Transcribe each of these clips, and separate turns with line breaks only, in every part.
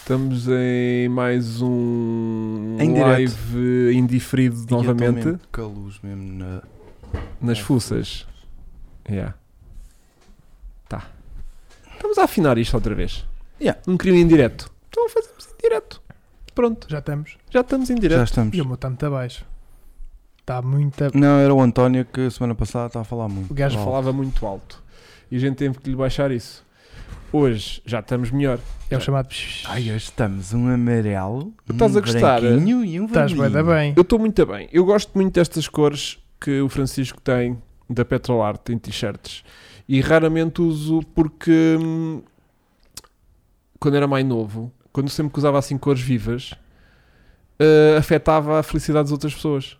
Estamos em mais um
Em direto.
live indiferido
E eu tô
novamente
mesmo Com a luz mesmo na.
nas fuças. Yeah. Tá. Estamos a afinar isto outra vez.
Yeah.
Um crime em direto. Então fazemos em direto. Pronto,
Já estamos.
já estamos em
Já
direto.
estamos.
E o meu está muito abaixo. Está muito ab...
Não, era o António que semana passada estava a falar muito.
O gajo
Já falava muito alto. E a gente teve que lhe baixar isso. Hoje já estamos melhor.
É o chamado.
Ai, hoje estamos um amarelo.
Estás
um
a gostar,
branquinho e um
eh? Estás bem,
vermelho.
da bem.
Eu estou muito bem. Eu gosto muito destas cores que o Francisco tem da Petrolarte em t-shirts. E raramente uso porque hum, quando era mais novo, quando sempre que usava assim cores vivas, eh, afetava a felicidade das outras pessoas.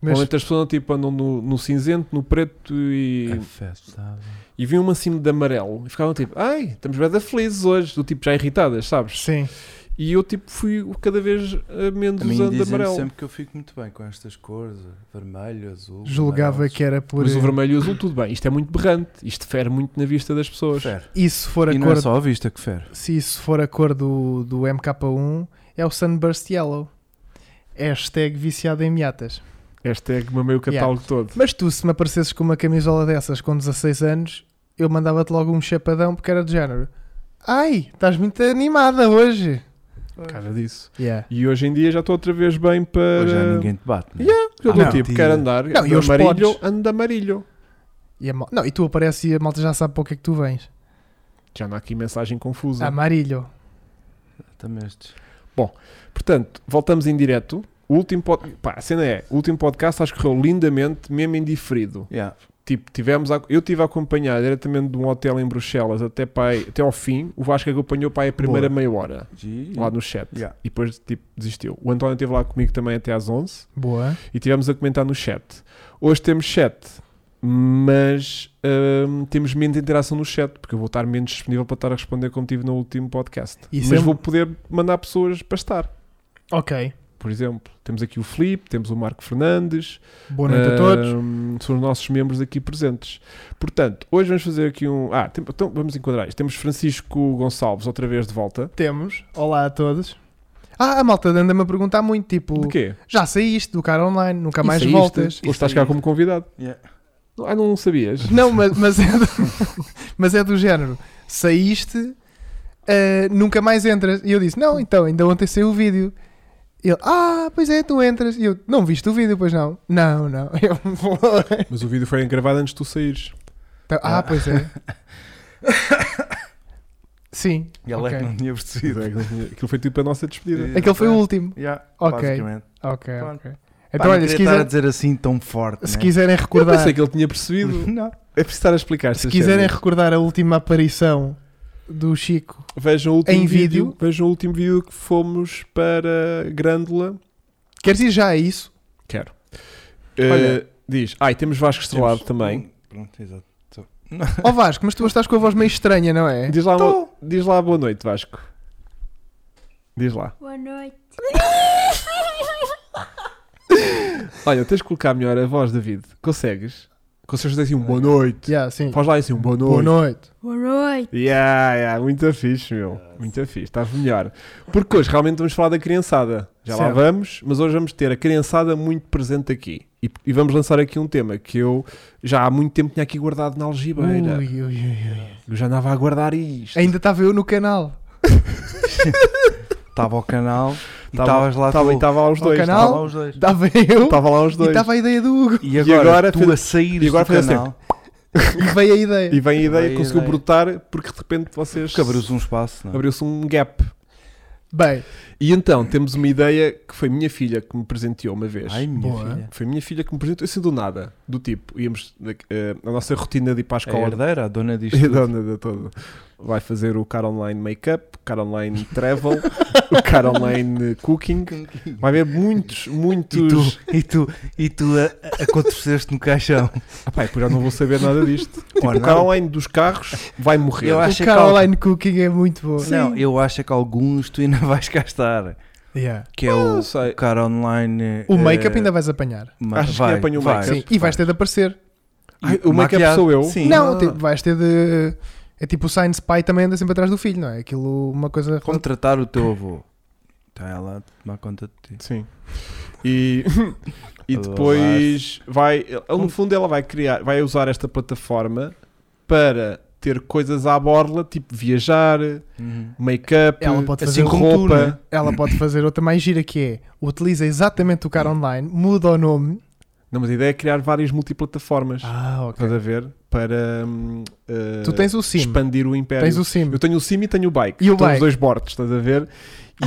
Mas
Normalmente as pessoas tipo, andam no, no cinzento, no preto e,
Café, sabe?
e vinham uma assim de amarelo e ficavam tipo, ai, estamos bem da felizes hoje, do tipo já irritadas, sabes?
sim,
E eu tipo fui cada vez eh, menos
A mim
usando de
dizem
amarelo.
sempre que eu fico muito bem com estas cores. Vermelho, azul.
julgava
amarelo.
que era por. eh,
Mas o vermelho e o azul, tudo bem. Isto é muito berrante. Isto fere muito na vista das pessoas.
Fer.
E se for a
E não
cor.
é só a vista que fer.
Se isso for a cor do, do MK1, é o Sunburst Yellow. Hashtag viciado em miatas.
Hashtag mamei o é catálogo todo.
Mas tu, se me aparecesses com uma camisola dessas com 16 anos, eu mandava-te logo um chapadão porque era do género. Ai, estás muito animada hoje.
Cara disso.
Yeah.
E hoje em dia já estou outra vez bem para.
Hoje já ninguém te bate. né?
Yeah, eu dou
Ah,
tipo,
não.
quero andar.
Não, e
ando
os
amarilho,
podes?
ando amarilho.
E a mal- Não, e tu apareces e a malta já sabe para o que é que tu vens.
Já não há aqui mensagem
Ah,
confusa.
Amarilho.
Também estes.
Portanto, voltamos em direto. O último pod... Pá, a cena é: o último podcast acho que correu lindamente, mesmo indiferido.
Yeah.
Tipo, tivemos a- eu estive a acompanhar diretamente de um hotel em Bruxelas até, para aí- até ao fim. O Vasco acompanhou para aí a primeira
Boa.
meia hora,
E-
lá no chat.
Yeah.
E depois, tipo, desistiu. O António esteve lá comigo também até às 11
Boa.
e tivemos a comentar no chat. Hoje temos chat, mas hum, temos menos interação no chat, porque eu vou estar menos disponível para estar a responder como tive no último podcast.
Isso
mas
é um-
vou poder mandar pessoas para estar.
Ok.
Por exemplo, temos aqui o Filipe, temos o Marco Fernandes,
Boa noite a
Hum,
todos.
São os nossos membros aqui presentes. Portanto, hoje vamos fazer aqui um. Ah, tem- então vamos enquadrar isto. Temos Francisco Gonçalves outra vez de volta.
Temos. Olá a todos. Ah, a malta anda-me a perguntar muito, tipo,
De quê?
já saíste do cara online, nunca mais
Isso é isto?
voltas.
Ou estás cá como convidado?
Yeah.
Ah, não sabias?
Não, mas, mas, é do, mas é do género. Saíste, ah, nunca mais entras. E eu disse, não, então, ainda ontem saiu o vídeo. Ele, ah, pois é, tu entras. E eu, não viste o vídeo, pois não. Não, não. Eu,
Mas o vídeo foi gravado antes de tu saíres.
Então, ah, pois é. Sim.
E ela é que
ok.
não tinha percebido.
Aquilo foi tipo a nossa despedida.
Aquele foi o último.
Yeah,
é Ok.
Basicamente.
Ok,
Pronto.
ok.
Pá,
Então,
não
olha,
queria
se,
estar a
quiser,
dizer assim tão forte.
se
né?
quiserem
Eu
recordar.
pensei que ele tinha percebido.
Não.
É preciso estar a explicar.
Se quiserem recordar a última aparição do Chico,
vejam o último
em
vídeo,
vídeo-
Vejam o último vídeo que fomos para Grândola.
queres ir já a isso?
Quero.
Olha.
Eh, diz. Ah, e temos Vasco Estrelado
Temos-
também.
Pronto, exato.
Ó Vasco, mas tu estás com a voz meio estranha, não é?
Diz lá, uma- diz lá boa noite, Vasco. Diz lá.
Boa noite.
Olha, tens de colocar melhor a voz, David. Consegues? Consegues dizer assim um boa noite?
Yeah, sim.
Faz lá assim um boa noite.
Boa noite.
Boa noite.
Yeah, yeah, muito fixe, meu. Muito fixe, estás melhor. Porque hoje realmente vamos falar da criançada. Já lá
Certo.
vamos, mas hoje vamos ter a criançada muito presente aqui. E, e vamos lançar aqui um tema que eu já há muito tempo tinha aqui guardado na algibeira.
Ui, ui, ui, ui.
Eu já andava a guardar isto.
Ainda estava eu no canal.
Estava ao canal e
Tava-
estavas lá
Estava
tu.
estava lá os
Ao
dois.
canal.
Estava lá os dois.
Estava eu
Estava lá os
e
dois.
estava a ideia do Hugo.
E
agora
agora,
agora
tu
fez-
a sair
e agora
do
fez assim,
canal,
E veio a ideia.
E vem a ideia,
Veio a
conseguiu
ideia.
brotar porque de repente vocês.
porque abriu-se um espaço, não é?
abriu-se um gap.
Bem,
E então temos uma ideia que foi minha filha que me presenteou uma vez.
Ai, minha
Boa.
filha.
Foi minha filha que me presenteou assim do nada. Do tipo, íamos. eh, a nossa rotina de ir para a
A
escola.
herdeira, a dona disto.
E a
É tudo.
dona de todo. Vai fazer o car online make-up, o car online travel, o car online cooking. Vai haver muitos,
E tu,
muitos.
e tu, e tu a, a contorceste no caixão.
Ah, pá, depois já não vou saber nada disto. Tipo,
Ora,
o car
não.
online dos carros vai morrer.
Eu acho
o
que
Caroline Cooking é muito
assim.
bom.
Não, eu acho é que alguns tu ainda vais gastar.
Yeah.
Que é
Não
o,
Ah, sei.
o cara online.
O
eh,
make-up ainda vais apanhar.
ma-
Achas que
vai,
apanha o
vai,
make-up?
Sim, e vais ter de aparecer.
Ai, o make-up
Maquiado.
sou eu? tipo,
Sim.
Não, tipo, vais ter de. É tipo o Sainz pai também anda sempre atrás do filho, não é? Aquilo, uma coisa.
Como tratar o teu avô? Está ela a tomar conta de ti.
Sim. E, e
Adoro.
depois vai.
Hum.
No fundo, ela vai criar, vai usar esta plataforma para ter coisas à borla, tipo viajar, Uhum. make-up,
Ela pode
assim,
fazer
roupa.
Hum, roupa. Ela pode fazer outra mais gira que é utiliza exatamente o cara online, muda o nome.
Não, mas a ideia é criar várias multiplataformas.
Ah, ok.
Estás a ver? Para hum, eh,
Tu tens o sim.
expandir o império.
Tens o sim.
Eu tenho o sim e tenho o bike.
E o
Estão
bike.
os dois bordes, estás a ver?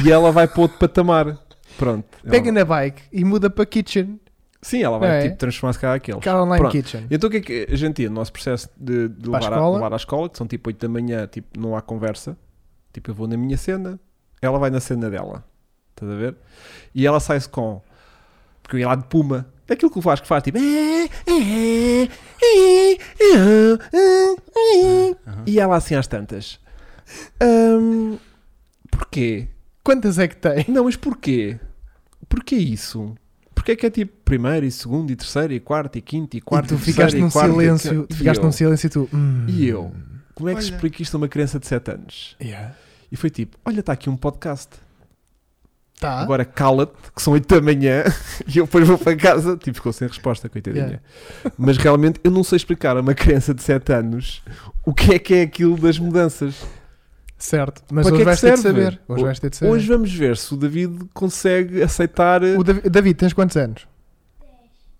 E ela vai para outro patamar. Pronto.
Pega
Ela-
na bike e muda para kitchen.
Sim, ela vai
É.
tipo, transformar-se cada aqueles.
Cara online
Pronto.
kitchen.
Então o que é que a gente ia? O nosso processo de, de
Para a
levar, a,
escola.
levar à escola, que são tipo 8 da manhã, tipo, não há conversa. Tipo, eu vou na minha cena, ela vai na cena dela. Estás a ver? E ela sai-se com. Porque eu ia lá de puma. É Aquilo que o Vasco faz, tipo. eh, E ela assim às tantas. "Hum, porquê?
Quantas é que tem?
Não, mas porquê? Porquê isso? Porquê é que é tipo primeiro e segundo e terceiro e quarto e quinto e quarto
e
e
tu ficaste
terceiro
num
e quarto?
silêncio.
e
Tu ficaste
eu?
num silêncio e tu. hum.
E eu? Como é que
Olha.
explico isto a uma criança de 7 anos?
Yeah.
E foi tipo, olha, está aqui um podcast.
Tá.
Agora cala-te, que são 8 da manhã e eu depois vou para casa. Tipo, ficou sem resposta, coitadinha. Mas realmente eu não sei explicar a uma criança de 7 anos o que é que é aquilo das mudanças.
Certo. Mas
Para que é
hoje
que
vais ter de
serve?
saber. Hoje
Ho-
vais ter de saber.
Hoje vamos ver se o David consegue aceitar
O Davi- David, tens quantos anos?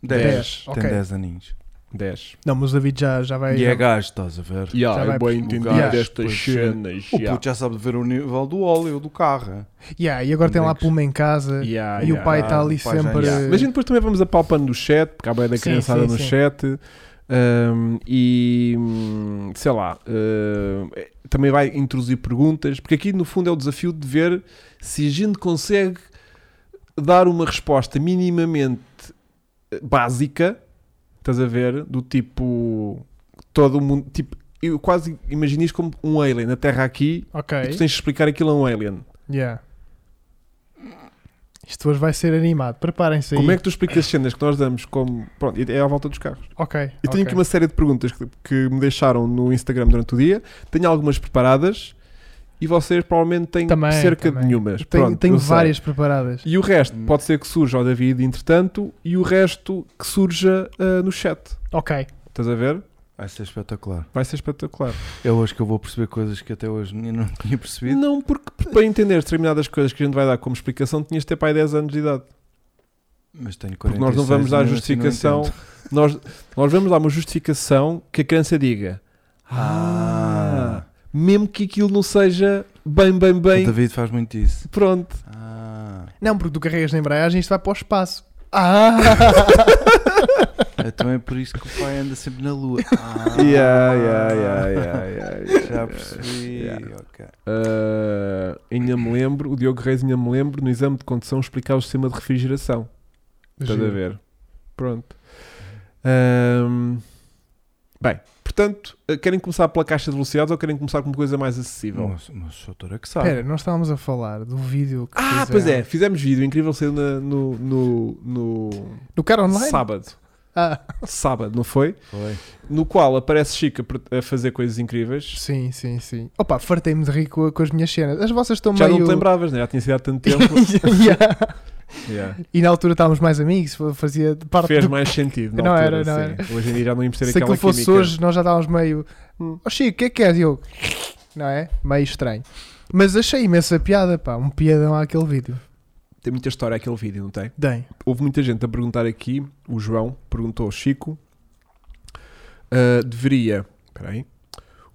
10.
Dez,
Tem
ok.
10 aninhos.
10.
Não, mas o David já, já vai.
E é
já-
gajo, estás a ver?
Yeah,
Já vai
eu bem
por-
entendi
Yeah.
destas
é.
Pois,
cenas.
O
yeah.
puto já sabe ver o nível do óleo do carro. é?
Yeah, e agora tem lá a Puma em casa.
Yeah,
é- E
yeah.
o pai
yeah.
está ali
O pai já-
sempre.
yeah.
Mas a gente depois também vamos apalpando no chat, porque há bem da
Sim,
criançada
sim,
no
sim.
chat. Ahm, e hum, sei lá, ahm, eh, também vai introduzir perguntas, porque aqui no fundo é o desafio de ver se a gente consegue dar uma resposta minimamente eh, básica, estás a ver? Do tipo, todo mundo, tipo, eu quase imagino isto como um alien na Terra aqui,
Ok.
e tu tens de explicar aquilo a um alien.
Yeah. Isto hoje vai ser animado. Preparem-se aí.
Como é que tu explicas as cenas que nós damos como. Pronto, é à volta dos carros.
Ok.
Eu tenho
ok.
aqui uma série de perguntas que, que me deixaram no Instagram durante o dia. Tenho algumas preparadas e vocês provavelmente têm
Também,
cerca
também.
de nenhumas.
Tenho,
Pronto,
tenho
eu sei.
várias preparadas.
E o resto
Hum.
pode ser que surja ao David, entretanto, e o resto que surja ah, no chat.
Ok.
Estás a ver?
Vai ser espetacular.
Vai ser espetacular.
Eu hoje que eu vou perceber coisas que até hoje nem- não tinha percebido.
Não, porque para entender determinadas coisas que a gente vai dar como explicação, tinhas de ter pai 10 anos de idade.
Mas tenho 46
Porque nós não vamos dar
e mesmo assim não
justificação.
entendo.
Nós, nós vamos dar uma justificação que a criança diga.
Ah.
"Ah", Mesmo que aquilo não seja bem, bem,
O
bem.
David faz muito isso.
Pronto.
Ah.
Não, porque tu carregas na embreagem isto vai para o espaço. Ah!
Então é por isso que o pai anda sempre na lua. Ah.
Yeah, yeah, yeah, yeah, yeah, yeah,
Já percebi.
yeah.
ok.
Ah, ainda me lembro, o Diogo Reis ainda me lembro no exame de condução explicar o sistema de refrigeração. Estás a
Giro.
ver? Pronto. Ahm, bem, portanto, querem começar pela caixa de velocidades ou querem começar com uma coisa mais acessível?
Mas, mas o doutor é que sabe.
Espera, nós estávamos a falar do vídeo que
Ah,
fizeram.
pois é, fizemos vídeo, incrível cena no, no, no
Do cara online?
sábado.
Ah,
Sábado, não foi?
Foi.
No qual aparece Chica a fazer coisas incríveis.
sim, sim, sim. Opa, fartei-me de rir com, com as minhas cenas. As vossas estão
Já
meio...
não te lembravas, né? já tinha sido há tanto tempo.
Yeah.
Yeah.
E na altura estávamos mais amigos, fazia parte
Fez
do...
mais sentido. na
Não
altura,
era, não
sim. Hoje em dia já não íamos ter
Se
aquela
aquilo fosse
é química. Hum.
hoje, nós já estávamos meio. Oh, Chico, o que é que queres? E eu. Não é? Meio estranho. Mas achei imensa piada, pá. Um piadão àquele vídeo.
Tem muita história aquele vídeo, não tem?
Bem,
Houve muita gente a perguntar aqui. O João perguntou ao Chico. ah, deveria. Espera aí.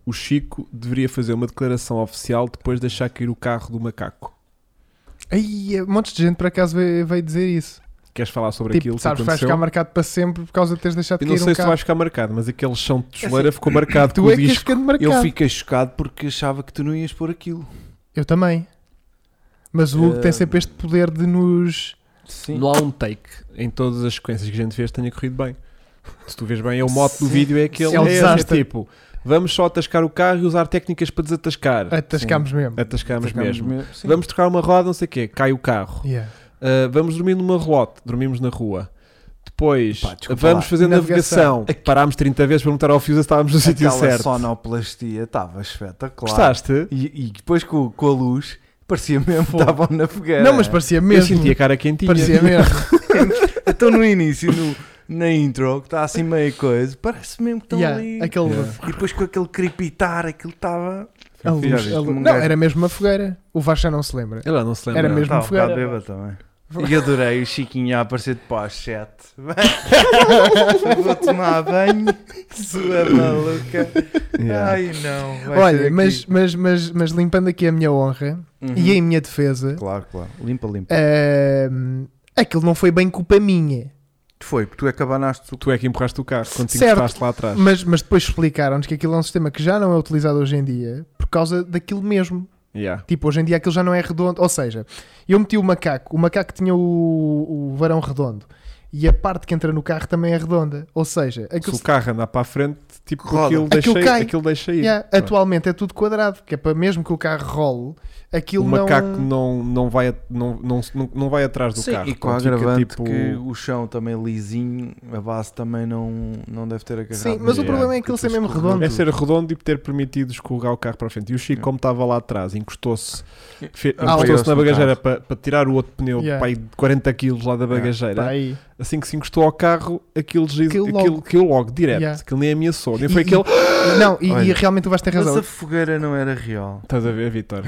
O Chico deveria fazer uma declaração oficial depois de deixar cair o carro do macaco.
aí, montes um de gente por acaso veio, veio dizer isso.
Queres falar sobre
Tipo,
aquilo que
sabes, vais
aconteceu?
ficar marcado para sempre por causa de teres deixado
Eu
de
não
cair
sei
um
se
carro.
vai ficar marcado, mas aquele chão de chuleira ficou marcado com
Tu
o
é que és
disco.
ficando marcado.
Eu fiquei chocado porque achava que tu não ias pôr aquilo.
Eu também. Mas o Hugo
Eh,
tem sempre este poder de nos.
Sim.
Não há um take em todas as sequências que a gente fez que tenha corrido bem. Se tu vês bem, é o mote do
Sim.
vídeo é aquele.
É um
esse,
desastre.
tipo, vamos só atascar o carro e usar técnicas para desatascar.
Atascámos É. mesmo.
Atascamos, mesmo.
Sim.
Vamos trocar uma roda, não sei o quê, cai o carro.
Yeah.
Ah, vamos dormir numa relote, dormimos na rua. Depois
Pá, desculpa
vamos
lá.
fazer navegação.
Navegação.
Parámos 30 vezes para perguntar ao Fiusa se estávamos no sítio
Aquela
certo.
sonoplastia estava espetacular.
Gostaste?
E, e depois com, com a luz, parecia mesmo que estavam na fogueira.
Não, mas parecia
Eu
mesmo.
senti a cara quentinha.
Parecia mesmo.
Então no início, no- na intro, que está assim meio coisa, parece mesmo que estão
Yeah,
ali.
aquele
Yeah.
E depois com aquele crepitar, aquilo estava.
a luz,
Já
Fixe.
viste
a luz.
como um
Não,
gajo-
era mesmo uma fogueira. O Vasco já não se lembra.
Ele lá não se lembra.
Era mesmo
Estava um
fogueira.
bocado bêbado também. E adorei o Chiquinho a aparecer de pós 7. Vou tomar banho, sua maluca.
Yeah.
Ai não. vai ser
Olha,
aqui.
mas, mas, mas, mas limpando aqui a minha honra
Uhum.
e em minha defesa,
Claro, claro. Limpa, limpa.
ahm, aquilo não foi bem culpa minha.
Foi, porque tu acabanaste o.
Tu é que empurraste o carro quando te
Certo.
encostaste lá atrás.
Mas, mas depois explicaram-nos que aquilo é um sistema que já não é utilizado hoje em dia por causa daquilo mesmo.
Yeah.
Tipo, hoje em dia aquilo já não é redondo. Ou seja, eu meti o macaco, o macaco tinha o, o varão redondo e a parte que entra no carro também é redonda. Ou seja,
Se
aquilo,
o carro andar para a frente, tipo,
Roda.
aquilo,
Aquilo
deixa,
cai.
aquilo deixa ir.
Yeah,
Claro.
atualmente é tudo quadrado, que é para mesmo que o carro role, aquilo
o macaco
não.
não, não, vai, a- não, não, não, não vai atrás do
Sim,
carro.
e com a
Fica,
agravante
tipo,
que é o chão também é lisinho, a base também não, não deve ter agarrado.
Sim,
o
mas
direito,
problema é
porque
aquilo ser
depois
mesmo
correu
redondo.
É
tudo.
ser redondo e ter permitido escorregar o carro para a frente. E o Chico, como estava lá atrás, encostou-se fe- encostou-se na
Ah, apoiou-se no
bagageira para, para tirar o outro pneu
Yeah.
para aí de 40 kg lá da
Yeah.
bagageira.
Pá, aí.
Assim que se encostou ao carro, aquilo, giz-
Aquilo
aquilo,
logo.
logo. logo, direto.
Yeah.
Aquilo nem ameaçou. Nem
E-
foi
e-
aquele.
Não, e,
Olha,
e realmente o Vasco tem
Mas
razão.
a fogueira não era real.
Estás a ver, Vitor?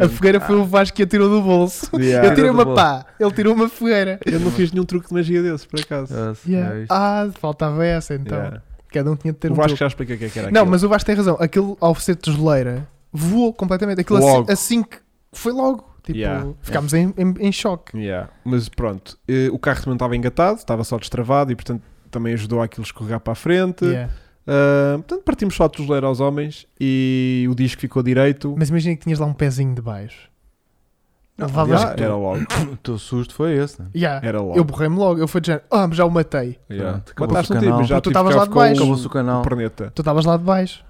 A fogueira foi
Ah.
o Vasco que a tirou do bolso.
Yeah.
Eu tirei
Tirou do
uma pá, ele tirou uma fogueira.
Eu não fiz nenhum truque de magia desse, por acaso.
Ah, se
Yeah.
vês.
Ah, faltava essa então.
Yeah.
Cada um tinha de ter
O
um
Vasco
truque.
já explica o que é que era
Não,
aquilo.
mas o Vasco tem razão. Aquilo ao ser de geleira voou completamente. Aquilo assim,
Logo.
assim que foi logo. Tipo,
Yeah.
ficámos em, em- em choque.
Yeah. Mas pronto, eh, o carro também não estava engatado, estava só destravado e portanto também ajudou aquilo a escorregar para a frente.
Yeah.
Ah, portanto, partimos só de tosleira aos homens e o disco ficou direito.
Mas imagina que tinhas lá um pezinho de baixo.
Não,
Levavas-
Ah, era logo.
O teu susto foi esse, né?
Yeah.
Era logo.
Eu borrei-me logo. Eu fui de género, ah, mas já o matei.
Yeah.
Pronto, acabou
Mataste
o
um tipo,
canal.
já
Tu
tive
estavas
que
lá de baixo.
ficar com
Acabou-se o canal.
O perneta.
Tu estavas lá de baixo.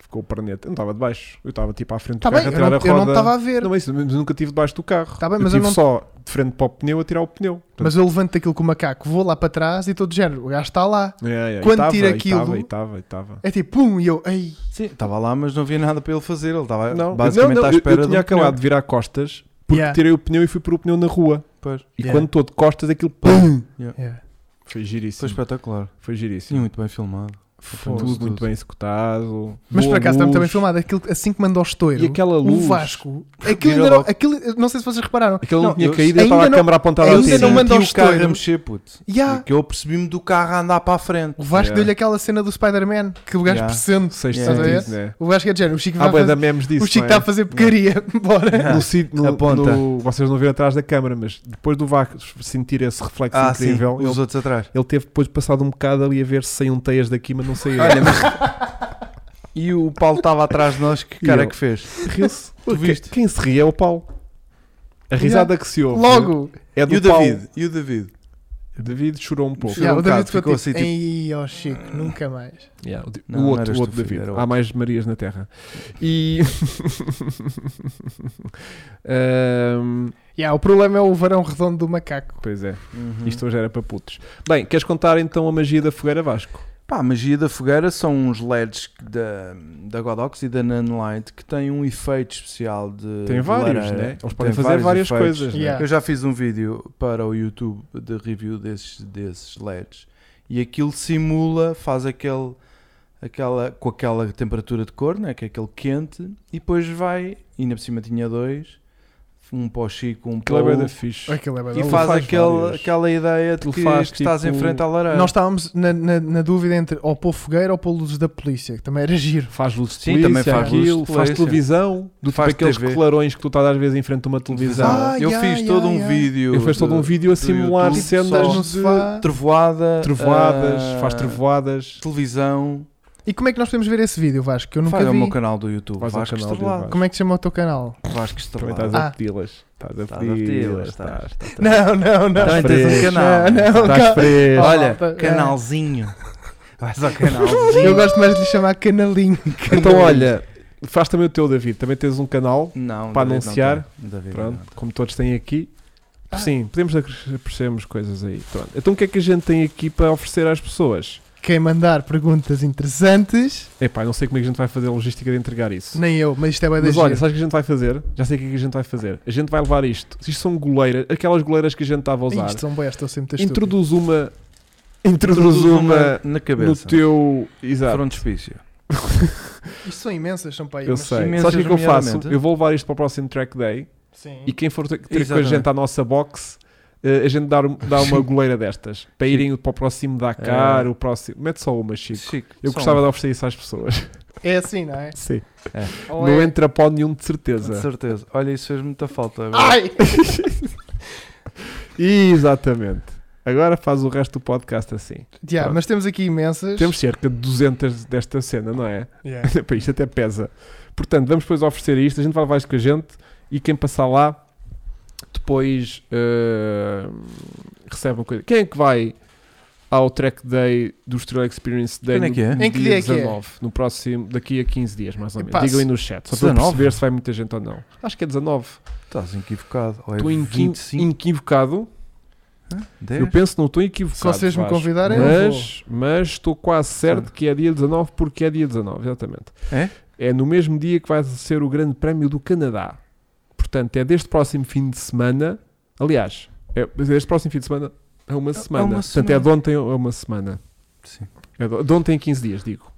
Ficou o perneta. Eu não estava debaixo. Eu estava tipo à frente do
Tá
carro
bem,
a
eu
tirar
não-
a roda.
eu não estava a ver.
Não, mas eu nunca estive debaixo do carro.
Tá bem,
eu
mas eu
estive
não-
só de frente para o pneu a tirar o pneu.
Mas eu levanto daquilo com o macaco, vou lá para trás e todo género. O gajo está lá.
Portanto, é, é, e
quando
estava,
tira
e estava,
aquilo-
e estava, e estava.
É tipo, pum, e eu, ei.
Sim, estava lá, mas não havia nada para ele fazer. Ele estava
Não,
basicamente
não, não,
à
eu-
espera um
eu tinha
do pneu.
acabado de um virar costas porque
Yeah.
tirei o pneu e fui por o pneu na rua.
Pois,
E
Yeah.
quando estou de costas, aquilo pum!
Yeah.
Foi
foi
giríssimo.
espetacular.
Foi
Sim,
Hum,
giríssimo.
muito bem filmado.
Tudo
Foda-se,
muito
tudo.
bem executado.
Mas
boa
por acaso está muito
luz.
bem filmado. Aquilo, assim que mandou o estouro,
E aquela luz.
o um Vasco. Aquilo,
Virou
ainda não,
logo.
aquilo, não sei se vocês repararam.
Aquele
Não,
não tinha
eu-
caído e eu
ainda
estava a
não-
câmera apontada
É, ainda
assim.
não
Senti
mandou o
o carro
estouro.
a mexer, puto.
Yeah.
Que eu percebi-me do carro a andar para a frente.
O Vasco
Yeah.
deu-lhe aquela cena do Spider-Man que o gajo
Yeah.
percebe.
Sexto
Yeah.
sentido, né?
O gajo que é de género. O Chico
Há
vai
bué da
fazer-
memes disso.
o Chico
não
está
é?
a fazer porcaria. Bora.
No sítio- no-
A ponta.
no- vocês não viram atrás da câmara, mas depois do Vasco sentir esse reflexo
Ah, sim,
incrível,
os
ele,
outros atrás.
ele teve depois passado um bocado ali a ver se saíam teias daqui, mas não saíam.
Olha, E o Paulo estava atrás de nós, que
E
cara é
eu?
que fez?
riu-se.
Tu
Quem-
viste?
Quem se ri é o Paulo. A risada que se ouve
Logo.
é do
E o
Paulo.
David? E o David?
O David chorou um pouco.
Yeah,
um
o David
bocado,
ficou
ficou
tipo,
assim, tipo-
ei, ó Chico, nunca mais.
Yeah, o, di-
Não,
o
não
outro,
eras
o outro
tu, filho,
David.
era
Há
outro.
mais Marias na Terra. E. Ahm,
Yeah, o problema é o varão redondo do macaco.
pois é,
Uhum.
isto hoje era para putos. Bem, queres contar então a magia da fogueira Vasco?
Pá, a magia da fogueira são uns LEDs da, da Godox e da Nanlite que têm um efeito especial de.
Tem
de
vários,
lareira.
né? Eles podem
Tem
fazer várias
vários efeitos.
coisas. né?
Yeah.
Eu já fiz um vídeo para o YouTube de review desses, desses LEDs e aquilo simula, faz aquele, aquela, com aquela temperatura de cor, né? que é aquele quente, e depois vai, e ainda por cima tinha dois, um para o Chico, um para
Aquilo é bué
o
da fixe.
Aquilo é bué da
e
louco.
faz,
faz
aquele,
vários.
aquela ideia de
Aquilo
que,
faz,
que estás em
tipo,
frente à lareira.
Nós estávamos na, na- na dúvida entre ou pôr fogueira ou pôr luzes da polícia, que também era giro.
Faz luzes de
Sim,
polícia,
também faz luzes de
aquilo, faz
polícia.
televisão, do tipo
Faz
aqueles
TV.
clarões que tu estás às vezes em frente a uma televisão.
Ah,
eu
yeah,
fiz
yeah,
todo um
yeah.
vídeo.
Ele fez todo um
de
vídeo a simular
YouTube,
cenas
só
no
de
sofá.
Trevoada.
trevoadas,
ah,
faz trevoadas.
Televisão.
E como é que nós podemos ver esse vídeo, Vasco? Que eu nunca
Vai ao
vi.
meu canal do YouTube.
Vais ao
Vasco
canal do
Estrelado.
Como é que se chama o teu canal?
Vasco
Também estás
Estrelado. Ah,
a
Ah.
pedi-las. Estás
Estás
a
a
pedi-las.
pedi-las,
Estás, estás, estás.
Não, não, não.
Também tens um canal.
Não, não,
Estás
cal-
fresco.
Olha,
Olha,
malta, é.
canalzinho. Vais ao canalzinho.
Então, Eu gosto mais de lhe chamar canalinho.
Então, olha, faz também o teu, David. Também tens um canal.
Não,
Para
David,
anunciar.
Não tem. David,
Pronto,
não tem.
como todos têm aqui.
Ah.
Sim, podemos acrescentarmos coisas aí. Pronto. Então o que é que a gente tem aqui para oferecer às pessoas?
Quem mandar perguntas interessantes,
Epá, não sei como é que a gente vai fazer a logística de entregar isso.
nem eu, mas isto é bem da
Mas olha,
giro.
sabes o que a gente vai fazer? Já sei o que é que a gente vai fazer. A gente vai levar isto. Isto são goleiras, aquelas goleiras que a gente estava a usar.
Isto são boias, estou sempre a
Introduz uma. Introduz uma
na
no
cabeça.
teu. Exato.
frontispício.
Isto são imensas, são para aí.
Eu
mas-
sei.
imensas,
Sabes o que é que eu faço?
nomeadamente.
Eu vou levar isto para o próximo track day
Sim.
e quem for ter ter com a
Exatamente.
gente à nossa box, eh, a gente dá, dá uma goleira destas para irem para o próximo Dakar,
É.
o próximo. Mete só uma, Chico.
Chico,
Eu
só
gostava
um.
de oferecer isso às pessoas.
É assim, não é?
Sim.
Ou
Não
é-
entra pó nenhum, de certeza.
De certeza. Olha, isso fez muita falta. agora.
Ai!
Exatamente. Agora faz o resto do podcast assim.
Yeah, mas temos aqui imensas.
Temos cerca de 200 desta cena, não é?
Yeah.
Para isto até pesa. Portanto, vamos depois oferecer isto. A gente vai levar isto com a gente e quem passar lá depois eh, recebe uma coisa. Quem é que vai ao track day do Estrela Experience Day?
Quando é que é?
No, no
Em que dia é que é?
19, no próximo, daqui a 15 dias, mais ou menos.
Epá,
Digam aí no chat, só para eu
19?
perceber se vai muita gente ou não. Acho que é 19.
Estás equivocado. Ou é
Estou inqui-
25?
equivocado.
Hã?
Eu
10?
penso, não estou equivocado.
Se vocês me
Vasco.
convidarem, eu
mas, mas estou quase certo que é dia 19, porque é dia 19, exatamente.
É?
É no mesmo dia que vai ser o Grande Prémio do Canadá. Portanto, é deste próximo fim de semana. Aliás, é, deste próximo fim de semana é uma semana.
uma
Portanto, é de ontem a uma semana.
Sim.
É de de ontem a 15 dias, digo.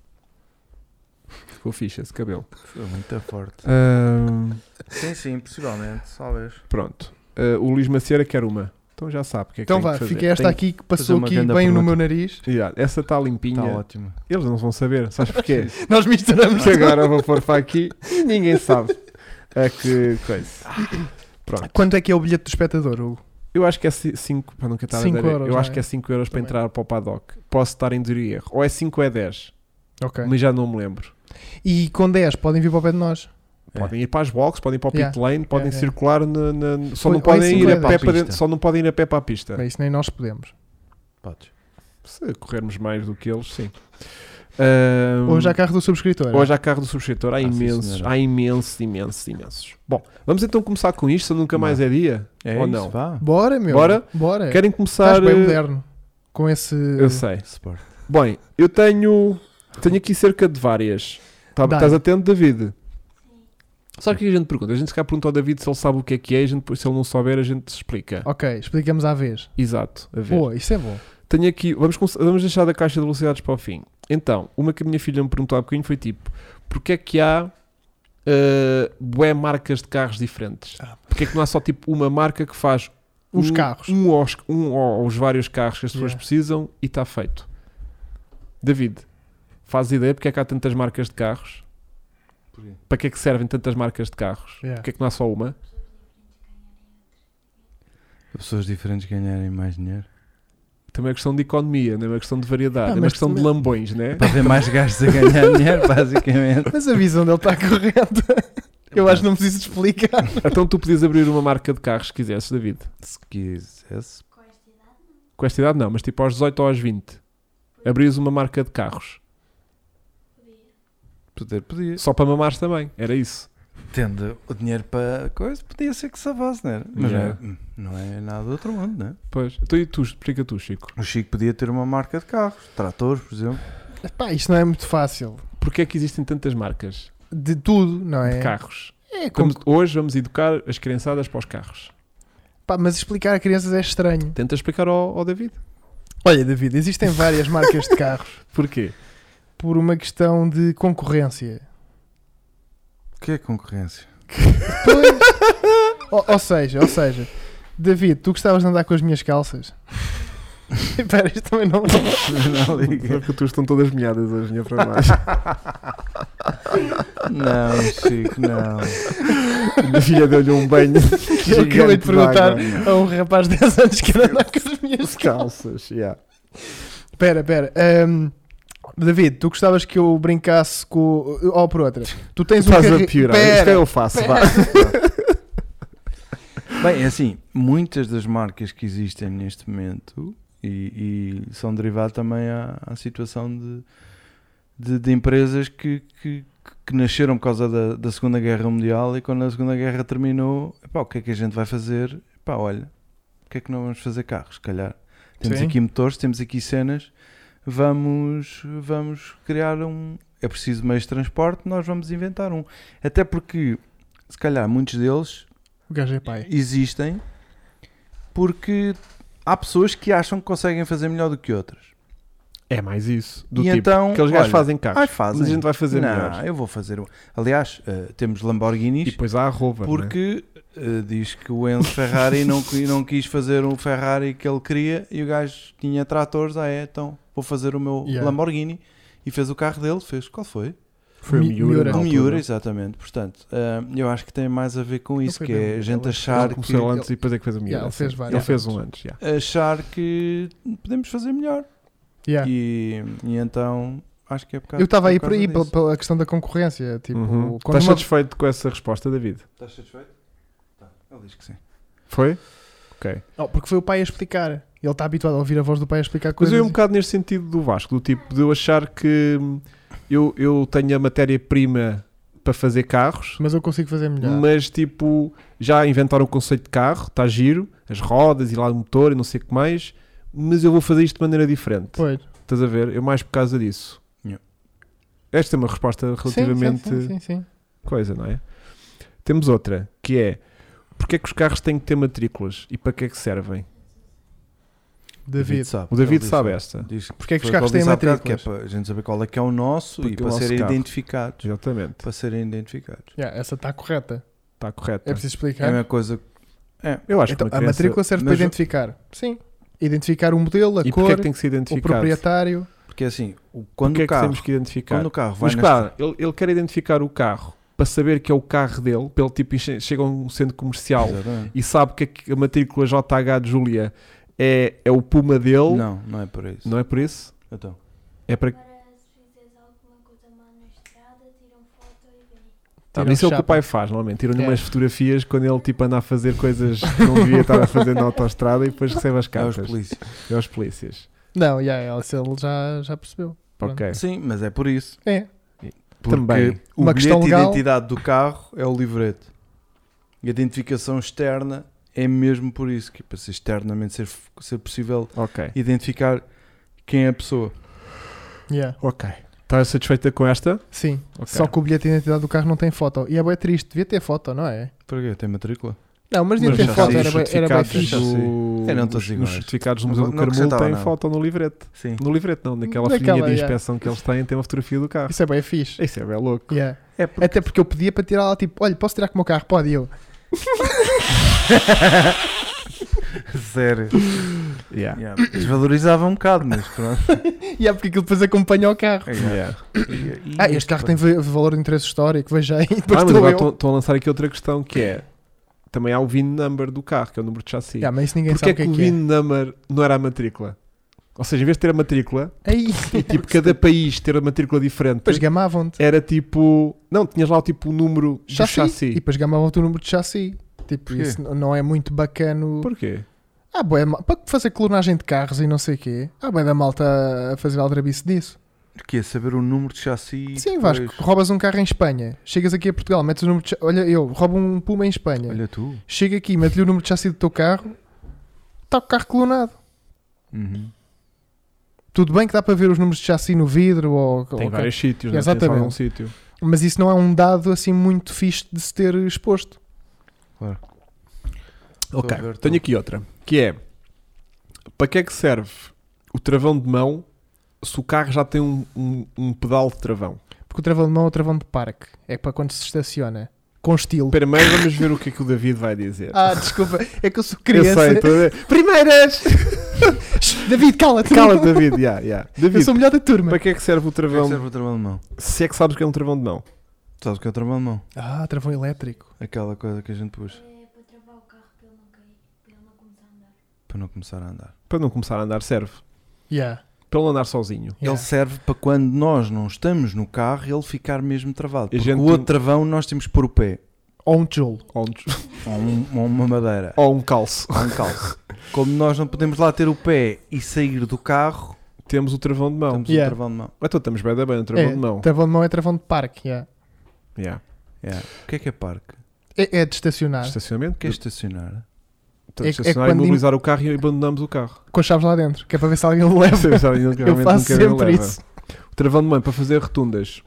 Ficou fixe esse cabelo.
Foi muito forte.
Ahm,
Sim, sim, possivelmente. Talvez.
pronto. Ah, o Luís Macieira quer uma. Então já sabe o que é que
Então
tem
vá,
que fazer.
fica esta
Tem-
aqui que passou
uma
aqui bem
grande
no
pergunta.
meu nariz.
Yeah, essa está limpinha.
Está ótimo.
Eles não vão saber, sabes porquê?
Nós misturamos.
Porque agora vou pôr para aqui e ninguém sabe. É que coisa. Pronto.
Quanto é que é o bilhete do espectador, Hugo?
Eu acho que é 5, para nunca estar a
Cinco
dar-
euros,
Eu
não
acho
é?
que é 5 euros para
Também.
entrar para o paddock. Posso estar em duro e erro. Ou é 5 ou é 10,
Ok.
mas já não me lembro.
E com 10 podem vir para o pé de nós.
É.
Podem ir para as boxes, podem ir para o
Yeah.
pit lane, podem
yeah.
circular na- na- só
Ou-
não
ou é
podem
cinco
ir
ou é
a pé
dez.
para dentro,
Pista.
só não podem ir a pé para a pista.
Bem, isso nem nós podemos.
Podes.
Se corrermos mais do que eles, sim. Ahm,
Hoje há carro do subscritor.
Hoje há carro do subscritor,
Ah,
há
sim,
imensos,
senhora.
há imensos, imensos, imensos. Bom, vamos então começar com isto, se nunca
Vá.
mais é dia.
É
Ou
isso,
não?
vá.
Bora, meu.
Bora?
Bora.
Querem
É. Estás
começar?
bem
eh,
moderno. Com esse.
Eu sei.
Sport.
Bem, eu tenho, tenho aqui cerca de várias. Tá-
Dá.
Estás atento, David? Sabe o que a gente pergunta? A gente se calhar pergunta ao David se ele sabe o que é que é, e a gente, depois, se ele não souber, a gente explica.
Ok, explicamos à vez.
Exato, a ver.
Boa, isso é bom.
Tenho aqui, vamos, começar- vamos deixar da caixa de velocidades para o fim. Então, uma que a minha filha me perguntou há bocadinho foi tipo: porque é que há uh, bué marcas de carros diferentes?
Ah.
Porquê é que não há só tipo uma marca que faz
Os
um,
carros.
Um aos, um aos vários carros que as pessoas
Yeah.
precisam e está feito? David, faz ideia porque é que há tantas marcas de carros? Para que é que servem tantas marcas de carros?
Yeah.
Porquê é que não há só uma?
Para Pessoas diferentes ganharem mais dinheiro.
Também é questão de economia, não é uma questão de variedade,
Ah,
é uma
mas
questão de
também-
lambões, não é?
Para ver mais gajos a ganhar dinheiro, basicamente.
Mas a visão dele está correta.
É
Eu acho que não preciso explicar.
então tu podias abrir uma marca de carros se quisesses, David.
Se quisesse.
Com esta idade não, mas tipo aos 18 ou aos 20. Abrias uma marca de carros.
Poder podia.
Só para mamares também. Era isso.
Tendo o dinheiro para coisa, podia ser que se avasse, não era? Mas
Yeah.
não, é, não é nada do outro mundo, não é?
Pois. Então e tu, explica tu, Chico.
O Chico podia ter uma marca de carros, tratores, por exemplo.
Pá, isto não é muito fácil.
Porquê é que existem tantas marcas
De tudo, não é?
de carros?
É como.
Vamos- hoje vamos educar as criançadas para os carros.
Pá, mas explicar a crianças é estranho.
Tenta explicar ao, ao David.
Olha, David, existem várias marcas de carros
Porquê?
por uma questão de concorrência.
O que é concorrência?
Ou, ou seja, ou seja, David, tu gostavas de andar com as minhas calças? Espera, isto também não.
não liga.
Porque tu estão todas meadas hoje, minha para mais.
Não, Chico, não.
minha filha deu-lhe um banho.
Eu acabei de
gigante
perguntar
água.
a um rapaz de 10 anos que era andar com as minhas calças.
Calças, yeah.
Espera, espera. Ahm, ehm, David, tu gostavas que eu brincasse com. Ou por outra. Tu tens um
Estás
carri-
a piorar. Isto
Pera.
é eu faço, vá.
Bem, é assim, muitas das marcas que existem neste momento e, e são derivadas também à, à situação de, de, de empresas que, que, que nasceram por causa da, da Segunda Guerra Mundial e quando a Segunda Guerra terminou, epá, o que é que a gente vai fazer? Epá, olha, porque é que não vamos fazer carros? Se calhar temos
Sim.
aqui motores, temos aqui cenas, vamos, vamos criar um. É preciso meios de transporte, nós vamos inventar um. Até porque, se calhar, muitos deles
O gajo é pai.
existem porque há pessoas que acham que conseguem fazer melhor do que outras.
É mais isso. Do
E
tipo,
então,
aqueles gajos
olha,
fazem carros.
ai,
mas
fazem.
a gente vai fazer
não,
melhores.
eu vou fazer. um. Aliás, eh, temos
E
Lamborghinis
depois há a Rover, né?
porque eh, diz que o Enzo Ferrari não, qui- não quis fazer um Ferrari que ele queria e o gajo tinha tratores. Ah, é, então vou fazer o meu
Yeah.
Lamborghini. E fez o carro dele, fez qual foi?
Foi o
Mi-
Miura.
Miura.
na
Um
altura.
Miura, exatamente. Portanto, eh, eu acho que tem mais a ver com isso,
foi
que
bem,
é a gente
ele-
Ele
achar que,
começou antes e depois é que fez o Miura.
Yeah, ele fez
sim.
vários.
Ele fez um antes, yeah.
achar que podemos fazer melhor.
Yeah.
E, e então acho que é por
tá,
causa
Eu estava aí
por
por aí
causa
pela,
disso.
pela questão da concorrência. Tipo,
Uhum.
quando
Estás
uma-
satisfeito com essa resposta, David?
Estás satisfeito? Tá, ele diz que sim.
Foi? Ok.
Não, Oh, porque foi o pai a explicar. Ele está habituado a ouvir a voz do pai a explicar
Mas
coisas.
eu é um bocado neste sentido do Vasco, do tipo de eu achar que hum, eu, eu tenho a matéria-prima para fazer carros,
Mas eu consigo fazer melhor.
mas tipo, já inventaram o conceito de carro, está giro, as rodas e lá o motor e não sei o que mais, mas eu vou fazer isto de maneira diferente.
Pois.
Estás a ver? Eu mais por causa disso.
Yeah.
Esta é uma resposta
Sim,
relativamente
Sim, sim, sim, sim.
coisa, não é? Temos outra, que é porque é que os carros têm que ter matrículas e para que é que servem?
David.
sabe.
O David
Ele
sabe
diz-
esta.
Diz que
Porque é que
foi
os carros
o que ele disse
têm
há bocado,
matrículas?
Que é para a gente saber qual é que é o nosso
Porque
e para
o nosso
serem
carro.
identificados.
Exatamente.
Para serem identificados.
Yeah, essa está correta.
Está correto.
É
É
preciso
a
explicar.
mesma coisa.
Eu acho
Então,
que uma criança-
a matrícula serve
Mas-
para identificar. Sim. Identificar o modelo, a
E
cor,
porquê é que tem que ser
o
identificado?
proprietário.
Porque assim, o- quando
Porquê é que
o carro,
temos que identificar?
quando o carro vai
Mas
na
claro, ele, ele quer identificar o carro para saber que é o carro dele, pelo tipo che- chega a um centro comercial
Exatamente.
e sabe que a- que a matrícula JH de Júlia é, é o Puma dele, não.
Não, não é por isso.
é por isso?
Então,
É para
Agora, se fizeres alguma coisa má na estrada, tiram foto e vêm.
Tá,
Tiram
mas isso é o que o
chapa.
pai faz normalmente, tira-lhe
É.
umas fotografias quando ele tipo anda a fazer coisas que não devia estar a fazer na autostrada e depois recebe as
é os
cartas.
polícias.
É os polícias.
Não, yeah, ela- se ele já, já percebeu. Pronto.
Ok.
Sim, mas é por isso.
É.
Porque
Também.
o
Uma
Uma
questão
bilhete de
legal-
identidade do carro é o livreto. E a identificação externa é mesmo por isso, que é para ser externamente ser, ser possível
Ok.
identificar quem é a pessoa.
Yeah.
Ok. Estás satisfeita com esta?
Sim.
Ok.
Só que o bilhete de identidade do carro não tem foto. E é bem triste. Devia ter foto, não é?
Porquê? Tem matrícula?
Não, mas devia
Mas já
Não
ter
tem
foto.
sei,
Era
os
bem, era bem
certificados
fixe.
Já sei.
do-
Eram todos
os, nos
iguais.
certificados do Museu
Não-
do
não
Carmelo
acrescentava
têm
nada.
foto no livreto.
Sim.
No livreto não, naquela
Daquela,
folhinha de
yeah.
inspeção que eles têm, tem uma fotografia do carro.
Isso é bem fixe.
Isso é bem louco.
Yeah.
É porque...
Até porque eu pedia para tirar lá, tipo, olha, posso tirar com o meu carro? Pode, e eu.
Sério.
Yeah.
Yeah. Desvalorizava um bocado, mas pronto.
E é porque aquilo depois acompanha o carro.
É,
Yeah.
Ah, este carro tem va- valor de interesse histórico, veja aí. Depois
Ah, mas
estou
agora
eu.
estão- estão a lançar aqui outra questão que é também há o VIN number do carro, que é o número de chassi.
Yeah, mas isso ninguém
Porquê é que
sabe
o
o que
VIN
é que
number não era a matrícula? Ou seja, em vez de ter a matrícula,
é. Aí,
e tipo cada país ter a matrícula diferente,
depois gamavam-te.
era tipo. Não, tinhas lá o tipo o número do
Chassi. E
chassi.
depois gamavam-te o número de chassi. Tipo,
Porquê?
isso n- não é muito bacano.
Porquê?
Ah, boé, para fazer clonagem de carros e não sei o quê. Ah, boé da malta a fazer aldrabice disso.
Que é saber o número de chassi.
Sim,
depois-
Vasco, roubas um carro em Espanha. Chegas aqui a Portugal, metes o número de chassi. Olha, eu roubo um Puma em Espanha.
Olha tu.
Chega aqui, mete-lhe o número de chassi do teu carro. Está o carro clonado.
Uhum.
Tudo bem que dá para ver os números de chassi no vidro ou,
Tem
ou-
vários sítios, não é? Tem só
Exatamente.
um sítio.
mas isso não é um dado assim muito fixe de se ter exposto.
Estou
Ok,
a ver,
tenho
estou.
aqui outra, que é para que é que serve o travão de mão se o carro já tem um, um- um pedal de travão?
Porque o travão de mão é o travão de parque. É para quando se estaciona. Com estilo.
Primeiro vamos ver o que é que o David vai dizer.
Ah, desculpa. É que eu sou
Eu
criança.
sei, estou a ver.
Primeiras! David, cala-te.
Cala-te, David, yeah, yeah.
Eu
David,
sou um o melhor da turma.
para que é que serve o
Como é que
travão?
serve o travão de mão?
Se é que sabes o que é um travão de mão.
Sabes o que é o travão de mão?
Ah, travão elétrico.
Aquela coisa que a gente puxa
É para travar o carro para ele não cair, para ele não começar a andar.
para não começar a andar.
Para não começar a andar, serve.
Yeah.
Para ele andar sozinho.
yeah.
Ele serve para quando nós não estamos no carro ele ficar mesmo travado. Porque
gente
o outro
tem-
travão nós temos que pôr o pé
Ou um tijolo.
Ou um,
ou, um- ou uma madeira
ou um calço.
ou um calço. Como nós não podemos lá ter o pé e sair do carro,
Temos o travão de mão.
temos
Yeah.
o travão de mão.
Então estamos bem da bem, o travão
É,
de mão.
Travão de mão é travão de parque. yeah.
Yeah.
Yeah. O que é que é parque?
É, é de estacionar.
Estacionamento?
O que é estacionar?
Estamos
É- é
a estacionar,
quando-
imobilizar o carro e abandonamos o carro.
com chaves lá dentro, que é para ver se alguém o leva.
Sim, sabe, realmente
Eu faço
nunca ninguém
sempre
leva.
isso.
O travão de mão é para fazer rotundas.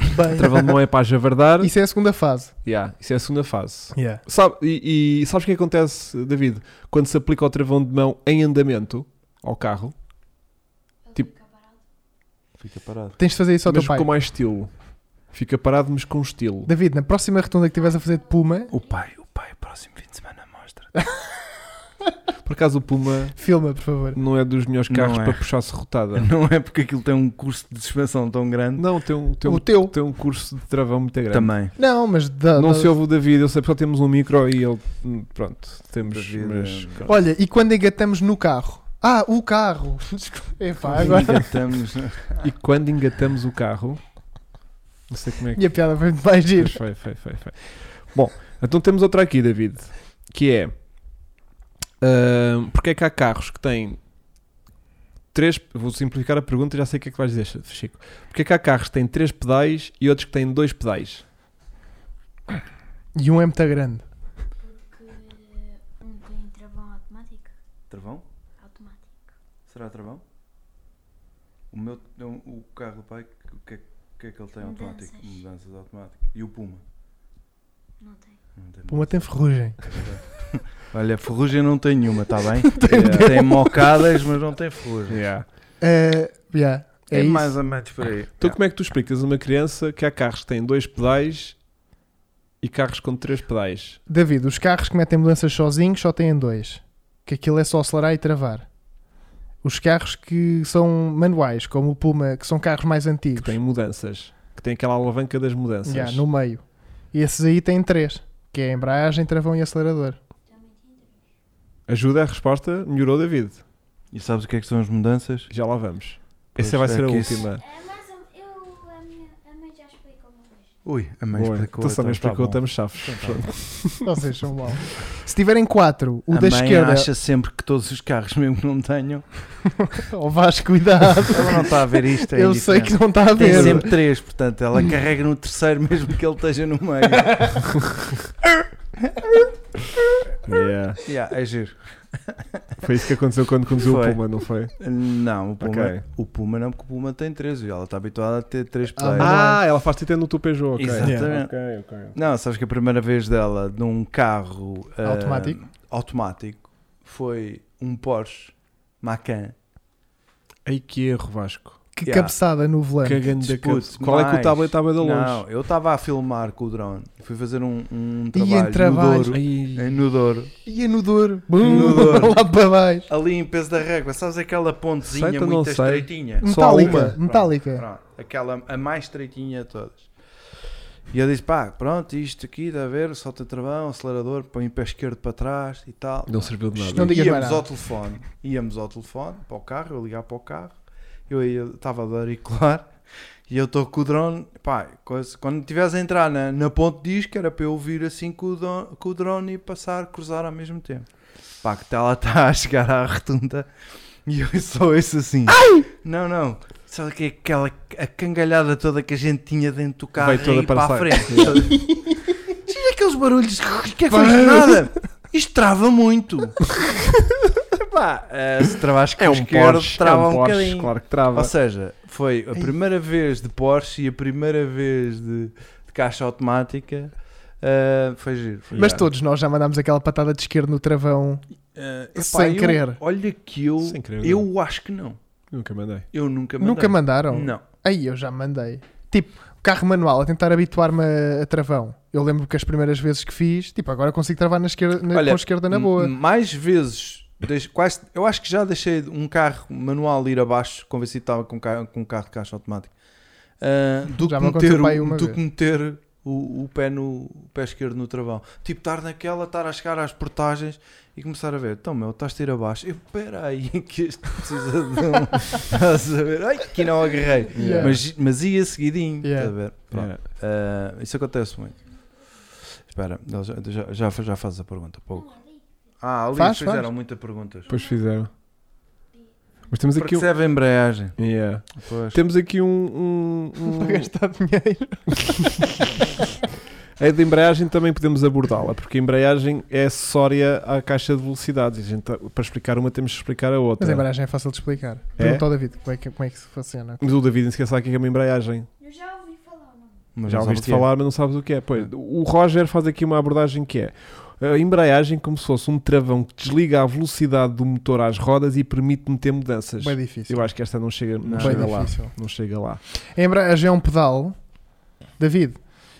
O
Bem,
travão de mão é para a javardar.
isso é a segunda fase.
Yeah, isso é a segunda fase. Sabe, e, e sabes o que acontece, David? Quando se aplica o travão de mão em andamento ao carro, Tipo-
Fica parado.
Tens de fazer isso ao
mas
teu pai.
com mais estilo. Fica parado, mas com estilo.
David, na próxima rotunda que estiveres a fazer de Puma,
O pai, o pai, próximo fim de semana mostra.
Por acaso o Puma
filma, por favor.
não é dos melhores
Não
carros
é.
para puxar-se rotada.
Não é porque aquilo tem um curso de suspensão tão grande.
Não, tem um, tem um,
O teu.
tem um curso de travão muito grande.
Também.
Não, Ah, mas da,
Não
da-
se ouve o David, eu sei porque só temos um micro e ele. hum, Pronto, temos.
David,
mas-
é-
Olha, e quando engatamos no carro? Ah, o carro! Epá, agora.
Engatamos.
E quando engatamos o carro. Não sei como é que.
E a piada foi muito mais giro.
Pois Foi, foi, foi, foi. Bom, então temos outra aqui, David, que é ahm, porque é que há carros que têm três. Vou simplificar a pergunta e já sei o que é que vais dizer, Chico. Porque é que há carros que têm três pedais e outros que têm dois pedais?
E um é muito grande.
Porque um tem travão automático.
Travão?
Automático.
Será travão? O meu, o o carro do pai, o que, é- o que é que ele tem automático?
Mudanças.
Mudanças automáticas. E o Puma?
Não tem.
Não tem
Puma tem ferrugem.
Olha, ferrugem não tem nenhuma, está bem? É,
Yeah.
tem mocadas, mas não tem ferrugem.
Yeah.
Eh, yeah, é isso.
mais ou menos por aí.
Então, como é que tu explicas a uma criança que há carros que têm dois pedais e carros com três pedais?
David, os carros que metem mudanças sozinhos só têm dois. Que aquilo é só acelerar e travar. Os carros que são manuais, como o Puma, que são carros mais antigos,
Que têm mudanças, que têm aquela alavanca das mudanças.
já, no meio. E esses aí têm três, que é embreagem, travão e acelerador.
Ajuda a resposta, melhorou, David.
E sabes o que é que são as mudanças?
Já lá vamos.
Pois,
Essa vai ser
é
a
que isso-
última.
É, mas eu, a minha a mãe já explicou uma vez.
Ui, a mãe
Boa.
explicou.
Tu só me
então tá
explicou,
bom.
estamos chaves. Pronto.
Vocês são mal. Se tiverem quatro, o
a
da
mãe
esquerda.
acha sempre que todos os carros mesmo que não tenham.
Oh, Vasco, cuidado.
Ela não está a ver isto. é
Eu sei
indiferente.
que não está a
Tem
ver.
sempre três, portanto, ela carrega no terceiro mesmo que ele esteja no meio.
Yeah.
yeah, é giro.
Foi isso que aconteceu quando conduziu
Foi.
o Puma, não foi?
Não, o Puma,
Ok.
o Puma não, porque o Puma tem 13 e ela está habituada a ter 3
Ah,
pedais.
não
Ah,
é.
ela faz titã no teu Peugeot, ok.
Exatamente.
Ok, ok.
Não, sabes que a primeira vez dela num carro ah,
Automático?
automático foi um Porsche Macan.
Ai que erro, Vasco.
Que
Yeah.
cabeçada no volante.
Que grande
Dispute,
cabeça. Qual é que
mais.
o tablet estava de longe?
Não, eu estava a filmar com o drone. Fui fazer um, um
em
trabalho,
trabalho.
no Douro.
Ai.
em- No Douro.
E é no Douro.
No Douro.
Lá para baixo.
Ali em peso da régua, sabes aquela pontezinha
Sei, então não
muito
sei.
estreitinha?
Só
Metálica.
uma.
Metálica.
Pronto, aquela a mais estreitinha de todas. E eu disse: pá, pronto, isto aqui, dá a ver, solta travão, acelerador, põe o pé esquerdo para trás e tal.
Não serviu de nada.
Não digas mais
íamos
nada.
ao telefone, íamos ao telefone para o carro, eu ligar para o carro, eu aí estava a dar auricular e eu estou com o drone, pá, coisa- quando estivesse a entrar na, na ponte diz que era para eu vir assim com o, don- com o drone e passar, cruzar ao mesmo tempo. Pá, que ela está a chegar à retunda e eu só isso assim. Não, não. Sabe o que é aquela a cangalhada toda que a gente tinha dentro do carro
Veio toda
e para,
para
a
fora.
frente? Sabe aqueles barulhos que é que foi isto? nada? Isto trava muito. Epá, eh, se travas com
É
o
um
esquerdo,
Porsche, é
trava
um
um,
Porsche,
bocadinho.
claro que trava.
Ou seja, foi a primeira vez de Porsche e a primeira vez de, de caixa automática. eh, foi giro. Foi
Mas
giro.
todos nós já mandámos aquela patada de esquerda no travão.
Eh, epá,
sem
eu-
querer.
Olha que eu,
Sem querer,
eu acho que não.
Nunca mandei.
Eu é nunca mandei.
Nunca mandaram?
Não.
Aí eu já mandei. Tipo, carro manual, a tentar habituar-me a, a travão. Eu lembro que as primeiras vezes que fiz, tipo, agora consigo travar na esquerda, na,
Olha,
com a esquerda na
M-
é boa.
Mais vezes, deix- quase, eu acho que já deixei um carro manual ir abaixo, convencido que estava com, ca- com um carro de caixa automática, ah, do,
Já
que
me aconteceu
meter,
para aí
o,
uma
do
vez.
que meter o, o pé no, o pé esquerdo no travão. Tipo, estar naquela, estar a chegar às portagens e começar a ver, então meu, estás a ir abaixo. Eu, peraí, que este precisa de um. Estás a ver? Ai, que não agarrei.
Yeah.
Mas, mas ia seguidinho, estás a
Yeah.
ver? Pronto.
Yeah.
Ah, isso acontece muito. Espera, ele já, já, já, já fazes a pergunta, pouco. Ah, ali
Faz,
fizeram
faz.
muitas perguntas.
Depois fizeram. Mas temos aqui
Porque é-
um.
serve a embreagem.
Yeah.
Pois.
Temos aqui um. um- um-
Para gastar dinheiro.
A da embreagem também podemos abordá-la, porque a embreagem é acessória à caixa de velocidades. E a gente, tá- para explicar uma, temos que explicar a outra.
Mas a embalagem é fácil de explicar.
É?
Pergunta ao David como é que, como é que se funciona.
Mas o David nem sequer sabe o que é que é uma embreagem.
Eu já ouvi falar o nome.
Mas
Já
não
ouviste
sabe o que é.
falar, mas não sabes o que é. Pois, o Roger faz aqui uma abordagem que é a embreagem como se fosse um travão que desliga a velocidade do motor às rodas e permite meter mudanças.
Bem difícil.
Eu acho que esta não chega, não
Não.
chega
Bem
lá.
difícil.
Não chega lá.
A embreagem é um pedal. David,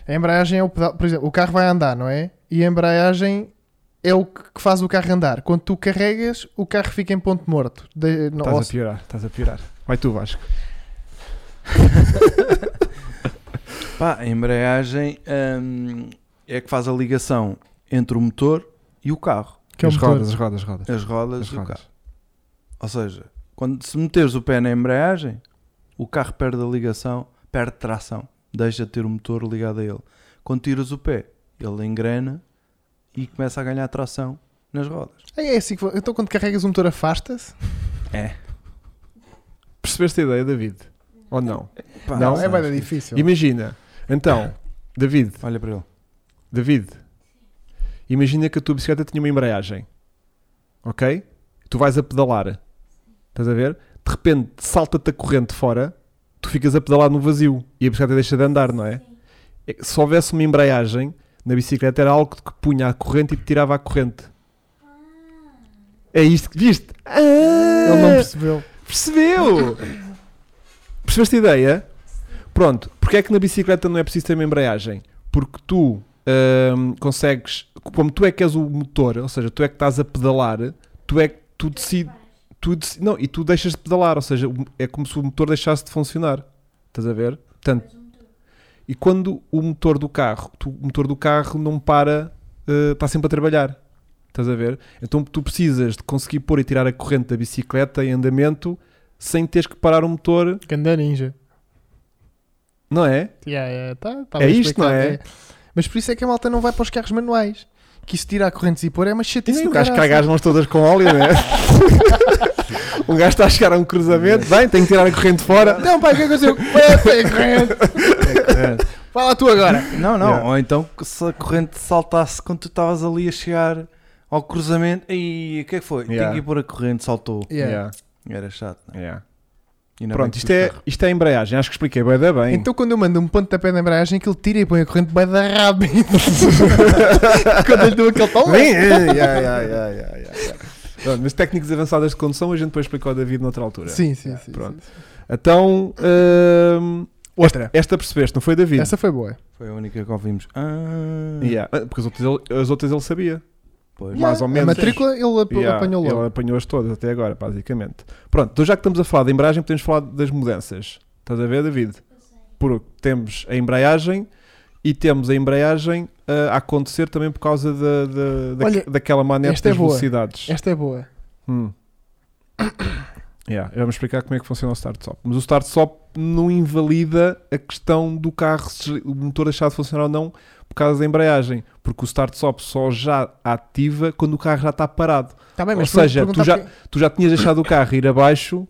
a embreagem é o pedal. Por exemplo, o carro vai andar, não é? E a embreagem é o que que faz o carro andar. Quando tu carregas, o carro fica em ponto morto. De- não-
Estás
ou
a piorar, estás a piorar. Vai tu, Vasco.
Pá, a embreagem hum, é que faz a ligação entre o motor e o carro.
que é um
as,
motor.
rodas, as rodas, as rodas,
As rodas
As
e o
rodas.
carro. Ou seja, quando se meteres o pé na embreagem, o carro perde a ligação, perde tração, deixa de ter o motor ligado a ele. Quando tiras o pé, ele engrena e começa a ganhar tração nas rodas.
Ah, É assim que... fu- Então quando carregas o motor afasta-se?
É.
Percebeste a ideia, David? Ou não? Ah,
Pá,
Não,
é
sabes?
bem difícil.
Imagina. Então, David,
Olha para ele.
David, imagina que a tua bicicleta tinha uma embreagem, ok? Tu vais a pedalar, estás a ver? De repente salta-te a corrente fora, tu ficas a pedalar no vazio e a bicicleta deixa de andar, não é?
Sim.
É que Se houvesse uma embreagem na bicicleta era algo que punha a corrente e te tirava a corrente. É isto que viste? Ah!
Ele não percebeu.
Percebeu? Percebeste a ideia? Pronto, porque é que na bicicleta não é preciso ter uma embreagem? Porque tu hum, consegues, como tu é que és o motor, ou seja, tu é que estás a pedalar, tu é que tu decides, tu deci- não, e tu deixas de pedalar, ou seja, o- é como se o motor deixasse de funcionar. Estás a ver? Portanto, e quando o motor do carro, tu- o motor do carro não para, eh, está sempre a trabalhar. Estás a ver? Então tu precisas de conseguir pôr e tirar a corrente da bicicleta em andamento sem teres que parar o motor,
Ganda ninja.
não é?
Yeah, yeah, tá- tá
É
bem
isto,
explicado,
não é?
Mas por isso é que a malta não vai para os carros manuais. Que isso tirar correntes e pôr é uma
E
chatice
nem o
do
gajo
caraças.
caga as mãos todas com óleo, não é? o gajo está a chegar a um cruzamento, bem, tem que tirar a corrente fora.
Não, pai, o que é que aconteceu? Essa é a corrente. Fala tu agora.
É. Não, não.
Yeah.
Ou então que se a corrente saltasse quando tu estavas ali a chegar ao cruzamento. E o que é que foi?
Yeah.
Tem que ir pôr a corrente, saltou.
Yeah.
Era chato. Não? é?
Yeah.
Ainda bem
Pronto,
que
isto
tu
é,
carro-
isto é a embreagem, acho que expliquei bem, da bem.
Então quando eu mando um pontapé na embreagem, aquilo tira e põe a corrente bem da rápido. quando eu dou um aquele tal...
Bem, é, yeah, yeah, yeah, yeah, yeah, yeah. Pronto, mas técnicas avançadas de condução a gente depois explica ao David noutra altura.
Sim, sim, sim.
Pronto.
sim, sim.
Então, hum,
Outra.
esta percebeste, não foi David?
Essa foi boa.
Foi a única que ouvimos. Ah,
Yeah. Ah, Porque as outras, ele, as outras ele sabia.
pois.
Mais ou menos.
A matrícula ele ap-
Yeah,
apanhou logo.
Ele apanhou-as todas até agora, basicamente. Pronto, então já que estamos a falar de embreagem, podemos falar das mudanças. Estás a ver, David? Porque temos a embreagem e temos a embreagem ah, a acontecer também por causa da, da, da-
Olha,
daquela manete
esta é
das
boa.
velocidades.
Esta é boa.
Hum. Yeah, vamos explicar como é que funciona o start-stop. Mas o start-stop não invalida a questão do carro, se o motor deixar de funcionar ou não, por causa da embreagem. Porque o start-stop só já ativa quando o carro já está parado.
Tá bem,
Ou
mas
seja,
per-
tu
perguntar
já- Tu já tinhas deixado o carro ir abaixo,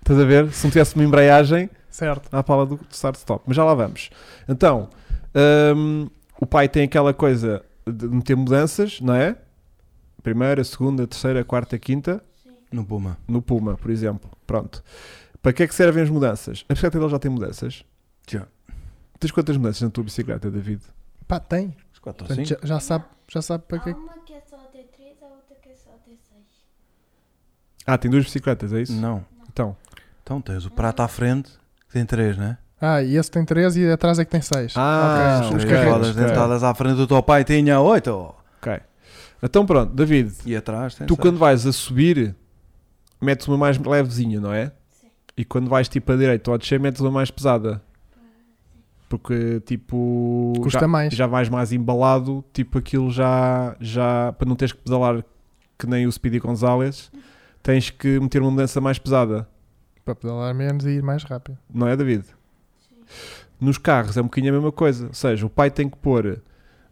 estás a ver? Se não tivesse uma embreagem,
porque- Certo.
à pala do start-stop. Mas já lá vamos. Então, hum, o pai tem aquela coisa de meter mudanças, não é? Primeira, segunda, terceira, quarta, quinta
No Puma.
no Puma, por exemplo. Pronto. Para que é que servem as mudanças? A bicicleta dele já tem mudanças?
Já.
Tens quantas mudanças na tua bicicleta, David?
Pá, tem.
Os 4 ou
Portanto,
5.
já, já sabe, já sabe para quê.
Há uma que é só até 3, a outra que é só até 6.
Ah, tem duas bicicletas, é isso?
Não.
Então,
Então tens o prato à frente, que tem 3, né?
Ah, e esse tem 13 e atrás é que tem 6.
Ah,
ok.
os
Três
carretes,
rodas
ok.
dentadas à frente do teu pai tinha 8.
ok. Então pronto, David,
E atrás
É
tem
tu
seis.
quando vais a subir, metes uma mais levezinha, não é?
Sim.
E quando vais tipo a direita ou a descer, metes uma mais pesada. Porque tipo.
Custa
já,
mais.
já vais mais embalado, tipo aquilo já, já para não teres que pedalar que nem o Speedy Gonzalez, tens que meter uma mudança mais pesada,
Para pedalar menos e ir mais rápido.
não é, David? Nos carros é um bocadinho a mesma coisa, ou seja, o pai tem que pôr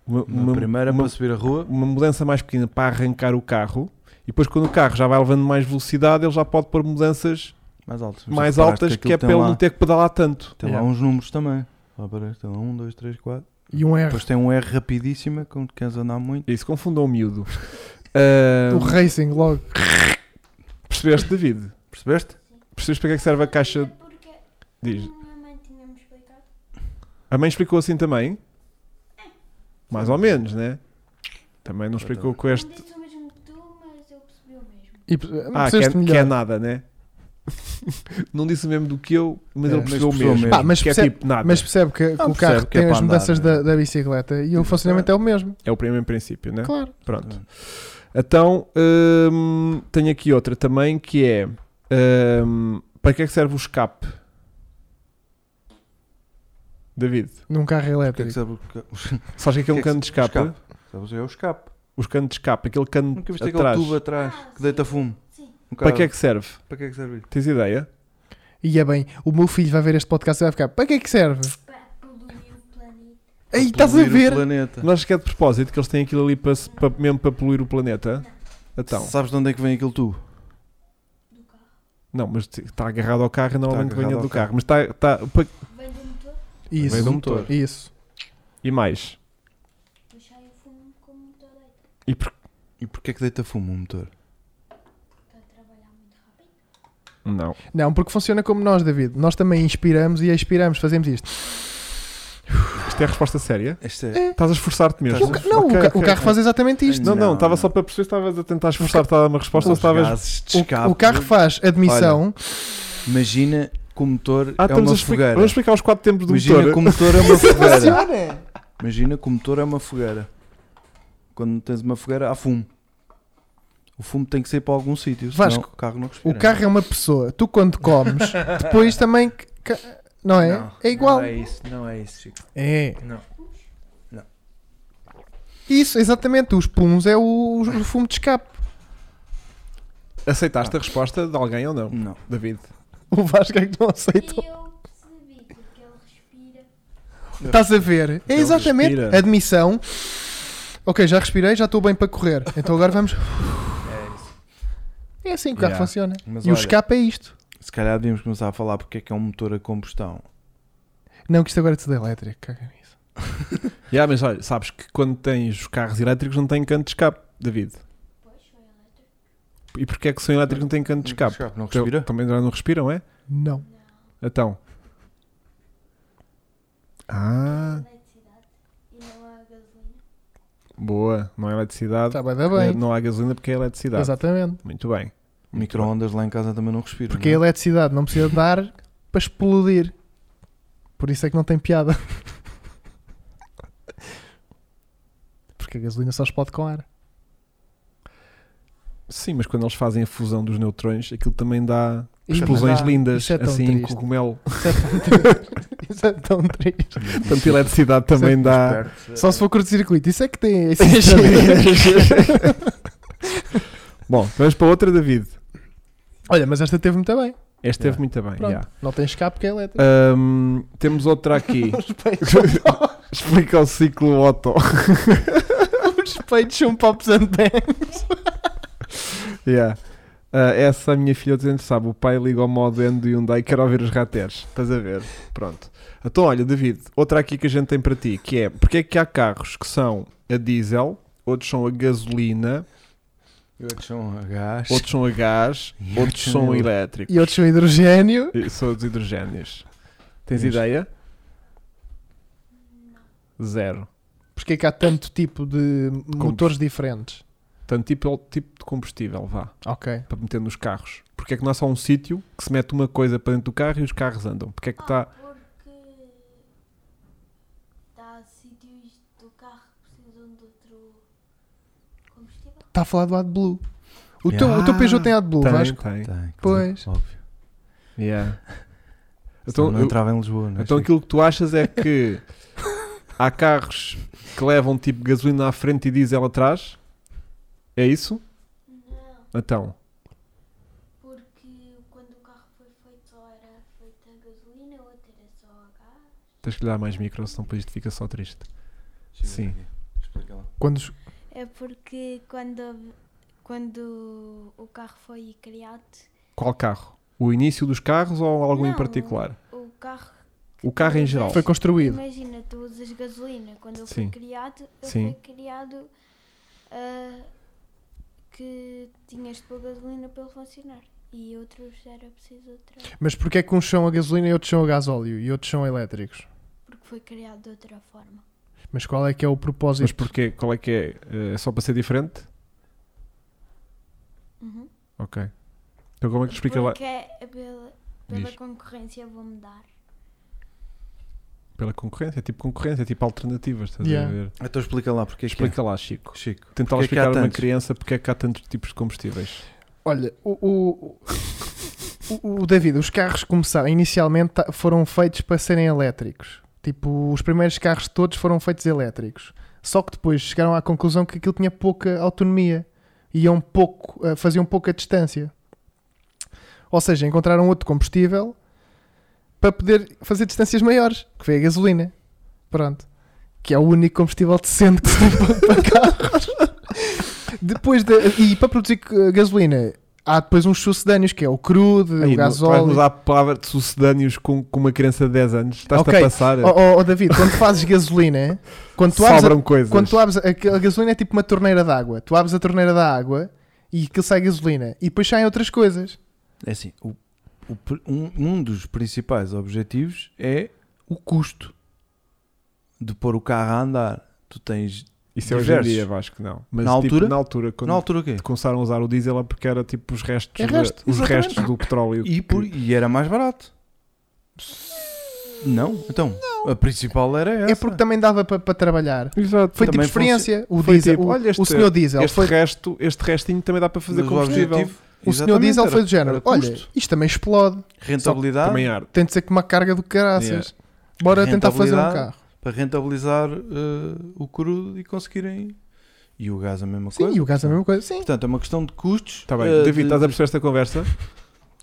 uma,
Uma
uma-
primeira
uma-
para subir a rua.
uma mudança mais pequena para arrancar o carro. E depois, quando o carro já vai levando mais velocidade, ele já pode pôr mudanças
Mais altas.
mais é altas que, é para ele não ter que pedalar tanto.
um, Tem lá uns números também. Só para ver, Tem lá 1, 2, 3, 4.
E um R.
Depois tem um R rapidíssima, com que queres andar muito.
Isso, confundam o miúdo. Ah,
O Racing logo.
percebeste, David?
Percebeste?
Percebeste para que é que serve a caixa?
É porque
Diz.
a minha mãe tinha-me explicado.
A mãe explicou assim também? Mais ou menos, né? Também não explicou com
Não
este.
disse o mesmo que tu, mas eu percebi o mesmo.
E, não
Ah, que é,
precisaste melhor.
que é nada, né? não disse o mesmo do que eu, mas
É,
ele
mas
percebeu o
percebeu
mesmo.
mesmo.
Pá, Ah, mas
que é
percebe-
tipo nada.
Mas percebe que, que o
Ah, tá. percebe
carro
que é
tem
para
as
andar,
mudanças
né?
da, da bicicleta e o funcionamento é o mesmo.
É o primeiro princípio, né?
Claro.
Pronto. Então, hum, tenho aqui outra também que é hum, para que é que serve o escape? David,
Num carro
O que é que
elétrico.
sabe o que o
sabes o que é que é um
que é que
cano de escape?
escape? Sabes, é o escape.
Os canos de escape, aquele cano
Nunca viste aquele
atrás.
tubo atrás que deita fumo?
Ah, Sim.
Um
Para que é
carro.
que serve?
Para que é que serve isso?
Tens ideia?
E é bem, o meu filho vai ver este podcast e vai ficar: para que é que serve?
Para poluir o planeta.
Aí estás a
Poluir o
ver?
planeta.
Não achas que é de propósito que eles têm aquilo ali para, se- para- mesmo para poluir o planeta? Então,
Sabes de onde é que vem aquele tubo?
não, mas te- está agarrado ao carro e normalmente
agarrado
venha
ao
do carro.
carro.
Mas está, está pa-
Vem do motor,
Vem do
Isso.
motor.
Isso.
E mais?
mas sai o fumo como o motor deita.
E por...
E porquê é que deita fumo o motor?
Para trabalhar muito rápido.
Não.
Não, porque funciona como nós, David. Nós também inspiramos e expiramos, fazemos isto.
Isto é a resposta séria?
Este é.
Estás a esforçar-te mesmo.
O ca- não,
Ok,
o, ca- o
ok,
carro
ok.
faz exatamente isto.
Não, não,
Não,
estava
não.
só para perceber se estavas a tentar esforçar-te a dar uma resposta ou
Os
se estavas.
gases de escape. é?
O, o carro faz admissão.
Imagina que o motor
Ah,
é
estamos
uma
a explicar.
fogueira.
Vamos explicar os quatro tempos do
Imagina
motor.
que o motor é uma fogueira.
Funciona!
Imagina que o motor é uma fogueira. Quando tens uma fogueira, há fumo. O fumo tem que sair para algum sítio. senão
Vasco,
o carro não
O
respira.
carro é uma pessoa. Tu, quando comes, depois também. c- ca- Não é?
Não,
é igual.
Não é isso, não é isso, Chico.
É.
Não. Não.
Isso, exatamente. Os puns é o, o fumo de escape.
Aceitaste a resposta de alguém ou não?
Não.
David.
O Vasco é que não aceitou.
E eu percebi porque ele respira.
Estás a ver? É
Ele
exatamente.
respira.
Admissão. Ok, já respirei, já estou bem para correr. Então agora vamos.
É isso.
É assim que o carro
Yeah.
funciona.
Mas
e o
olha,
escape é isto.
Se calhar devíamos começar a falar porque é que é um motor a combustão.
Não, que isto agora é tudo elétrico. Caga nisso.
Yeah, ah, mas olha, sabes que quando tens os carros elétricos não tem canto de escape, David.
Pois, foi elétrico.
E porquê é que são elétricos não têm canto de escape?
Não
Porque
respira?
Também já não respiram, é?
Não.
Então. Ah,
Eletricidade. E não há gasolina.
boa. Não há eletricidade.
Está bem, está bem.
Não há gasolina porque é eletricidade.
Exatamente.
Muito bem.
Micro-ondas lá em casa também não respira.
Porque a
não é?
eletricidade não precisa de ar para explodir. Por isso é que não tem piada. Porque a gasolina só explode com ar.
Sim, mas quando eles fazem a fusão dos neutrões, aquilo também dá
Ih,
explosões
mas dá.
lindas,
Isso é tão
assim, em
triste.
cogumelo.
Isso é tão triste. Isso é tão triste.
Portanto, a
é
eletricidade também dá.
Espertos,
Só se for curto-circuito. Isso é que tem. Isso é
Bom, vamos para outra, David.
Olha, mas esta teve muito bem.
Esta
Yeah.
teve muito bem.
Pronto.
yeah.
Não tem escape que é elétrico.
Ahm, temos outra aqui. Explica o ciclo Otto.
Os peitos são pops and bangs.
Yeah. Ah, essa a minha filha dizendo, sabe, o pai liga ao modo N do Hyundai quer ouvir os rateres. Estás a ver? Pronto. Então, olha, David, outra aqui que a gente tem para ti, que é porque é que há carros que são a diesel, outros são a gasolina,
é. Outros são a gás.
outros são a gás,
E
outros são
ele-
elétricos.
E outros são hidrogênio.
E São os hidrogénios. Tens
Tens.
ideia? Zero.
Porque é que há tanto tipo de motores diferentes?
Portanto, tipo, tipo de combustível, vá,
Ok.
para meter nos carros. Porque é que não há só um sítio que se mete uma coisa para dentro do carro e os carros andam? Porque é que está...
Porque há sítios do carro que precisam de outro combustível.
Está a falar do AdBlue. O,
Yeah.
teu, o teu Peugeot Ah, tem AdBlue,
Tem,
Vasco?
tem.
Tem,
Pois.
Óbvio.
Yeah.
Então,
Então,
não
eu-
entrava em Lisboa, não é?
então
Chico?
aquilo que tu achas é que há carros que levam tipo gasolina à frente e diesel atrás? É isso?
Não,
Então,
porque quando o carro foi feito só era feito a gasolina, outra era só a gás.
tens que lhe dar mais micro, senão depois isto fica só triste.
Chega
sim.
aqui. Explica lá.
Quando os-
É porque quando, quando o carro foi criado,
Qual carro? O início dos carros ou algum em
Não.
particular?
o carro
O carro em geral.
Foi construído.
Imagina, tu usas gasolina. Quando eu
Sim.
fui criado, eu
Sim.
fui criado ah, que tinhas de pôr gasolina para ele funcionar. E outros era preciso outra.
Mas porquê é que uns são a gasolina e outros são a gasóleo e outros são elétricos?
Porque foi criado de outra forma.
Mas qual é que é o propósito?
Mas porquê? Qual é que é? É só para ser diferente?
Uhum.
Ok. Então como é que explica lá?
Porque é pela, pela
Diz.
concorrência vou mudar.
Pela concorrência, é tipo concorrência, é tipo alternativas, estás
Yeah.
a ver?
Então explica lá porque é que
Explica lá, Chico.
é. Chico.
Tentar
Porque é que há
explicar a uma
tantos?
criança porque é que há tantos tipos de combustíveis.
Olha, o, o, o- o David, os carros começaram inicialmente ta- foram feitos para serem elétricos. Tipo, os primeiros carros todos foram feitos elétricos. Só que depois chegaram à conclusão que aquilo tinha pouca autonomia. Iam pouco, eh, faziam pouca distância. Ou seja, encontraram outro combustível para poder fazer distâncias maiores, que foi a gasolina. Pronto. Que é o único combustível decente que se tem para- para carros. Depois da- e para produzir eh, gasolina, há depois uns sucedâneos, que é o crude,
Aí,
o
não- tu vais
gasóleo.
mudar a palavra de sucedâneos com, com uma criança de 10 anos. Estás-te
Ok.
a passar.
Oh, oh, oh, David, quando fazes gasolina, quando tu abres, a,
sobram coisas.
quando tu abres a, a gasolina é tipo uma torneira de água. Tu abres a torneira da água e aquilo sai gasolina. E depois saem outras coisas.
É assim, o- o pr- um, um dos principais objetivos é o custo de pôr o carro a andar. Tu tens.
Isso é hoje em
diversos.
dia, Vasco, não. Mas
Na
tipo,
altura?
na altura, quando
Na altura o quê?
começaram a usar o diesel é porque era tipo os restos,
É
da-
resto,
os
exatamente.
restos do petróleo.
E, por- e era mais barato. Não? Então, a principal era essa.
É porque também dava para trabalhar.
Exato.
Foi
assim. Também
tipo experiência. O,
foi
diesel,
tipo,
o,
olha este-
o senhor Diesel
Este,
foi,
resto, este restinho também dá para fazer
Mas o
combustível.
objetivo-
o
exatamente,
senhor diesel
era-
foi do género.
era
Olha,
custo,
isto também explode.
rentabilidade
Também há.
Tem de ser com uma carga do caraças.
Yeah.
Bora tentar fazer um
Rentabilidade.
carro.
para rentabilizar eh, o crudo e conseguirem. E o gás a mesma
Sim,
coisa.
e o gás é a mesma coisa. Sim.
Portanto, é uma questão de custos.
Está Tá bem.
eh,
David,
de-
estás a perceber esta conversa?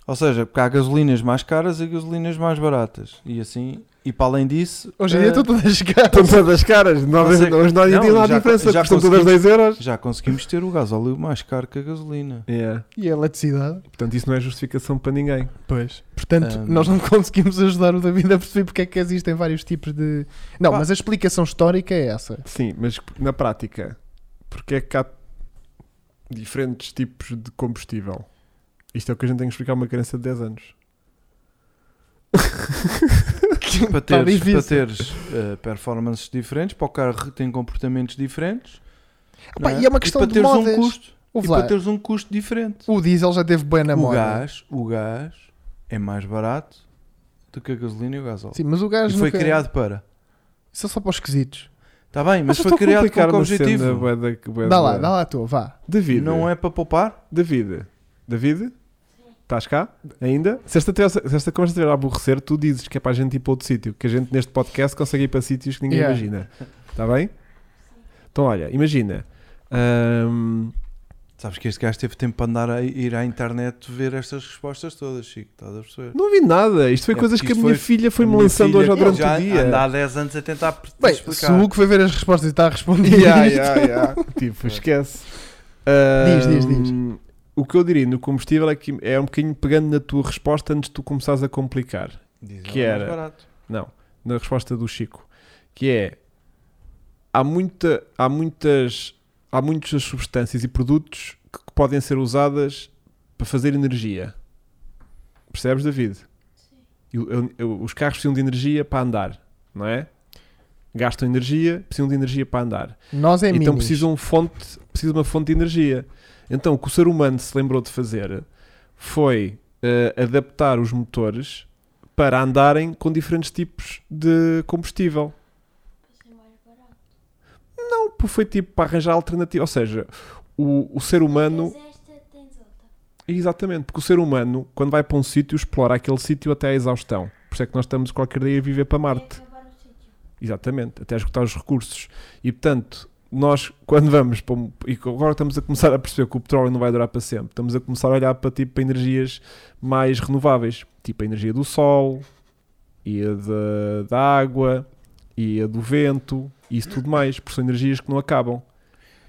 Ou seja, porque há gasolinas mais caras e gasolinas mais baratas. E assim, e para além disso,
Hoje em
eh,
dia estou todas as
Estão
caras.
todas as caras. Nós,
Você-
hoje não há
Não,
não,
já-
diferença.
já
custam todas
conseguimos-
10 euros.
já conseguimos ter o gasóleo mais caro que a gasolina.
É.
E a eletricidade.
Portanto, isso não é justificação para ninguém.
Pois. Portanto,
Ahm.
nós não conseguimos ajudar o David a perceber porque é que existem vários tipos de. Não,
Ah.
mas a explicação histórica é essa.
Sim, mas na prática, porque é que há diferentes tipos de combustível? Isto é o que a gente tem que explicar a uma criança de 10 anos.
Para
Tá
teres,
difícil.
para teres eh, performances diferentes, para o carro tem comportamentos diferentes.
Pá,
não
e é uma questão
para
de
teres
modas.
um custo,
Ouve
e
lá,
para teres um custo diferente.
o diesel já teve bem na
o
moda.
gás, o gás é mais barato do que a gasolina e o gasóleo.
Sim, mas o gás
E foi
nunca-
criado para.
Isso é só para os esquisitos.
Está bem, mas
Vocês
foi
estão a
criado com
complicar
que
uma cena
objetivo?
bué da- bué
um Dá
da-
lá, dá lá a tua, vá.
David.
Não é para poupar?
David. David? Estás cá? Ainda? Se esta, tiver- se esta conversa estiver a aborrecer, tu dizes que é para a gente ir para outro sítio. Que a gente neste podcast consegue ir para sítios que ninguém
Yeah.
imagina. Está bem? Então, olha, imagina. hum, Ahm,
Sabes que este gajo teve tempo para andar a ir à internet ver estas respostas todas, Chico. Estás a perceber?
não vi nada. Isto foi
É,
coisas que a
isto
minha
foi-
filha foi-me
A minha
lançando hoje
filha
ao durante
já
o dia.
Anda há 10 anos a tentar per-
Bem, se
explicar.
o Hugo foi ver as respostas e está a responder.
Yeah,
isto-
yeah, yeah. Tipo, esquece. Ahm,
Diz, diz, diz.
O que eu diria no combustível é que é um bocadinho pegando na tua resposta antes de tu começares a complicar.
Diz,
que
é mais
era.
barato.
Não, na resposta do Chico, que é há muita, há muitas, há muitas substâncias e produtos que, que podem ser usadas para fazer energia. Percebes, David? E o- eu- eu- os carros precisam de energia para andar, não é? Gastam energia, precisam de energia para andar
Nós é
então
minis.
precisa, um fonte, precisa de uma fonte de energia. Então o que o ser humano se lembrou de fazer foi eh, adaptar os motores para andarem com diferentes tipos de combustível.
Assim mais barato.
Não, pô, foi tipo para arranjar alternativa. Ou seja, o, o ser humano.
Tens esta, tens outra.
Exatamente, porque o ser humano, quando vai para um sítio, explora aquele sítio até à exaustão. Por isso é que nós estamos qualquer dia a viver para Marte.
É acabar o sítio.
Exatamente, até esgotar os recursos. E portanto, nós quando vamos para um- e agora estamos a começar a perceber que o petróleo não vai durar para sempre, estamos a começar a olhar para tipo para energias mais renováveis, tipo a energia do sol e a da, da água e a do vento e isso tudo mais, porque são energias que não acabam.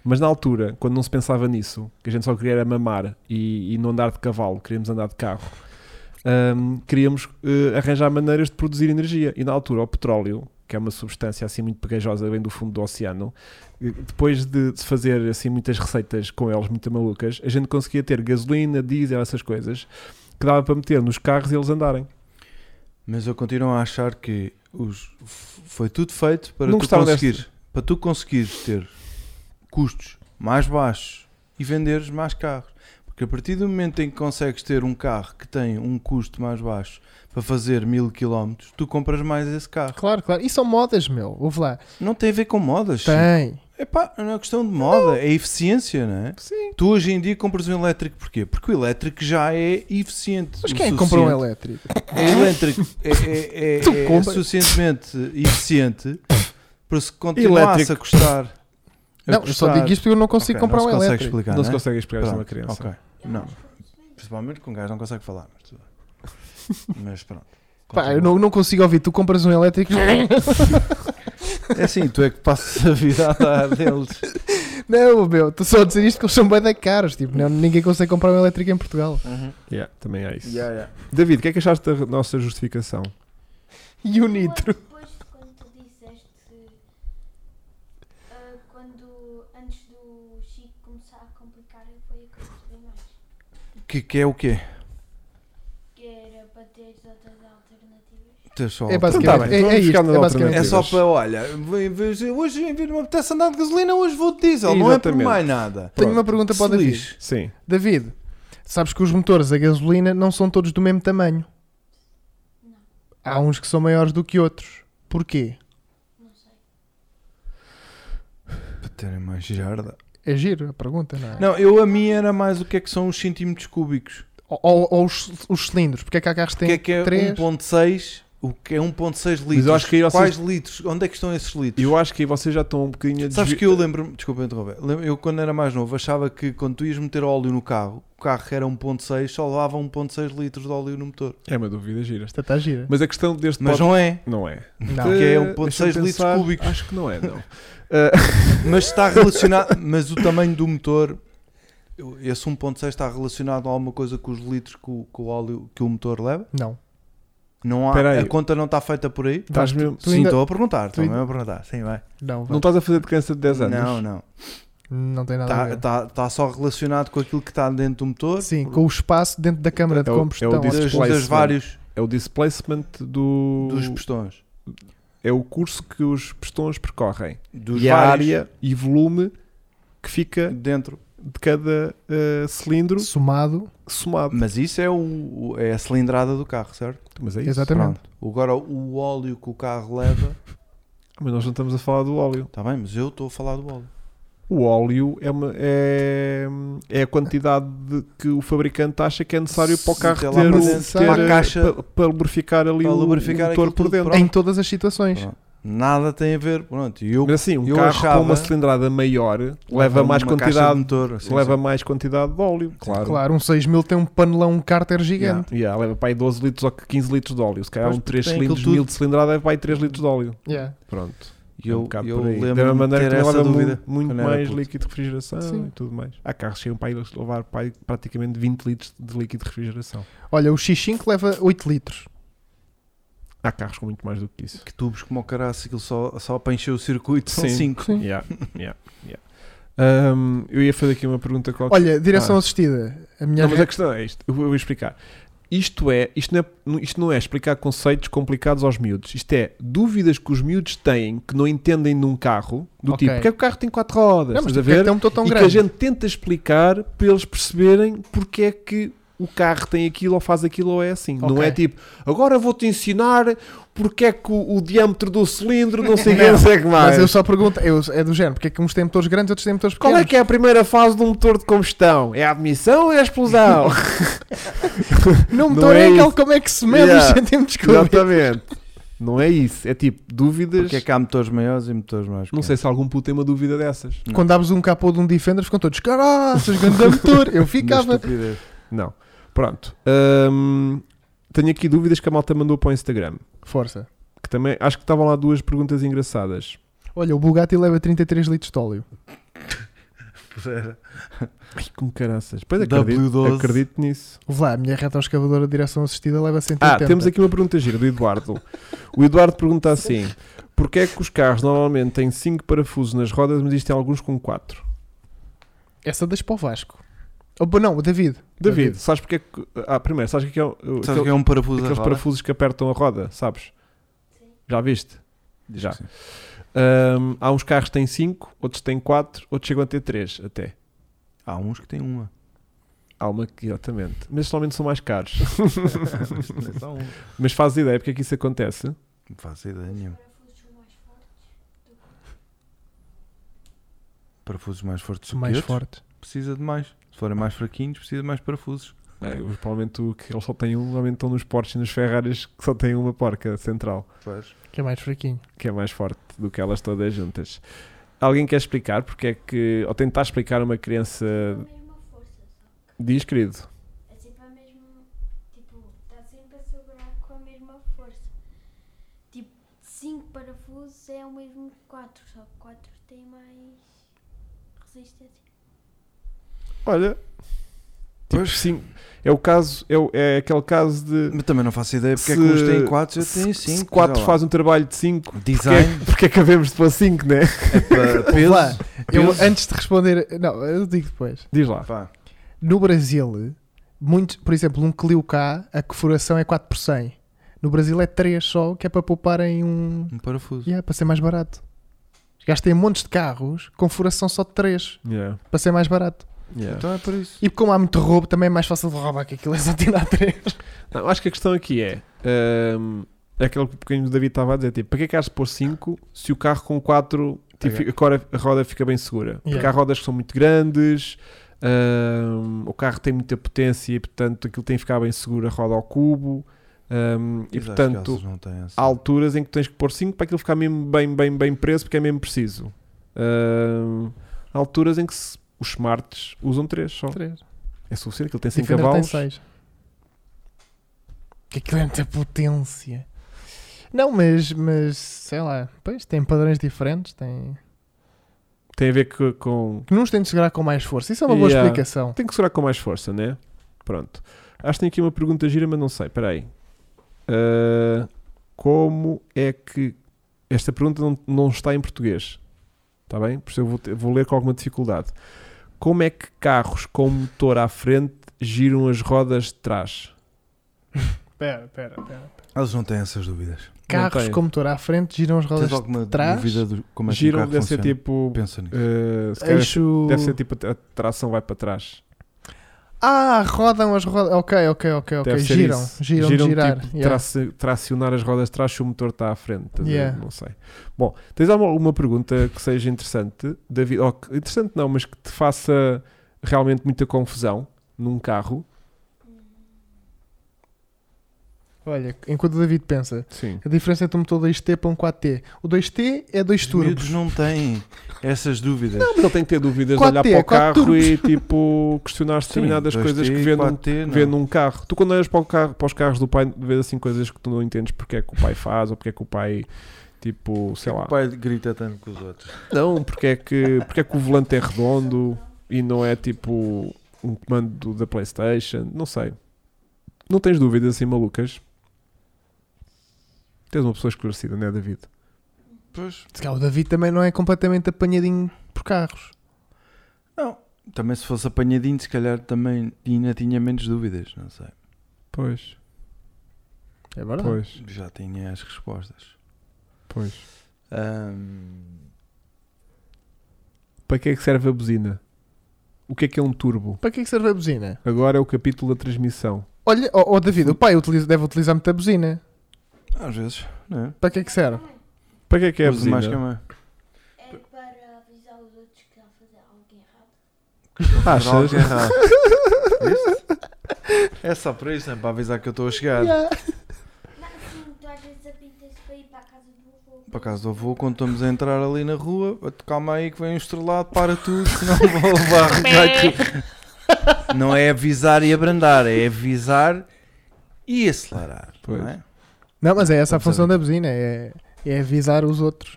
Mas na altura, quando não se pensava nisso, que a gente só queria era mamar e, e não andar de cavalo, queríamos andar de carro. hum, queríamos eh, arranjar maneiras de produzir energia. E na altura, o petróleo, que é uma substância assim muito pegajosa, vem do fundo do oceano, eh, depois de se fazer assim muitas receitas com eles muito malucas, a gente conseguia ter gasolina, diesel, essas coisas, que dava para meter nos carros e eles andarem.
Mas eu continuo a achar que os, f- foi tudo feito para
Não
tu
gostaram desta?
conseguir para tu conseguires ter custos mais baixos e venderes mais carros. Porque a partir do momento em que consegues ter um carro que tem um custo mais baixo para fazer mil quilómetros, tu compras mais esse carro.
Claro, claro. E são modas, meu. Ouve lá.
Não tem a ver com modas.
Tem.
Epá, não é questão de moda, é eficiência, não é?
Sim.
Tu hoje em dia compras um elétrico porquê? Porque o elétrico já é eficiente.
Mas
o
quem é que comprou um
suficiente.
elétrico?
É elétrico. É, é, é,
Tu
é
compras.
suficientemente eficiente para se continuasse
Elétrico.
a custar. a
Não, eu só
custar-
digo isto porque eu não consigo
Ok,
comprar
não
um
se consegue
elétrico.
explicar.
não se
né?
consegue explicar
é
isso a uma
Pronto,
criança.
ok. Não.
acho que funciona.
Principalmente com um gajo não consegue falar. Mas, tudo bem. Mas pronto.
Pá, eu
Continua.
não, não consigo ouvir. Tu compras um elétrico.
É assim, tu é que passas a vida a dar deles.
não, meu. Estou só a dizer isto que eles são bem da caros. Tipo, não, ninguém consegue comprar um elétrico em Portugal.
Yeah, também é isso.
Yeah, yeah.
David, o que é que achaste da nossa justificação?
E o
Eu acho
nitro.
que Depois, quando tu disseste. ah, quando. Antes do Chico começar a complicar, foi a coisa que eu mais.
Que, que é o quê?
Que era para teres outras alternativas.
Tens só
É
Então tá
basicamente.
bem,
é,
vamos
é isto,
ficar nas
é basicamente
É
alternativas.
isto.
só para, olha, em vez- hoje em vez de me apetece andar de gasolina, hoje vou de diesel, não é por
Exatamente.
mais nada.
Tenho uma
Pronto,
pergunta para o
Se
David.
lixe.
Sim.
David, sabes que os motores a gasolina não são todos do mesmo tamanho?
Não.
Há uns que são maiores do que outros. Porquê?
Não sei.
Para terem mais jarda.
É giro a pergunta, não é?
Não, eu a minha era mais o que é que são os centímetros cúbicos.
Ou, ou- ou os, os cilindros? Porque é que há carros que
O que é
têm
que é
três?
1.6? O que é 1.6 litros?
Mas eu acho que aí vocês-
Quais litros? Onde é que estão esses litros?
Eu acho que aí vocês já estão um bocadinho a
Sabes
desvi-
que eu lembro-me, desculpa interromper, lembro- eu quando era mais novo achava que quando tu ias meter óleo no carro, o carro era 1.6, só levava 1.6 litros de óleo no motor.
É uma dúvida gira.
Esta está gira.
Mas a questão deste
Mas
pod-
não é,
não... é.
Não.
porque é
Eh,
1.6
deixa-me
litros
pensar.
cúbicos.
Acho que não é, não.
Mas está relacionado, mas o tamanho do motor, eu- esse 1.6 está relacionado a alguma coisa com os litros que o, que o óleo que o motor leva?
Não.
Não
Espera aí.
há, a conta não está feita por aí?
Estás mesmo-
Tu
Sim,
ainda-
estou a perguntar, estou
ainda-
mesmo a perguntar, sim, vai.
Não,
Não
não,
estás a fazer de criança de 10 anos?
Não, não.
não tem nada a
Está
ver.
tá, tá só relacionado com aquilo que está dentro do motor?
Sim,
por-
com o espaço dentro da câmara de
É o- é o
combustão.
disco-
das,
displacement.
das vários
É o displacement do...
dos pistões.
É o curso que os pistões percorrem.
Dos
e a
vários
área e volume que fica
dentro.
de cada eh, cilindro
Somado.
somado.
Mas isso é, o, o- é a cilindrada do carro, certo?
Mas é isso.
Exatamente.
Pronto. Agora o óleo que o carro leva.
Mas nós não estamos a falar do óleo.
Está bem, mas eu estou a falar do óleo.
O óleo é, uma- é, é a quantidade de- que o fabricante acha que é necessário para o
Sim,
carro
tem lá
ter,
para
o-
dentro,
ter,
para a
eh,
caixa.
pa- para lubrificar ali
Para
o,
lubrificar
o motor
aquilo
por
tudo,
dentro.
Pronto.
Em todas as situações.
Pronto. Nada tem a ver. Pronto, e eu,
Mas assim, um
eu
carro
achava-
com uma cilindrada maior leva mais
uma caixa de
quantidade,
motor, assim,
leva
sim.
mais quantidade de óleo, claro.
Claro, um 6000 tem um panelão, um cárter gigante.
Yeah, leva para aí 12 litros ou 15 litros de óleo. Se calhar
Pois,
um 3
tem aquilo
cilindros,
tudo.
1000 de cilindrada, leva para aí 3 litros de óleo.
Yeah.
Pronto.
E
É um
eu,
bocado
eu
por aí.
lembro-me
da mesma maneira que
ter
também
essa
leva mu-
dúvida.
muito
quando era
mais
puto.
líquido de refrigeração
Sim.
e tudo mais. Há carros que chegam para aí levar para aí praticamente 20 litros de líquido de refrigeração.
Olha, o X5 leva 8 litros.
Há carros com muito mais do que isso.
Que tubos como o caraças, aquilo só, só para encher o circuito são
Sim.
5.
Sim.
Yeah, yeah, yeah. Ahm, eu ia fazer aqui uma pergunta qualquer.
Olha, direção
Ah.
assistida. A minha
Não, mas
re-
a questão é isto. Eu vou eu vou explicar. Isto, é, isto, não é, isto não é explicar conceitos complicados aos miúdos. Isto é dúvidas que os miúdos têm que não entendem num carro. Do
Ok.
tipo, porque é que o carro tem quatro rodas?
Não, mas
Estás a
porque é que
ver?
tem um motor tão
e
grande.
que a gente tenta explicar para eles perceberem porque é que o carro tem aquilo ou faz aquilo ou é assim. Não
Ok.
é tipo, agora vou-te ensinar porque é que o, o diâmetro do cilindro não sei quem
Não,
sei que mais.
Mas eu só pergunto, eu, é do género, porque é que uns têm motores grandes, outros têm motores
Qual
pequenos.
é que é a primeira fase de um motor de combustão? É a admissão ou é a explosão?
Não,
Não
motor é,
é
aquele
isso.
como é que se mede
Yeah.
os centímetros cúbicos.
Exatamente. Não é isso. É tipo, dúvidas.
Porque é que é? há motores maiores e motores mais
Não sei se algum puto tem uma dúvida dessas.
Não.
Quando abres um capô de um Defender, ficam todos, caraças, grande motor. Eu ficava.
Não. Pronto. Hum, tenho aqui dúvidas que a malta mandou para o Instagram.
Força.
Que também acho que estavam lá duas perguntas engraçadas.
Olha, o Bugatti leva 33 litros de óleo.
Era.
Ai, com caraças. Pois acredito,
W12.
acredito nisso.
Lá, a minha ratão escavadora de direção assistida leva 180.
Ah, temos aqui uma pergunta gira do Eduardo. O Eduardo pergunta assim: Porquê é que os carros normalmente têm 5 parafusos nas rodas, mas existem alguns com 4?
Essa das para o Vasco. Oh, bo- não, o David.
David, sabes porque é que. Ah, primeiro, sabes o que é, que é o-
Sabes
aquele-
que é um parafuso
aqueles
agora?
parafusos que apertam a roda, sabes?
Sim.
Já viste?
Diz
Já.
que sim.
Ahm, há uns carros que têm 5, outros têm 4, outros chegam a ter 3 até.
Há uns que têm uma.
Há uma que, exatamente. Mas somente são mais caros.
Não é só uma.
Mas faz ideia porque é que isso acontece.
Não faço ideia nenhuma.
parafusos são mais fortes.
Parafusos mais fortes do que
Mais
outros,
forte.
precisa de mais. Se forem mais fraquinhos, precisa de mais parafusos.
É, os- provavelmente o que eles só têm um, normalmente estão nos Porsche e nos Ferraris que só têm uma porca central,
Que é mais fraquinho.
que é mais forte do que elas todas juntas. Alguém quer explicar porque é que, ou tentar explicar a uma criança,
Ah.
É a mesma força, só.
diz querido,
É sempre a mesma. Tipo, está sempre a segurar com a mesma força. Tipo, 5 parafusos é o mesmo que 4, só que 4 tem mais resistência.
olha, tipo,
Pois.
sim, é o caso, é, o- é aquele caso de
Mas também não faço ideia porque é que
Se-
uns têm 4 e outros
se-
têm
se
5.
4 faz um trabalho de 5, porque,
Design
é, porque é que havemos de pôr 5, né?
é para
Lá,
peso.
eu,
Peso.
antes de responder. Não, eu digo depois.
Diz lá,
Pá,
No Brasil, muito, por exemplo, um Clio K, a perfuração é 4 por 100. No Brasil é 3 só, que é para pouparem um.
um parafuso.
Yeah, para ser mais barato. Os gajos têm montes de carros com furação só de 3
Yeah,
para ser mais barato.
yeah.
Então é por isso.
E como há muito roubo, também é mais fácil de roubar que aquilo é só tirar 3.
Não, acho que a questão aqui é. hum, é aquele que o pequeno David estava a dizer: tipo, para que é que has de pôr 5 se o carro com 4
Ok.
a roda fica bem segura? Porque
Yeah.
há rodas que são muito grandes, hum, o carro tem muita potência e, portanto, aquilo tem que ficar bem seguro a roda ao cubo. hum, e,
Mas acho que
portanto,
elas não têm essa-
há alturas em que tens que pôr 5 para aquilo ficar mesmo bem, bem, bem preso, porque é mesmo preciso. Hum, há alturas em que se- os smarts usam 3 só.
3.
É suficiente, aquilo tem 5
Defender tem
cavalos.
6. Que aquilo é muita potência. Não, mas, mas sei lá, pois tem padrões diferentes, tem.
Tem a ver co- com,
Que nos tem de segurar com mais força. Isso é uma boa
Yeah.
explicação.
Tem que segurar com mais força, né? Pronto. Acho que tem aqui uma pergunta gira, mas não sei. Espera aí. Ah, como é que. Esta pergunta não, não está em português. Está bem? Por isso eu vou, ter- vou ler com alguma dificuldade. Como é que carros com motor à frente giram as rodas de trás?
Pera, pera, pera.
Elas não têm essas dúvidas.
Carros
tenho.
com motor à frente giram as rodas
Tens alguma
de trás.
dúvida do como é que um
Giram,
carro
deve ser
funciona?
tipo.
Pensa nisso.
ah, se calhar
Eixo.
Deve ser tipo a tração vai para trás.
Ah, rodam as rodas. Ok, ok, ok, ok.
Deve ser
Giram,
isso.
giram, de girar.
tipo,
Yeah.
traci- tracionar as rodas de trás se o motor está à frente. estás a ver?
Yeah.
Não sei. Bom, tens alguma alguma pergunta que seja interessante, David? Ou que- interessante não, mas que te faça realmente muita confusão num carro?
Olha, enquanto o David pensa,
Sim.
a diferença entre um motor 2T para um 4T. O 2T é dois
Os miúdos
turbos.
não têm essas dúvidas.
Não, mas ele tem que ter dúvidas de
Quatro
olhar
T,
para o carro
quatro
e tipo questionar
Sim,
determinadas
2T,
coisas que um, vê num,
4T, não.
vê num carro. Tu quando olhas para, o carro, para os carros do pai, vês assim coisas que tu não entendes porque é que o pai faz ou porque é que o pai tipo, sei lá.
O pai grita tanto com os outros.
Não, porque é que, porque é que o volante é redondo e não é tipo um comando do- da Playstation, não sei. Não tens dúvidas assim malucas? Tens uma pessoa esclarecida, não é David?
Pois.
Se calhar O David também não é completamente apanhadinho por carros.
Também se fosse apanhadinho, se calhar também ainda tinha menos dúvidas, não sei.
Pois,
É verdade.
pois,
Já tinha as respostas.
pois.
Ahm,
Para que é que serve a buzina? O que é que é um turbo?
Para que é que serve a buzina?
Agora é o capítulo da transmissão.
Olha, ó ó, David, o pai utiliza- deve utilizar muita buzina.
às vezes, não é?
Para que é que serve?
Para que é que é a
Uso mais que a
buzina?
mãe.
É para avisar os outros que estão a fazer
Achas?
algo errado.
Errado. Viste? é só para isso, não é para avisar que eu estou a chegar.
Não, assim, tu às vezes apintas para ir para a casa do avô.
Para casa do avô, quando estamos a entrar ali na rua, a calma aí que vem um estrelado, para tudo, senão vou levar recalque. Não é avisar e abrandar, é avisar e acelerar.
Pois.
Não é?
Não, mas é essa a
Vamos
função
saber.
da buzina, é, é avisar os outros.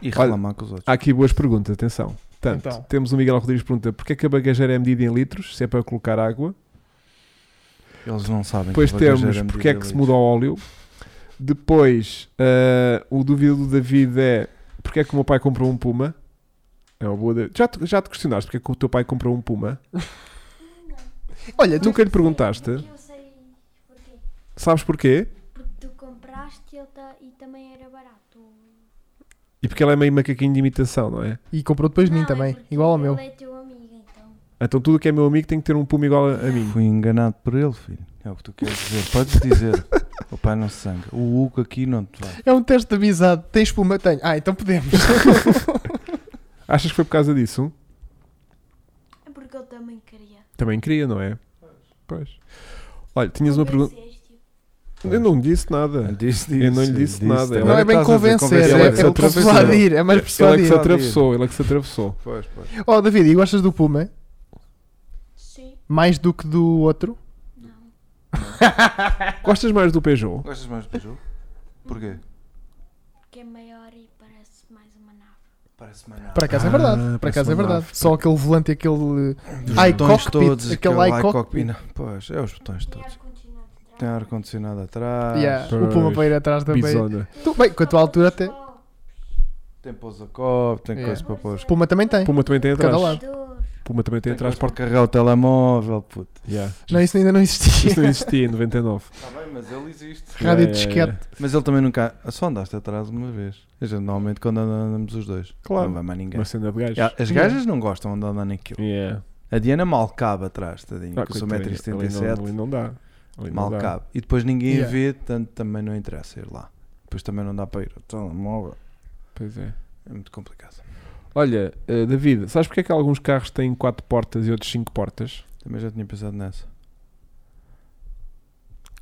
E reclamar com os outros.
Há aqui boas perguntas, atenção. Portanto,
Então.
temos o Miguel Rodrigues pergunta porque é que a bagageira é medida em litros, se é para colocar água.
Eles não sabem.
Depois
que o bagageiro
temos
medida
porque é que se
ali.
muda o óleo. Depois, ah, o dúvida do David é porque é que o meu pai comprou um Puma. É uma boa. de- Já te, já te questionaste porque é que o teu pai comprou um Puma?
Olha,
Tu
tu
nunca lhe perguntaste?
Porque eu sei porquê.
Sabes porquê?
Porque tu compraste e, ele ta- e também era barato.
E porque ele é meio macaquinho de imitação, não é?
E comprou depois de
Não,
mim
é
também,
porque
igual ao meu.
Ele é teu amigo, então.
Então tudo que é meu amigo tem que ter um Puma igual a, a mim.
Fui enganado por ele, filho. É o que tu queres dizer. Podes dizer. o pai não se sangra. O Hugo aqui não te vai.
É um teste de amizade. Tens espuma? Tenho. Ah, então podemos.
Achas que foi por causa disso?
É porque eu também queria.
Também queria, não é? Pois. Olha, tinhas uma pergunta.
Convenceste-o.
Eu não disse nada.
Disse,
Eu não lhe disse nada. Ele
Não é bem convencer,
ele é que
é,
se
é
atravessou.
persuadir. É mais
Ele é que se
persuadir.
atravessou, ele é que se atravessou.
Pois, pois.
Oh, David, e gostas do Puma?
Sim,
Mais do que do outro?
não.
Gostas mais do Peugeot?
Gostas mais do Peugeot? Porquê?
Porque é maior e parece mais uma nave.
Parece mais nada.
Por acaso é verdade.
Ah,
Por acaso
parece
é
uma
verdade.
nave.
Só aquele volante e aquele.
Dos
Ai,
botões
cockpit,
todos,
aquele
aquele
ai,
ai,
cockpit.
cockpit. Pois, é os
Tá,
botões
Tem
todos.
ar-condicionado atrás.
Tem ar-condicionado atrás.
Yeah,
pois.
o Puma para ir atrás também.
Bizona.
Tu- bem, com a tua altura até-
Tem pousa-copo, tem
Yeah.
coisa para pôr.
O
é.
Puma também tem.
Puma também tem
De cada
atrás.
lado.
Puma também tem
Tem
atrás.
atrás
Por...
para carregar o telemóvel, puto.
Yeah.
Não, isso ainda não existia.
Isso não existia em 99.
Está bem, mas ele existe.
Rádio
Yeah, yeah,
disquete.
yeah.
Mas ele também nunca. ah, Só andaste atrás uma vez. A gente normalmente quando andamos os dois.
Claro.
Não vai mais ninguém.
Uma cena de gajos.
Yeah, As gajas não gostam de andar naquilo.
Yeah.
A Diana mal cabe atrás, tadinho.
Ah,
que eu sou
coitadinha, ali não-
1,77m.
Ali não dá. Ali não
Mal
dá.
cabe. E depois ninguém
Yeah.
a vê, tanto também não interessa ir lá. Depois também não dá para ir ao telemóvel.
Pois é.
É muito complicado.
Olha, eh, David, sabes porque é que alguns carros têm 4 portas e outros 5 portas?
Também já tinha pensado nessa.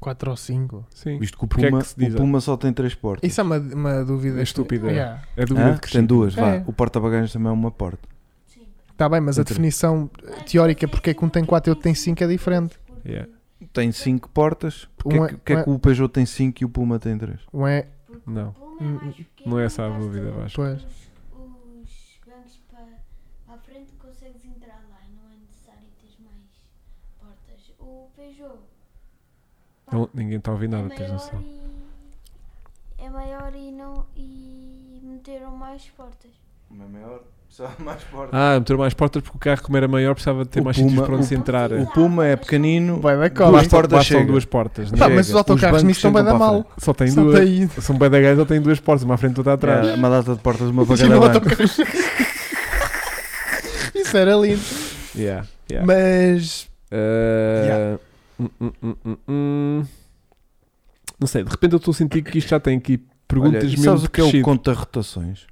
4 ou 5.
Sim.
Visto que o
Porque é
Puma,
que se diz,
o Puma só tem três portas.
Isso é uma, uma dúvida.
É estúpida.
Yeah.
É dúvida
Hã?
de que
Tem duas, vá.
É.
O porta-bagagens também é uma porta.
Tá bem, mas a
Entre-
definição teórica porque é que um tem 4 e outro tem 5 é diferente.
Yeah.
Tem cinco portas. Porquê
Um é-
que, que é que o Peugeot tem cinco e o Puma tem três?
Um é.
Não. Não
Não
é essa a dúvida, Vasco.
Hum, Pois.
Os bancos para para a frente consegues entrar lá e não é necessário ter mais portas. O Peugeot
Não, ninguém está a ouvir
é
nada, tens
maior
noção.
e é maior e não e meteram mais portas.
Uma maior, só mais portas.
Ah, meter mais portas porque o carro, como era maior, precisava de ter
O
mais sítios
Puma-
para onde se
o-
entrar.
O Puma é pequenino.
Vai da
Duas
cola.
Basta-
portas
bastam
chega.
duas portas, não é?
Tá,
Chega.
mas os
Os
autocarros
bancos
nisto estão bem da
sentam para a
mal.
Só tem
Só
duas.
daí.
São bem da gaja, tem duas portas, uma à frente e outra atrás.
É, uma data de portas, uma
E
bagada
no
branca.
autocarro. Isso era lindo.
Yeah, yeah.
Mas.
Uh,
Yeah.
hum, hum, hum, hum, hum. Não sei, de repente eu estou a sentir que isto já tem aqui perguntas
Olha, e
mesmo
sabes o que é o
crescido.
conta-rotações?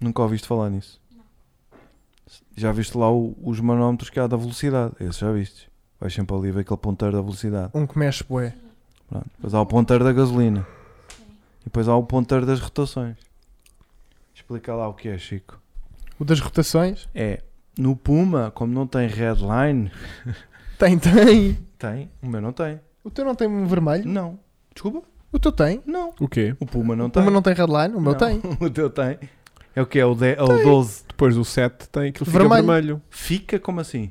Nunca ouviste falar nisso? Já viste lá o- os manómetros que há da velocidade? Esse já viste. Vais sempre ali ver aquele ponteiro da velocidade.
Um que mexe, bué.
Pronto. Depois há o ponteiro da gasolina. E depois há o ponteiro das rotações. Explica lá o que é, Chico.
O das rotações?
É, no Puma, como não tem redline,
Tem, tem.
tem. O meu não tem.
O teu não tem um vermelho?
Não. Desculpa?
O teu tem?
Não.
O quê?
O Puma não
O
tem.
meu não tem redline? O meu
Não.
tem.
O teu tem. É o que? É o, de, é o 12.
Depois do 7 tem aquilo fica vermelho.
Vermelho.
Fica como assim?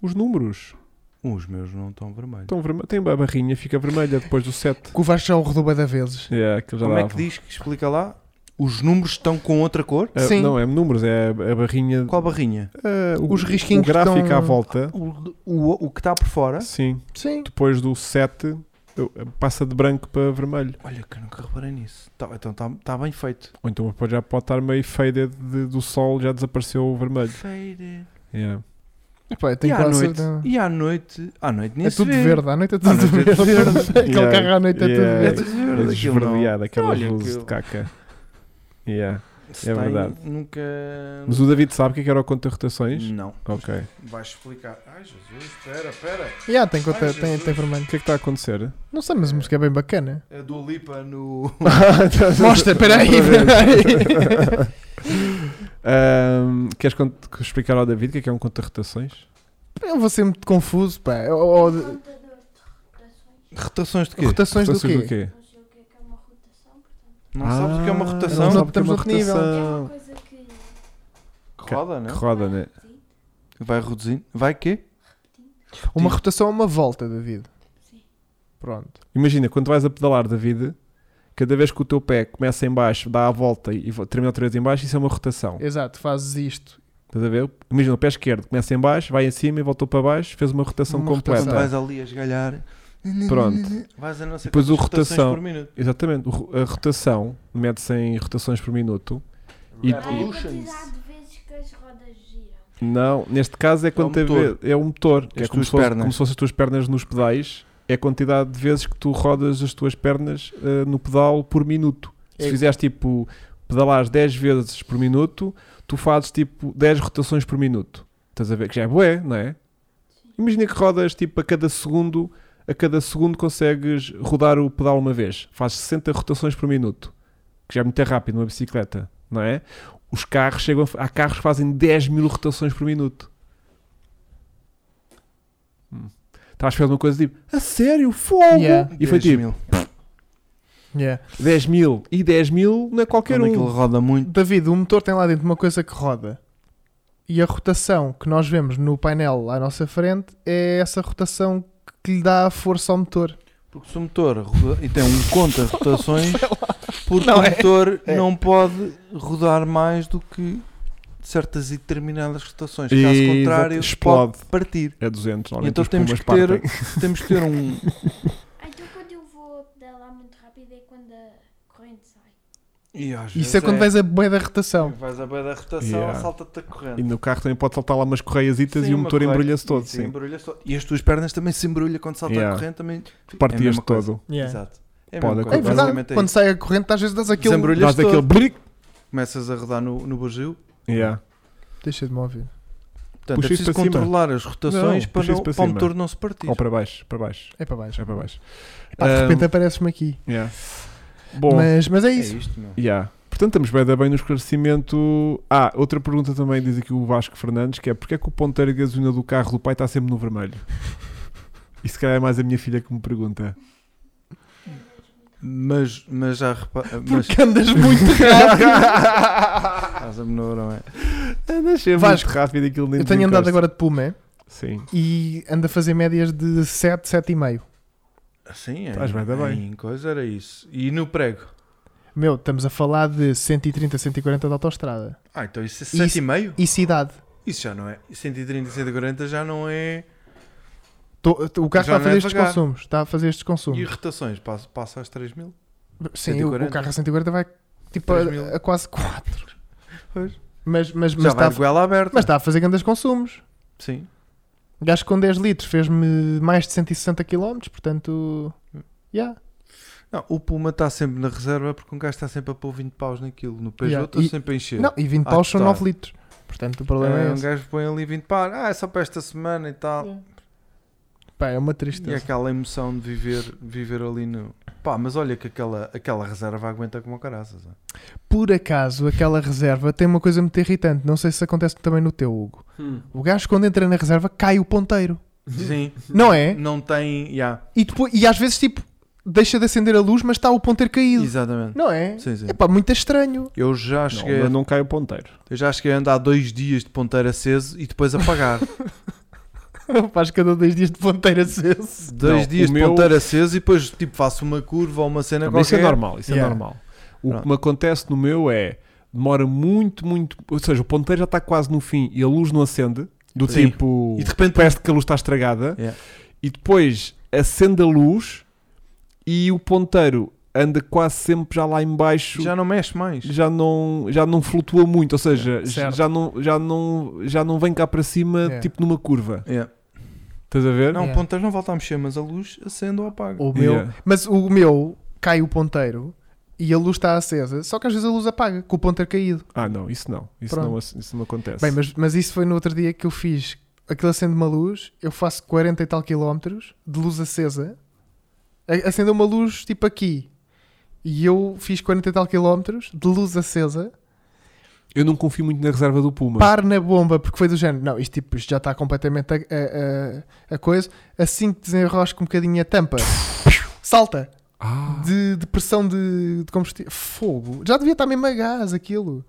Os números.
Os meus não estão vermelhos.
Estão vermelho. Tem a barrinha, fica vermelha depois do 7.
Que o Vasco já o rodou bué da vezes.
Yeah, aquilo já
Como é
dava.
que diz que explica lá? Os números estão com outra cor?
Ah,
Sim.
Não, é números, é a a barrinha.
Qual barrinha?
Ah, o-
Os risquinhos
O gráfico
que estão-
à volta.
O, o, o que está por fora?
Sim.
Sim.
Depois do 7 eu- eh, passa de branco para vermelho.
Olha que eu nunca reparei nisso. Tá, então está bem feito.
Ou então depois já pode estar meio faded de- do sol, já desapareceu o vermelho.
Faded.
Yeah.
Epá, eu
E
tenho
à
quase
noite?
certeza.
E à noite? À noite nem
É
se
tudo
vê.
verde, à noite é tudo
À noite é tudo
verde.
verde.
Aquele
Yeah.
carro à noite
Yeah.
é
É
tudo verde.
tudo verde. aquilo não. Então,
Esverdeado, aquelas
Olha,
luzes
aquilo-
de caca. Yeah.
Se
É
tem,
verdade.
Nunca.
Mas o David sabe o que é que era o conta rotações?
Não.
Ok. O
Vais explicar. Ai Jesus, espera, espera.
Yeah, tem, conta,
Ai,
tem, tem vermelho.
que é que está a acontecer?
Não sei, mas a música é bem bacana.
A Dua Lipa no.
Mostra, peraí, peraí.
Ahm, queres cont- explicar ao David o que é que é um conta rotações?
Eu vou ser muito confuso, pá. Ou- ou-
Computador de
Rotações
rotações.
de quê?
rotações do
Rotações
quê?
do quê?
Não sei o que é que é uma rotação, portanto.
Não sabes o que é uma
Ah,
rotação?
não
Não
sabe o que é
estamos
uma
outro nível.
É uma
rotação.
coisa que
que roda, né?
Que roda, né?
Sim,
Vai reduzindo. Vai quê?
Uma rotação é uma volta, David.
sim.
Pronto.
Imagina, quando vais a pedalar, David, cada vez que o teu pé começa em baixo, dá a volta e vo- termina outra vez em baixo, isso é uma rotação.
Exato, fazes isto.
Estás a ver? Imagina, o pé esquerdo começa em baixo, vai em cima e voltou para baixo, fez uma rotação
Uma
completa.
rotação.
Quando vais ali a esgalhar.
Pronto.
Vais a não sei
Depois
quantas
o
rotações
rotação.
por minuto.
Exatamente. O ro- A rotação mede-se em rotações por minuto. E-
Há
e-
uma
Revolutions.
quantidade de vezes que as rodas giram.
Não, neste caso é quanto
um
é,
motor.
ve- é um motor, que
As
é como
tuas
se, fosse,
pernas.
como se fossem as tuas pernas nos pedais, é a quantidade de vezes que tu rodas as tuas pernas eh, no pedal por minuto. Se
É-
fizeres tipo pedalares 10 vezes por minuto, tu fazes tipo 10 rotações por minuto. Estás a ver que já é bué, não é? Imagina que rodas tipo a cada segundo, a cada segundo consegues rodar o pedal uma vez. Fazes 60 rotações por minuto, que já é muito rápido numa bicicleta, não é? Os carros chegam, a- há carros que fazem 10 mil rotações por minuto. Hum. Estava a esperar uma coisa tipo, a sério, fogo!
Yeah.
E foi
10
tipo,
mil.
Yeah.
10 mil. E 10 mil não é qualquer
Quando aquilo
um.
roda muito.
David, o motor tem lá dentro uma coisa que roda. E a rotação que nós vemos no painel à nossa frente é essa rotação que lhe dá a força ao motor.
Porque se o motor roda- e tem um conta de rotações, porque
Não
o
é?
motor
É.
não pode rodar mais do que certas e determinadas rotações.
E-
Caso
exato,
contrário,
explode.
pode partir.
É 200, normalmente
Então
os
temos
pumas
que ter-
partem.
Temos que ter um.
Ah, então quando eu vou dar lá muito rápido é quando a corrente sai.
E às vezes
Isso é quando vais a boia da rotação.
Vais a beira da rotação,
Yeah.
um salta-te a corrente.
E no carro também pode saltar lá umas correiasitas
Sim,
e o
uma
motor
correia.
embrulha-se todo.
E
Sim,
embrulha-se todo. E as tuas pernas também se embrulham quando salta
Yeah.
a corrente. Também... É a
Partias
mesma coisa.
todo.
Yeah.
Exato. É, a
Pode acontecer.
mesma
É
coisa,
verdade,
basicamente é
quando
isso.
sai a corrente, às vezes dás aquele.
Desembrulhas
Dás
todo.
aquele bric.
Começas a rodar no, no Brasil.
Yeah.
Deixa de me ouvir.
Portanto,
Puxa
é
isso
preciso
para cima.
controlar as rotações
Não,
para,
puxa isso para
não, para o
cima.
motor não se partir.
Ou para baixo, para baixo.
É para baixo.
É para baixo.
Pá, de
Ahm,
repente apareces-me aqui.
yeah. Um, Bom,
mas, mas é
É
isso.
isto, meu.
yeah. portanto estamos bem, bem no esclarecimento. Ah, outra pergunta também diz aqui o Vasco Fernandes, que é porque é que o ponteiro de gasolina do carro do pai está sempre no vermelho? E se calhar é mais a minha filha que me pergunta.
Mas, mas já repa... mas
Porque andas muito rápido.
Faz a menor, não é?
Anda sempre
Vasco,
muito rápido aquilo nem
Eu tenho andado agora de Puma
Sim.
e ando a fazer médias de 7, 7,5.
Assim é.
Estás bem, está bem.
Em coisa era isso. E no prego?
Meu, estamos a falar de 130, 140 de autostrada.
Ah, então isso é
Isso-
7,5?
E cidade?
Isso já não é. 130, 140 já não é.
Tô- tô- o carro
Já
está a
não é
fazer estes
devagar.
consumos. Está a fazer estes
E
consumos.
rotações? Passa, passa aos 3 mil?
Sim, o,
140?
o carro a 140 vai tipo a,
3.000.
a quase 4.
Pois.
Mas, mas, mas
Já
está
vai
a,
de goela aberta.
mas tá- está a fazer grandes consumos.
Sim.
Gasto com 10 litros fez-me mais de 160 km, portanto. Yeah.
Não, o Puma está sempre na reserva porque um gajo está sempre a pôr 20 paus naquilo. No Peugeot
Yeah,
estou
e-
sempre a encher.
Não, e 20
Ah,
paus são
tá.
9 litros. Portanto, o problema é,
é, um
esse.
gajo põe ali 20 paus. Ah, é só para esta semana e tal.
Pá, é uma
E
tristeza.
aquela emoção de viver, viver ali no. Pá, mas olha que aquela, aquela reserva aguenta como caraças. é. ó.
Por acaso, aquela reserva tem uma coisa muito irritante. Não sei se acontece também no teu, Hugo. O gajo, quando entra na reserva, cai o ponteiro.
Sim.
Não é?
Não tem. Yeah,
E, depois, e às vezes, tipo, deixa de acender a luz, mas está o ponteiro caído.
exatamente.
Não é?
Sim, sim.
É pá, muito estranho.
Eu já
Não,
é-
cheguei,
ainda
a-
não cai o ponteiro.
eu já cheguei a andar dois dias de ponteiro aceso e depois apagar.
Faz cada dois dias de ponteiro aceso.
dois
Não,
dias
o
de
meu-
ponteiro aceso e depois tipo faço uma curva ou uma cena
Também isso é
qualquer.
normal, isso é
Yeah.
normal. O
Pronto.
que me acontece no meu é demora muito, muito. Ou seja, o ponteiro já está quase no fim e a luz não acende. Do
Sim.
tipo,
E de repente-
parece que a luz está estragada.
Yeah.
E depois acende a luz e o ponteiro anda quase sempre já lá embaixo. Já
Já não mexe mais.
não, já não flutua muito, ou seja,
Certo.
já, não, já, não, já não vem cá para cima,
Yeah.
tipo numa curva.
Yeah.
Estás a ver?
É. Não,
Yeah.
o ponteiro não volta a mexer, mas a luz acende ou apaga.
O meu.
Yeah.
Mas o meu cai o ponteiro e a luz está acesa, só que às vezes a luz apaga, com o ponteiro caído.
Ah, não, isso não. Isso,
Pronto.
não, isso não acontece.
Bem, mas, mas isso foi no outro dia que eu fiz. Aquilo acende uma luz, eu faço 40 e tal quilómetros de luz acesa. A- Acendeu uma luz tipo aqui. E eu fiz 40 e tal quilómetros de luz acesa,
Eu não confio muito na reserva do Puma.
par na bomba, porque foi do género. Não, isto, tipo, isto já está completamente a, a- a- a coisa. Assim que desenrosco um bocadinho a tampa, salta.
Ah.
de, de pressão de, de combustível. Fogo! Já devia estar mesmo a gás aquilo.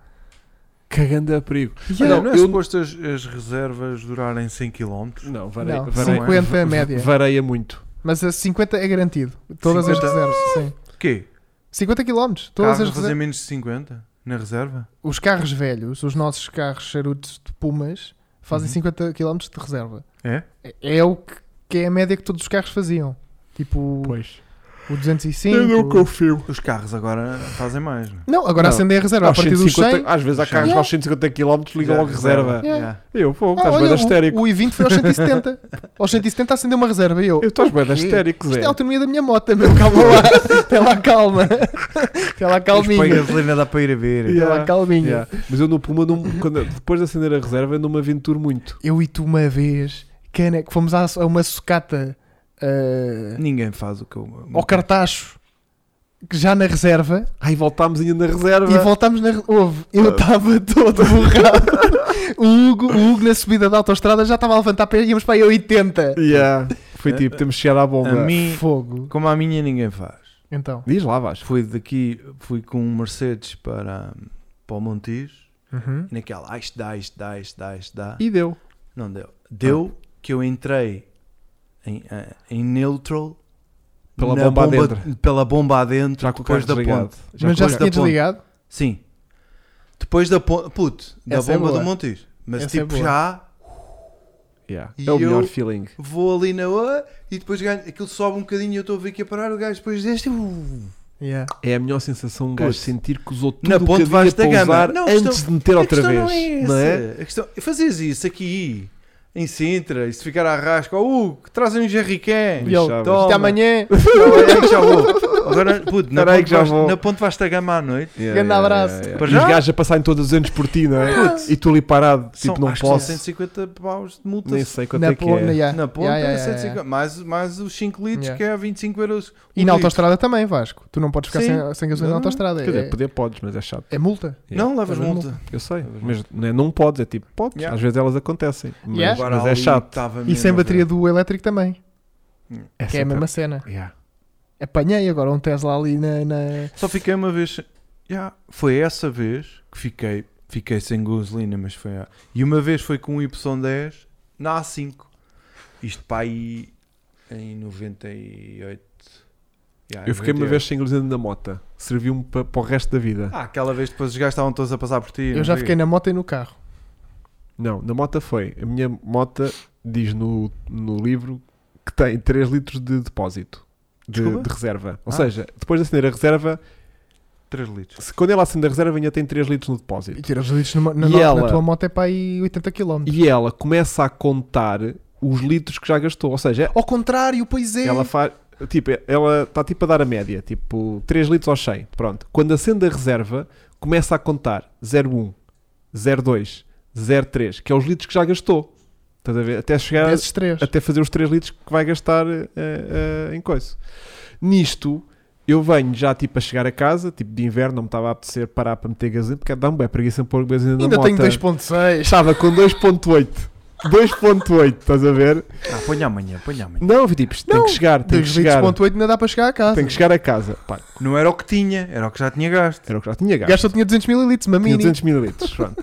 cagando a perigo.
Olha,
E eu-
Não,
não é
eu-
suposto as, as reservas durarem 100 km?
Não, varei,
Não,
varei-
50 é a média.
vareia muito.
Mas a 50 é garantido. Todas as
50?
reservas, sim.
Quê?
50 km, todas
Carros a
as reservas.
fazer menos de 50 na reserva?
Os carros velhos, os nossos carros charutos de Pumas, fazem
Uhum.
50 km de reserva.
É?
É, é o que, que é a média que todos os carros faziam. Tipo
Pois.
o 205.
confio.
um Os carros agora fazem mais. não é?
Não, agora
Não.
acendem a reserva. A partir dos 100.
às vezes há
Sim.
carros
Yeah.
aos 150 km liga logo reserva.
Yeah.
Yeah.
Eu, pô,
Ah,
estás
olha,
bem
o-
um-
histérico.
O I20 foi aos 170. aos 170 acendeu uma reserva. E eu,
um-
Eu estás bem
o quê?
histérico,
Isto
Zé.
é a autonomia da minha moto, meu. Calma lá. Tem lá calma. Tem
Põe
lá calminha.
gasolina, dá para ir a ver.
Tem lá
Yeah.
calminha.
Yeah. Mas eu no Puma, não, quando- depois de acender a reserva, eu não me aventuro muito.
Eu e tu uma vez, cana, que fomos à- a uma sucata ah,
Ninguém faz o que eu.
ao cartacho, que já na reserva,
Aí voltámos ainda na reserva. Ah.
e voltámos na. re- Houve, eu estava todo borrado. o, Hugo, o Hugo na subida da autostrada já estava a levantar pé, íamos para aí a 80.
Yeah. Foi tipo, temos chegado à
A
bomba.
mim,
Fogo.
como a minha, ninguém faz.
Então.
Diz lá, Vasco.
Fui daqui, fui com um Mercedes para, para o Montijo
Uhum.
e naquela, ah, isto dá, isto dá, isto dá, isto dá.
E deu.
Não deu. Deu
Ah.
que eu entrei em, eh, em neutral
Pela
na
bomba adentro.
Pela bomba adentro,
Já com o carro
depois da
desligado.
ponte.
Já
Mas
com o
já
carro-
depois
se
da
tinha
ponte.
desligado?
Sim. Depois da ponte, puto, da
Essa é
bomba
boa.
do Montijo. Mas
Essa é
tipo,
boa.
já
Yeah.
E
É o melhor
eu-
feeling.
vou ali na hora e depois ganho, aquilo sobe um bocadinho e eu estou a ver que a parar o gajo depois deste. uh,
Yeah.
É a melhor sensação um gajo
Puto.
sentir que usou tudo
Na
o que
ponte
havia
vais da
para
gama.
usar
Não, a
antes
questão-
de meter
a
outra
questão
vez.
Não é,
não é?
essa. A questão, fazias isso aqui em Sintra e se ficar à rasca, oh, Hugo, trazem um jerrycan.
E ele,
Lixava.
Toma.
isto é amanhã,
Olha é que já vou. Agora, puto, na,
Espera aí
ponte
que já
vais,
vou.
na ponte vais-te a gama à noite.
Yeah,
Grande
yeah,
abraço.
yeah, yeah.
Para
E
já?
os gajos a passarem todos os anos por ti, não é? E tu ali parado,
São-
tipo, não
acho que são
posso.
150 paus de multa.
Nem sei quanto
na
é que
ponta,
é.
yeah.
Na ponta,
Yeah, yeah, yeah,
150.
yeah.
Mais, mais os 5 litros,
Yeah.
que é 25 euros.
E
o litro.
na autostrada também, Vasco. Tu não podes ficar
Sim.
sem, sem gasolina na
Não,
autostrada.
Quer dizer,
É,
poder podes, mas é chato.
é multa.
Não, levas
Levas
multa.
Eu sei, mas não, é, não podes, é tipo, podes.
Yeah.
Às vezes elas acontecem, mas,
Yeah.
mas é chato.
E sem bateria do elétrico também,
É
que é a
sempre-
mesma cena.
Yeah.
Apanhei agora um Tesla ali na. na-
Só fiquei uma vez. sem- Yeah, Foi essa vez que fiquei, fiquei sem gasolina, mas foi. a- E uma vez foi com um Y10 na A5. Isto para aí em 98. Yeah,
Eu fiquei uma
98.
vez sem gasolina na mota. Serviu-me para, para o resto da vida.
Ah, aquela vez depois os gajos estavam todos a passar por ti.
Eu
não
já
sei
fiquei na moto e no carro.
Não, na mota foi. A minha mota diz no, no livro que tem 3 litros de depósito. De,
Desculpa?
de reserva. Ou
Ah.
seja, depois de acender a reserva,
3 litros.
se, quando ela acende a reserva, ainda tem 3 litros no
E
depósito.
tiras os litros numa- na,
E
na- na
ela?
tua moto é para aí 80 km.
E ela começa a contar os litros que já gastou. Ou seja,
Ao contrário, pois é.
Ela faz. Tipo, ela está tipo a dar a média, tipo 3 litros aos 100. Pronto. Quando acende a reserva, começa a contar 01, 02, 03, que é os litros que já gastou. Estás a ver? Até chegar
Vezes três.
até fazer os 3 litros que vai gastar eh, eh, em coisa. Nisto, eu venho já tipo a chegar a casa, tipo de inverno, não me estava a apetecer parar para meter gasolina, porque dá-me bem preguiça em pôr gasolina na
Ainda tenho
moto.
2.6.
Estava com 2.8. 2.8, estás a ver?
Ah, ponha amanhã, ponha amanhã.
Não, eu vi tipo, isto tem
Não,
que chegar, tem que
2
chegar.
litros, ponto oito ainda dá para chegar a casa.
Tenho que chegar a casa. Pá,
Não era o que tinha, era o que já tinha gasto.
era o que já tinha gasto.
Gasta tinha 200 ml, uma
Tinha
mini.
200 mililitros. pronto.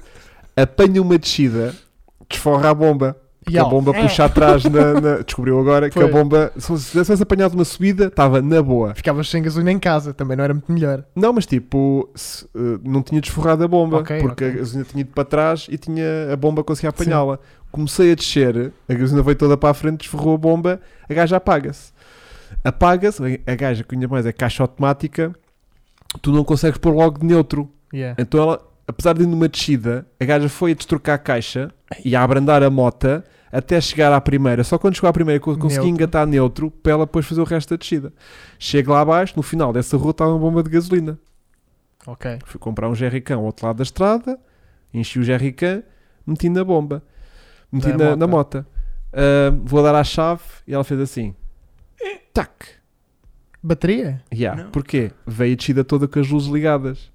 Apanho uma descida, desforra a bomba.
E
Que a
ela-
bomba puxa atrás na, na- Descobriu agora
É. Foi.
que a bomba. Se se tivesse apanhado uma subida, estava na boa.
Ficavas sem gasolina em casa, também não era muito melhor.
Não, mas tipo, se, eh, não tinha desforrado a bomba.
Ok,
porque
ok.
a gasolina tinha ido para trás e tinha, a bomba conseguia apanhá-la. Comecei a descer, a gasolina veio toda para a frente, desforrou a bomba, a gaja apaga-se. Apaga-se, a gaja que ainda mais é caixa automática, tu não consegues pôr logo de neutro.
Yeah.
Então ela, apesar de ir numa descida, a gaja foi a destrocar a caixa e a abrandar a mota até chegar à primeira. Só quando chegou à primeira que eu consegui
Neutro.
engatar neutro para ela depois fazer o resto da descida. Chego lá abaixo, no final dessa rua estava uma bomba de gasolina.
Ok.
Fui comprar um jerrycan ao outro lado da estrada, enchi o jerrycan, meti na bomba, meti
Da
na, na
mota.
mota. Ah, vou dar à chave e ela fez assim: tac.
Bateria?
Yeah.
Não.
Porquê? Veio a descida toda com as luzes ligadas.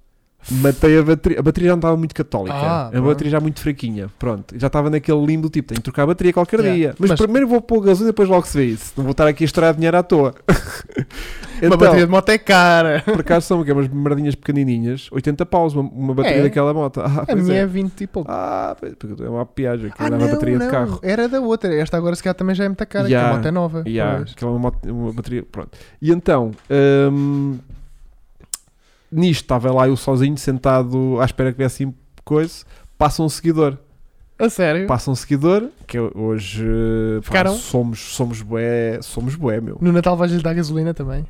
Matei a bateria. A bateria já não estava muito católica.
Ah,
a
pronto.
bateria já muito fraquinha. Pronto. Já estava naquele limbo tipo, tenho que trocar a bateria qualquer
Yeah.
dia. Mas,
Mas-
primeiro vou pôr gasolina e depois logo se vê isso. Não vou estar aqui a estourar dinheiro à toa. Então,
Uma bateria de moto é cara.
Por acaso são o quê? umas merdinhas pequenininhas, 80 paus, uma, uma bateria
É.
daquela moto. Ah,
A
pois
minha
é.
é 20 e pouco.
Ah, pois, porque é uma piagem, que
Ah,
era
não,
uma bateria
não,
de carro.
Era da outra. Esta agora se calhar também já é muito cara,
Yeah.
que a moto é nova.
Yeah,
Pois.
aquela moto- uma bateria, pronto. E então, hum, nisto estava lá eu sozinho, sentado à espera que viesse coisa, passa um seguidor.
A sério?
Passa um seguidor, que eu- hoje eh, pá,
Ficaram?
somos, somos bué, somos bué, meu.
No Natal vais lhe dar gasolina também.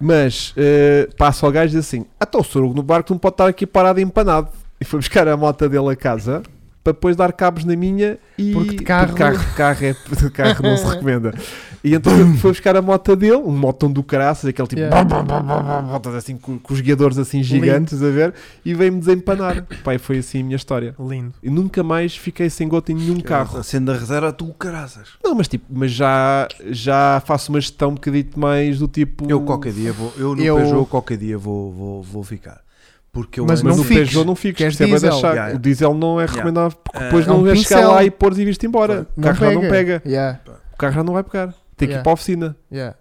Mas eh, passa o gajo e diz assim: Ah, então o Sr. Hugo no barco não pode estar aqui parado empanado. E foi buscar a moto dele a casa para depois dar cabos na minha e.
Porque de carro-
carro, de carro, é- de carro não se recomenda. E então ele foi buscar a moto dele, um motão do caraças, aquele tipo.
Yeah.
bum, bum, bum, bum, bum, motas assim com, com os guiadores assim gigantes a ver, e veio-me desempanar. Pai, foi assim a minha história.
Lindo.
E nunca mais fiquei sem gota em nenhum Um carro.
Sendo a reserva, tu caraças.
Não, mas tipo, mas já, já faço uma gestão um bocadito mais do tipo.
Eu qualquer dia vou, eu no
Eu-
Peugeot qualquer dia vou, vou, vou ficar. Porque eu
Mas
Mas
não
o
fiques.
Peugeot não fica,
Queres
isto é bué da
diesel.
chaca.
Yeah.
O diesel não é recomendável porque
Ah,
depois
É
não
um
vais chegar
pincel.
lá e pôres e viste embora. O carro já não pega.
Yeah,
O carro já não vai pegar. Tem que ir
Yeah.
para a oficina.
yeah.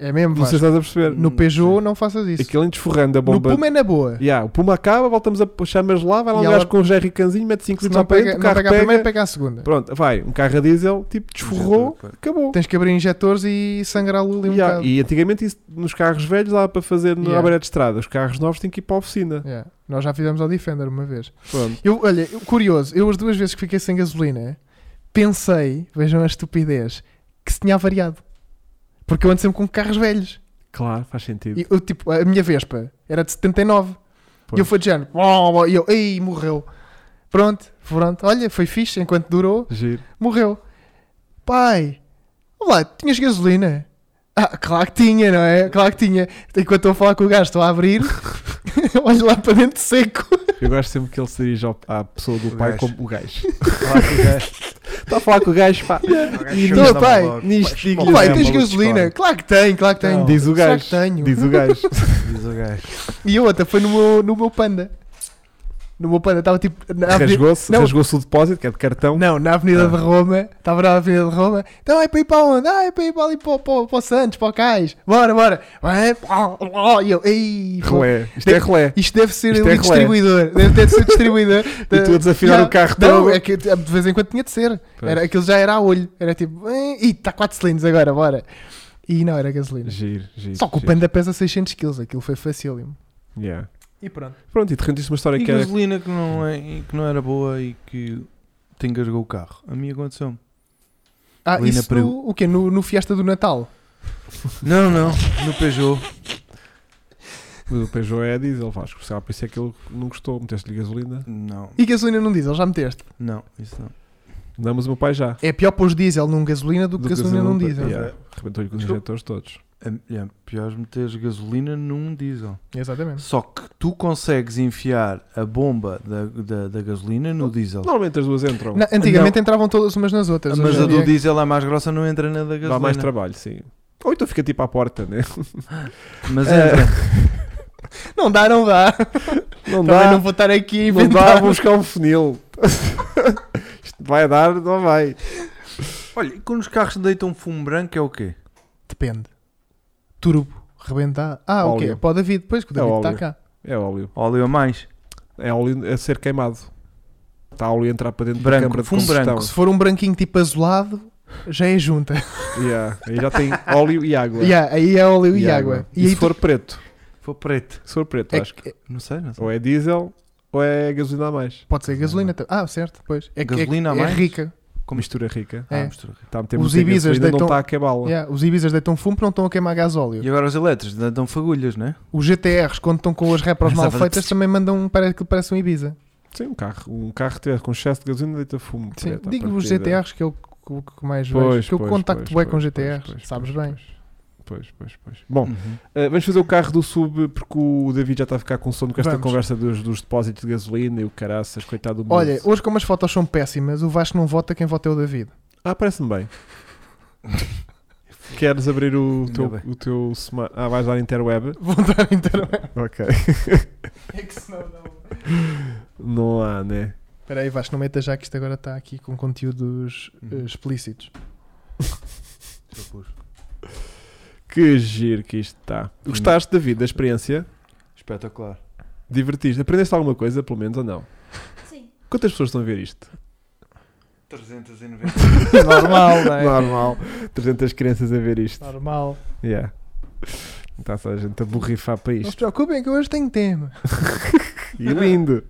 É mesmo,
Não sei se estás
Vasco.
a perceber.
No Peugeot não faças isso.
Aquilo em desforrando a
No
bomba.
Puma é na boa.
Yeah, o Puma acaba, voltamos a puxar mas lá, vai lá um
E
gajo
ela-
com um jerrycanzinho, mete 5
Se
litros lá
não
para
pega,
dentro, o
não
carro
pega
pega.
a primeira, pega a segunda.
Pronto, vai. Um carro a diesel, tipo, desforrou, acabou.
Tens que abrir injetores e sangrar-lo ali um
Yeah,
bocado.
E antigamente isso, nos carros velhos dava para fazer na
Yeah.
beira de estrada. Os carros novos têm que ir para a oficina.
Yeah. Nós já fizemos ao Defender uma vez.
Pronto.
Eu, olha, eu- curioso, eu as duas vezes que fiquei sem gasolina, pensei, vejam a estupidez, que se tinha variado. Porque eu ando sempre com carros velhos.
Claro, faz sentido.
E eu, tipo, a minha Vespa era de 79.
Pois.
E eu fui de género, "Bó, bó", e eu, ei, morreu. Pronto, pronto, olha, foi fixe, enquanto durou,
Giro.
morreu. Pai, olá, tinhas gasolina? Ah, claro que tinha, não é? Claro que tinha. Enquanto estou a falar com o gajo, estou a abrir, olho lá para dentro seco.
Eu gosto sempre que ele se dirige ao- à pessoa do
O
pai
gajo.
como o gajo.
Claro que é.
Está a falar com o gajo, pá.
Então, pai,
nisto digo-lhe
Oh, pai,
Lembra,
tens gasolina? Claro que tem, claro que tem.
Não.
Diz o
Será
gajo.
que tenho?
Diz o gajo.
Diz o gajo.
E a outra foi no meu, no meu panda. No meu panda, estava tipo. Na avenida...
Rasgou-se
Não.
rasgou o depósito, que é de cartão.
Não, na Avenida
Ah.
de Roma. Estava na Avenida de Roma. Então é para ir para onde? Ah, é para ir para ali para, para, para o Santos, para o Cais. Bora, bora. Vai, pá, pá. E eu, ei. pô,
Relé. Isto é relé.
Isto deve ser
Isto
ali um
é relé.
distribuidor. Deve ter de ser distribuidor.
E tu a desafinar
Já.
o carro
Não,
todo.
é que de vez em quando tinha de ser.
Pois.
Era, aquilo já era a olho. Era tipo, eh, ih, está 4 cilindros agora, bora. E não, era gasolina.
Giro, giro.
Só que o
giro.
panda pesa 600 kg, aquilo foi facílimo.
Yeah.
E pronto.
Pronto, e te rendiste é uma história
E
que era.
gasolina que não, é, que não era boa e que te engasgou o carro. A mim aconteceu
Ah,
Lina
isso
Peru.
no, o quê? No, no Fiesta do Natal?
Não, não, no Peugeot.
O Peugeot é diesel, Vasco. Se calhar por isso é que ele não gostou. Meteste-lhe gasolina.
Não,
E gasolina num diesel, já meteste?
não, isso não.
Não, mas o meu pai já.
É pior pôr diesel num gasolina do que gasolina num diesel.
Yeah. Rebentou-lhe com os
Desculpa.
injetores todos.
É, é pior meteres gasolina num diesel.
Exatamente.
Só que tu consegues enfiar a bomba da, da, da gasolina no diesel.
Normalmente as duas entram.
Na- antigamente entravam todas umas nas outras.
Mas
hoje
a
em
do
dia-
diesel é mais grossa, não entra na da
Dá
gasolina.
mais
né?
trabalho, sim. Ou então fica tipo à porta, né?
Mas
É.
entra.
Não dá, não dá.
Não
Também
dá.
não vou estar aqui a
Não dá,
inventar.
vou buscar um funil. Isto vai dar, não vai.
Olha, e quando os carros deitam fumo branco é o quê?
Depende. Turbo. Rebentar. Ah, o quê?
Óleo.
Para o David, depois que o
É
David está
óleo.
cá.
É óleo.
Óleo a mais.
É óleo a ser queimado. Está óleo a entrar para dentro
Branco,
da câmara de
fumo
combustão.
branco.
Se for um branquinho tipo azulado, já é junta.
Yeah. Aí já tem óleo e água.
Yeah, aí é óleo e, água.
E,
aí
se for preto?
Foi preto.
Se for preto,
tu- é-
acho que.
é-
Não sei, não sei.
Ou é diesel ou é gasolina a mais.
pode ser gasolina. também. Ah, certo, pois. É, que- é que-
Gasolina a
é
mais?
rica.
Com mistura rica.
É.
Ah, mistura.
Está a meter
Os
muita
Ibizas
gasolina, não
deitam-
está a queimá-la.
Yeah, Os Ibizas deitam fumo porque não estão a queimar gasóleo.
E agora os elétricos dão fagulhas, né?
Os GTRs, quando estão com as repras
Mas
mal
sabe-
feitas, também mandam parece que parece um Ibiza.
Sim, um carro. Um carro que tiver com excesso de gasolina deita fumo.
Sim,
preto à
digo os
partida.
GTRs que é o que- o que mais
tá Pois,
vejo. Que
pois,
eu contacto
pois,
bué com
pois,
GTRs,
pois, pois,
sabes
pois,
bem.
Pois, pois, pois. Bom,
Uhum.
Uh, vamos fazer o carro do sub, porque o David já está a ficar com sono com esta
Vamos.
conversa dos, dos depósitos de gasolina e o caraças, coitado do mundo.
Olha, hoje como as fotos são péssimas, o Vasco não vota, quem vota é o David.
Ah, parece-me bem. Ah, Queres abrir o
Ainda
teu,
bem.
o teu smart. Ah, vais dar interweb.
Vou dar internet.
Ok.
É que senão não.
Não há, né?
Espera aí, Vasco, não meta já que isto agora está aqui com conteúdos
Hum.
eh,
Uhum.
explícitos.
Que giro que isto está. Gostaste, David, da experiência?
Espetacular.
Divertiste? Aprendeste alguma coisa, pelo menos, ou não?
Sim.
Quantas pessoas estão a ver isto?
390.
Normal, não é?
Normal. 300 crianças a ver isto.
Normal.
Yeah. Não está só a gente a borrifar para
Não se
isto.
preocupem que hoje tenho tema.
E lindo.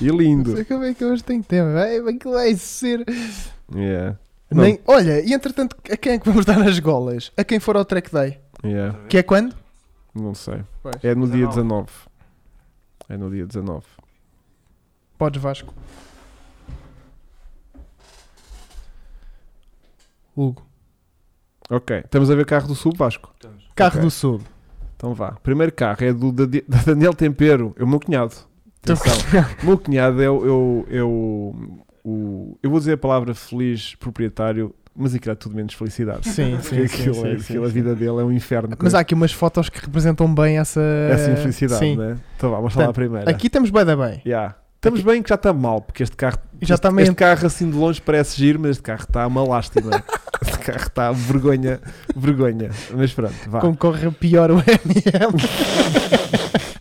E
Não
lindo.
se preocupem que hoje tenho tema. Vai, vai, que vai ser.
Yeah. Não.
Nem, olha, e entretanto, a quem é que vamos dar as golas? A quem for ao track day?
Yeah.
Que é quando?
Não sei.
Pois.
É no dia 19. É no dia 19.
Podes Vasco. Hugo.
Ok. Estamos a ver carro do Sul Vasco.
Carro
Ok.
do Sul.
Então vá. Primeiro carro é do Dadi- da Daniel Tempero. É o meu cunhado. Atenção. O meu cunhado é o. Eu, eu, o, eu vou dizer a palavra feliz proprietário, mas aquilo é tudo menos felicidade.
Sim,
Porque
sim, sim,
aquilo, é-
sim, sim,
aquilo, a
sim.
vida dele é um inferno.
Mas há aqui umas fotos que representam bem essa...
essa infelicidade,
Sim.
né? Então vá, mostra lá a
Portanto,
primeira.
Aqui estamos bem da bem.
Yeah. Estamos bem que já está mal, porque este carro.
E já
este,
está meio-
este carro assim de longe parece giro, mas este carro está uma lástima. este carro está vergonha, vergonha. Mas pronto, vá.
Concorre pior o ML.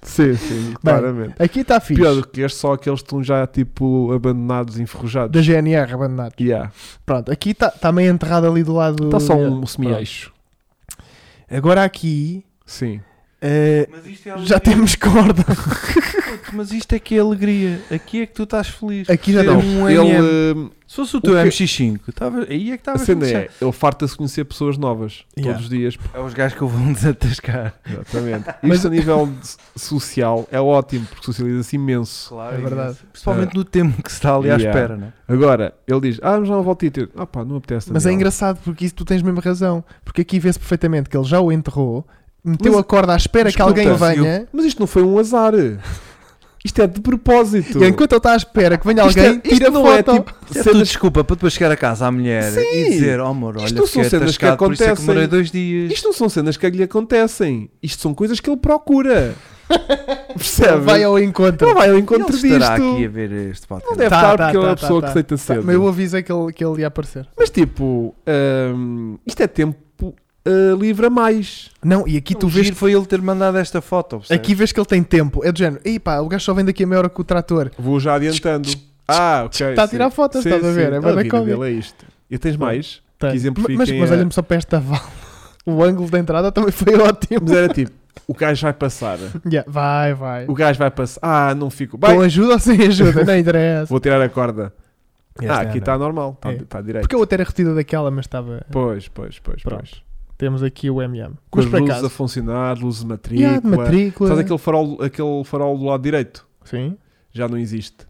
Sim, sim, claramente.
Aqui está fixe.
Pior do que este, só aqueles que estão já tipo abandonados, enferrujados.
Da GNR abandonado.
Yeah.
Pronto, aqui está tá meio enterrado ali do lado...
Está só
dele.
um semi-eixo.
Agora aqui...
Sim.
eh,
Mas isto é alegria.
já temos corda.
Mas isto é que é alegria. Aqui é que tu estás feliz.
Aqui já
Ter
não.
um MM.
ele,
Se fosse o teu
o que- é-
MX5, tava- aí é que
a
estavas
cena é, ele farta-se de conhecer pessoas novas
Yeah.
todos os dias.
É os gajos que eu vou desatascar.
Exatamente. Isto
Mas-
a nível de- social é ótimo, porque socializa-se imenso.
Claro,
É verdade. imenso.
Principalmente no tempo que se está ali à
Yeah.
espera, não é?
Agora, ele diz: Ah, vamos lá uma voltita. Ah, pá, não me apetece.
Mas é
Daniel.
engraçado porque isso tu tens mesmo razão. Porque aqui vê-se perfeitamente que ele já o enterrou, meteu
Mas-
a corda à espera
mas
que alguém
escuta,
venha.
Mas isto não foi um azar. Isto é de propósito.
E enquanto ele está à espera que venha
Isto é-
alguém,
isto
tira
não é
foto.
tipo
É
cenas-
tudo desculpa para depois chegar a casa à mulher
Sim.
e dizer, oh amor,
Isto
olha,
não são
fiquei
cenas que
atascado, por isso é que
acontecem.
demorei dois dias.
Isto não são cenas que lhe acontecem. Isto são coisas que ele procura. Percebe?
Ele vai ao
Não
encontro.
vai ao
Ele
encontro
estará aqui a
disto.
ver este
Não
podcast.
deve
Tá,
estar
tá,
porque ele é
tá,
a
tá,
pessoa
tá.
que aceita cedo.
Mas eu avisei que ele, que ele ia aparecer.
Mas tipo, hum, isto é tempo ah, livre a mais.
Não, e aqui tu
um
o
vês.
É um giro foi ele ter mandado esta foto. percebes?
Aqui vês que ele tem tempo. É do género. Ei pá, o gajo só vem daqui a meia hora com o trator.
Vou já adiantando. Ah, ok.
Está a
sim.
tirar fotos,
Sim,
estás a
sim.
ver? É
a
bué da
vida
cómica.
dele é isto. E tens mais?
Tem.
que exemplifiquem
Mas, mas
a-
olha-me só para esta vala. O ângulo da entrada também foi ótimo.
Mas era tipo, o gajo vai passar.
Yeah, vai, vai.
O gajo vai passar. Ah, não fico.
Com
Bem,
ajuda ou sem ajuda? Não interessa.
vou tirar a corda. ah, aqui
não.
está normal. Está
É.
direito.
Porque eu até era retida daquela, mas estava.
Pois, pois, pois,
Pronto.
pois.
Temos aqui o MM.
Com as
por
luzes a funcionar, luzes de matrícula.
Yeah, de matrícula.
Sabe aquele farol, aquele farol do lado direito?
Sim.
Já não existe.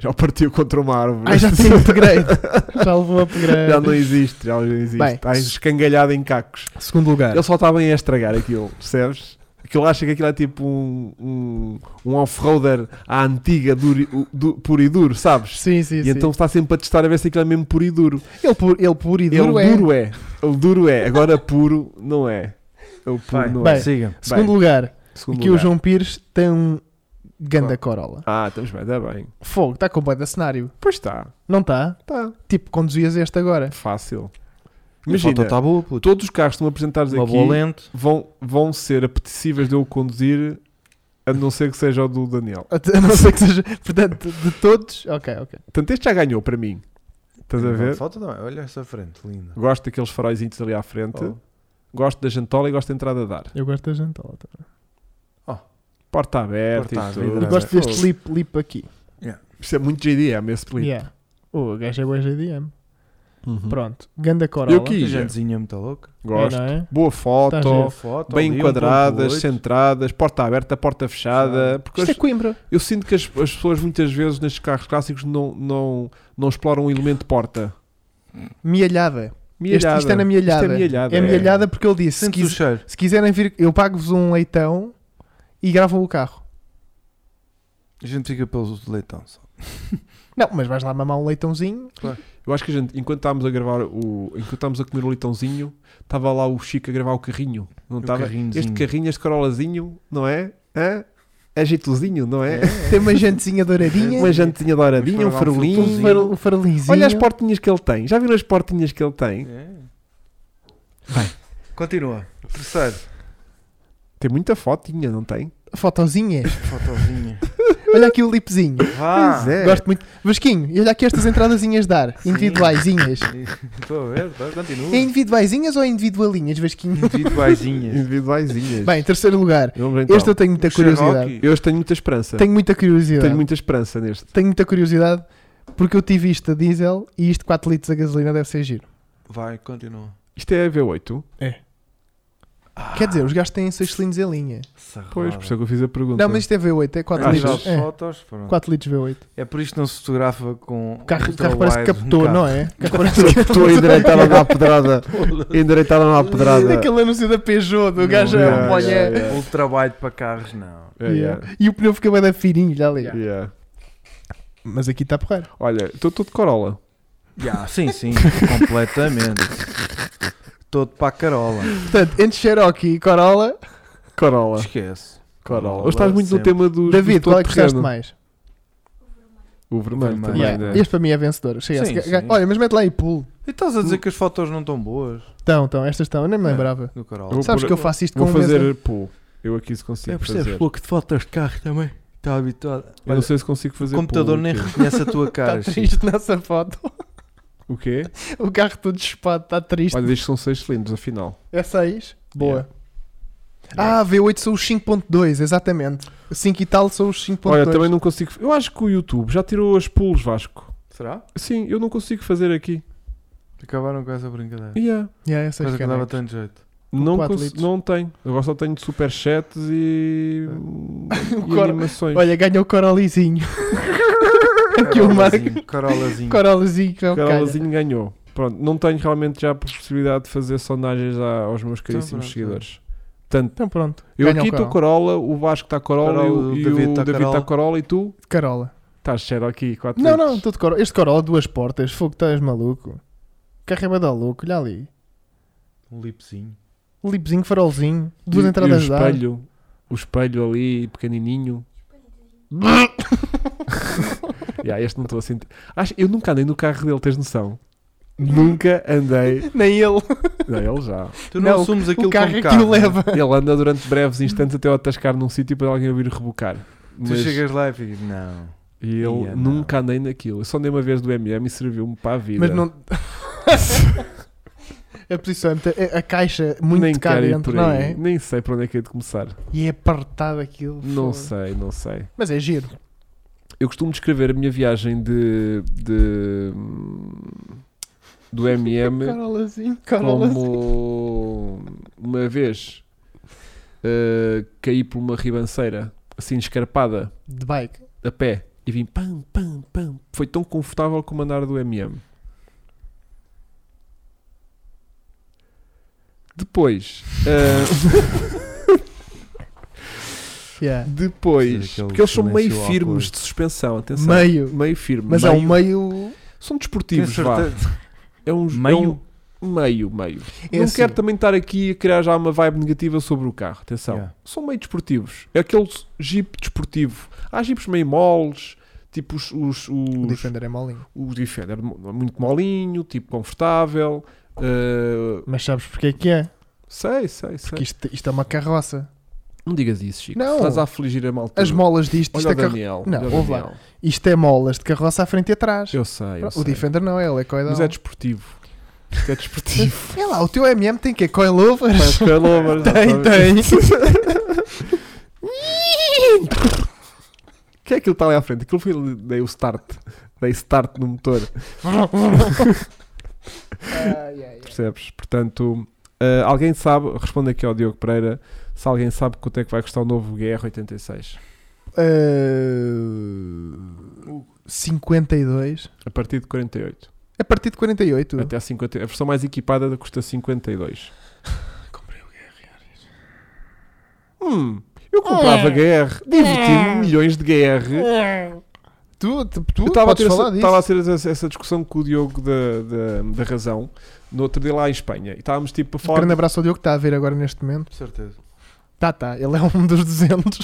Já o partiu contra uma árvore.
Ah, já tem upgrade. já levou upgrade.
Já não existe, já não existe.
Bem.
Está
Tá.
escangalhado em cacos.
Segundo lugar.
Ele só está bem a estragar aquilo, percebes? Aquilo acha que aquilo é tipo um, um, um off-roader à antiga, duro, e- u- du- puro e duro, sabes?
Sim, sim,
E
sim.
então está sempre a testar a ver se aquilo é mesmo puro e duro.
ele, puro, ele puro e duro
ele
é.
duro é. Ele duro é. Agora puro não é. Ele puro
Vai,
não
Bem,
é.
siga.
Segundo
Bem,
lugar,
Segundo
aqui o
lugar.
João Pires tem um ganda Corolla.
Ah, estamos bem, está bem.
Fogo, está com bué de cenário.
Pois está.
Não está?
Está.
Tipo, conduzias este agora.
Fácil.
Imagina, a
Imagina,
foto está boa, puto.
todos os carros que estão apresentados
Uma
aqui
boa lente.
vão, vão ser apetecíveis de eu conduzir, a não ser que seja o do Daniel.
A não ser que seja. Portanto, de todos. Ok, ok.
Portanto, este já ganhou para mim. Estás a
Não,
ver?
foto não é. Olha essa frente, linda.
Gosto daqueles faróizinhos ali à frente.
Oh.
Gosto da jantola e gosto da entrada a dar.
Eu gosto da jantola também.
Porta aberta
Porta
e tudo.
aberta.
E gosto
Fogo.
deste lip, lip aqui.
Isso é muito JDM, esse clipe.
Yeah. O gajo é bué GDM.
Uhum.
Pronto, ganda Corolla.
Eu quis.
A gentezinha muito louca.
Gosto.
É, não é?
Boa
Tá
foto.
giro.
Foto,
Bem
ali,
enquadradas,
1.8.
centradas, porta aberta, porta fechada.
Fechada.
Porque
Isto é
as-
Coimbra.
eu sinto que as, as pessoas muitas vezes nestes carros clássicos não, não, não exploram o elemento porta.
Mielhada. Este,
Mielhada.
isto é na mielhada.
Isto é mielhada.
É
é.
mielhada porque ele disse: se,
Sentes o
quis-
cheiro.
se quiserem vir, eu pago-vos um leitão e gravam o carro.
A gente fica pelo leitão só.
Não, mas vais lá mamar um leitãozinho.
Eu acho que a gente, enquanto estávamos a gravar o. Enquanto estávamos a comer o leitãozinho, estava lá o Chico a gravar o carrinho. Não
O
estava?
Um carrinhozinho.
Um Este carrinho, este corolazinho, não é? Hã? É jeitozinho, não é?
Tem uma jantezinha douradinha.
Uma jantinha douradinha, um
Vamos para lá um
um
farolinho.
filtrozinho.
farol- um farolinzinho.
Olha as portinhas que ele tem. Já viram as portinhas que ele tem?
É. Continua. Terceiro.
Tem muita fotinha, não tem?
Fotozinha.
Fotozinha.
Olha aqui o lipzinho.
Vá.
Pois é.
Gosto muito. Vasquinho, e olha aqui estas entradazinhas de ar. Individuaisinhas.
Estou a ver, tá? continua.
É individuaisinhas ou individualinhas, Vasquinho?
Individuaisinhas.
Individuaisinhas.
Bem, terceiro lugar.
Vamos então.
Este eu tenho muita curiosidade.
Cherokee.
Eu hoje tenho muita esperança.
Tenho muita curiosidade.
Tenho muita esperança neste.
Tenho muita curiosidade porque eu tive isto a diesel e isto 4 litros a gasolina deve ser giro.
Vai, continua.
Isto é V8?
Quer dizer, os gajos têm 6 cilindros em linha.
Sarrada.
Pois, por isso é que eu fiz a pergunta.
Não, mas isto é V8, é 4
a nível
litros.
de
É,
fotos, pronto.
4 litros V8.
É por isto que não se fotografa com.
O carro, o
ultra
carro parece que
wide
captou,
no carro.
não é? O carro parece que
Estou a endireitar a dar pedrada. Endireitar a dar pedrada.
Aquele anúncio da Peugeot, do gajo é um
Não,
a
yeah,
olha.
yeah, yeah.
Ultra wide para carros, não.
É, yeah.
E o pneu fica bem da fininho, já ali.
Yeah.
Mas aqui tá está a porrar.
Olha, estou todo de Corolla.
Já, sim, sim, completamente. Todo para a Carola.
Portanto, entre Cherokee e Corolla,
Corolla.
Esquece.
Corolla. Hoje estás muito no
sempre.
tema dos.
David,
do
qual é que gostaste
todo-terreno.
mais?
O vermelho,
Vermelho.
também.
Yeah.
né?
Este para mim é vencedor. Chega
Sim,
esse ga-
sim.
Olha, mas mete lá e pulo.
E estás a dizer que as fotos não estão boas
Estão, estão, estas estão, eu nem me lembrava.
do Carola?
É. Vou
Sabes
pôr-
que eu faço isto com
Vou
um
fazer
mesmo-
pull. Eu aqui se consigo fazer.
pouco de fotos de carro também. Está habituado.
Eu não sei se consigo
o
fazer
computador
pull
nem
aqui.
reconhece a tua cara.
Está
Chico.
Tá triste nessa foto.
O quê?
O carro todo chupado, está triste.
Olha, diz que são 6 cilindros, afinal.
É 6? Boa. Ah, V8 são os 5.2, exatamente. 5 e tal são os 5.2.
Olha, também não consigo. Eu acho que o YouTube já tirou as pulls, Vasco.
Será?
Sim, eu não consigo fazer aqui.
Acabaram com essa brincadeira.
Yeah.
Yeah, é seis
Coisa que não dava
canecos.
tanto jeito.
Não,
quatro
cons-
litros.
não tenho. Agora só tenho de superchats e, e
Cor-
animações.
É. Olha, ganhou o Corolizinho. Aqui o Marco.
Carolazinho, Carolazinho.
Corolazinho que é o calha.
Carolazinho ganhou. Pronto, não tenho realmente já a possibilidade de fazer sondagens a- aos meus caríssimos
pronto,
seguidores. Portanto,
Então pronto.
eu
Ganha
aqui
o
estou Corolla, o Vasco está Corolla,
Corolla,
e
o
o,
David tá
David está
Corolla.
Corolla e tu Tá,
Carola.
estás Cherokee 4
Não, não, estou de Corolla. Este Corolla, duas portas. Fogo, estás maluco. Carreba da louco, olha ali.
Um lipzinho.
Lipzinho, farolzinho. Duas
e,
entradas
e
de
o
ar.
espelho, o espelho ali pequenininho. yeah, este não estou a sentir. Acho, eu nunca andei no carro dele, tens noção? Nunca andei.
Nem ele.
Não, ele já.
Tu não,
Não,
assumes aquilo
O carro
como
é que
carro.
o leva.
Ele anda durante breves instantes até eu atascar num sítio para alguém ouvir rebocar.
Tu
Mas-
chegas lá e ficas, não.
E eu
Ia, não.
nunca andei naquilo. Eu só andei uma vez do MM e serviu-me para a vida.
Mas não. a posição é muito- é- a caixa muito
Nem
cá
quero ir
dentro,
por
não
aí.
é?
Nem sei para onde é que é de começar.
E é apertado aquilo.
Não
fogo.
sei, não sei.
Mas é giro.
Eu costumo descrever a minha viagem de. de do MM
Carolazinho, Carolazinho.
como uma vez eh, caí por uma ribanceira assim escarpada
De bike.
a pé e vim pam pam pam foi tão confortável como andar do MM depois eh,
Yeah.
Depois,
Fazer aquele
porque eles são meio
silêncio
firmes
awkward.
de suspensão, atenção.
Meio.
Meio firme.
Mas
meio,
é um meio.
São
Tenho
desportivos, vá.
certeza.
É um,
Meio?
é um- meio, meio.
É
não
assim.
quero também estar aqui a criar já uma vibe negativa sobre o carro, atenção.
Yeah.
São meio desportivos. É aquele jeep desportivo. Há jeeps meio moles, tipo os, os,
O
os,
Defender é molinho.
os Defender, muito molinho, tipo confortável. eh,
Mas sabes porque é que é?
sei, sei, sei.
Porque isto, isto é uma carroça.
Não digas isso, Chico.
Não.
Estás a afligir a malta.
As molas disto, isto
Olha
é,
o
carro-
Daniel.
Não,
olha o
ouve lá.
Daniel.
isto é molas de carroça à frente e atrás.
Eu sei, eu
o
sei.
Defender não, é ele é coidal.
Mas é desportivo. Isto é desportivo.
É lá, o teu MM tem que é coilovers.
Parece que é lobo,
Tem,
exatamente.
tem.
O que é aquilo que está ali à frente? Aquilo foi dei o start. Dei start no motor.
ai, ai, ai.
Percebes? Portanto, ah, alguém sabe, responde aqui ao Diogo Pereira, se alguém sabe quanto é que vai custar o novo GR86.
Eh, Uh, 52
A partir de 48.
a partir de 48.
Até a 50. A versão mais equipada custa 52.
Comprei
o GR. Hum, eu comprava GR. Diverti-me milhões de GR.
Tu, tu, tu
Eu estava a,
É, podes
ter essa-
falar disso.
estava a ter essa, essa discussão com o Diogo da, da, da Razão no outro dia lá em Espanha. E estávamos tipo a
Um
falar.
grande abraço ao Diogo que está a ver agora neste momento.
Com certeza.
Tá, tá, ele é um dos 200.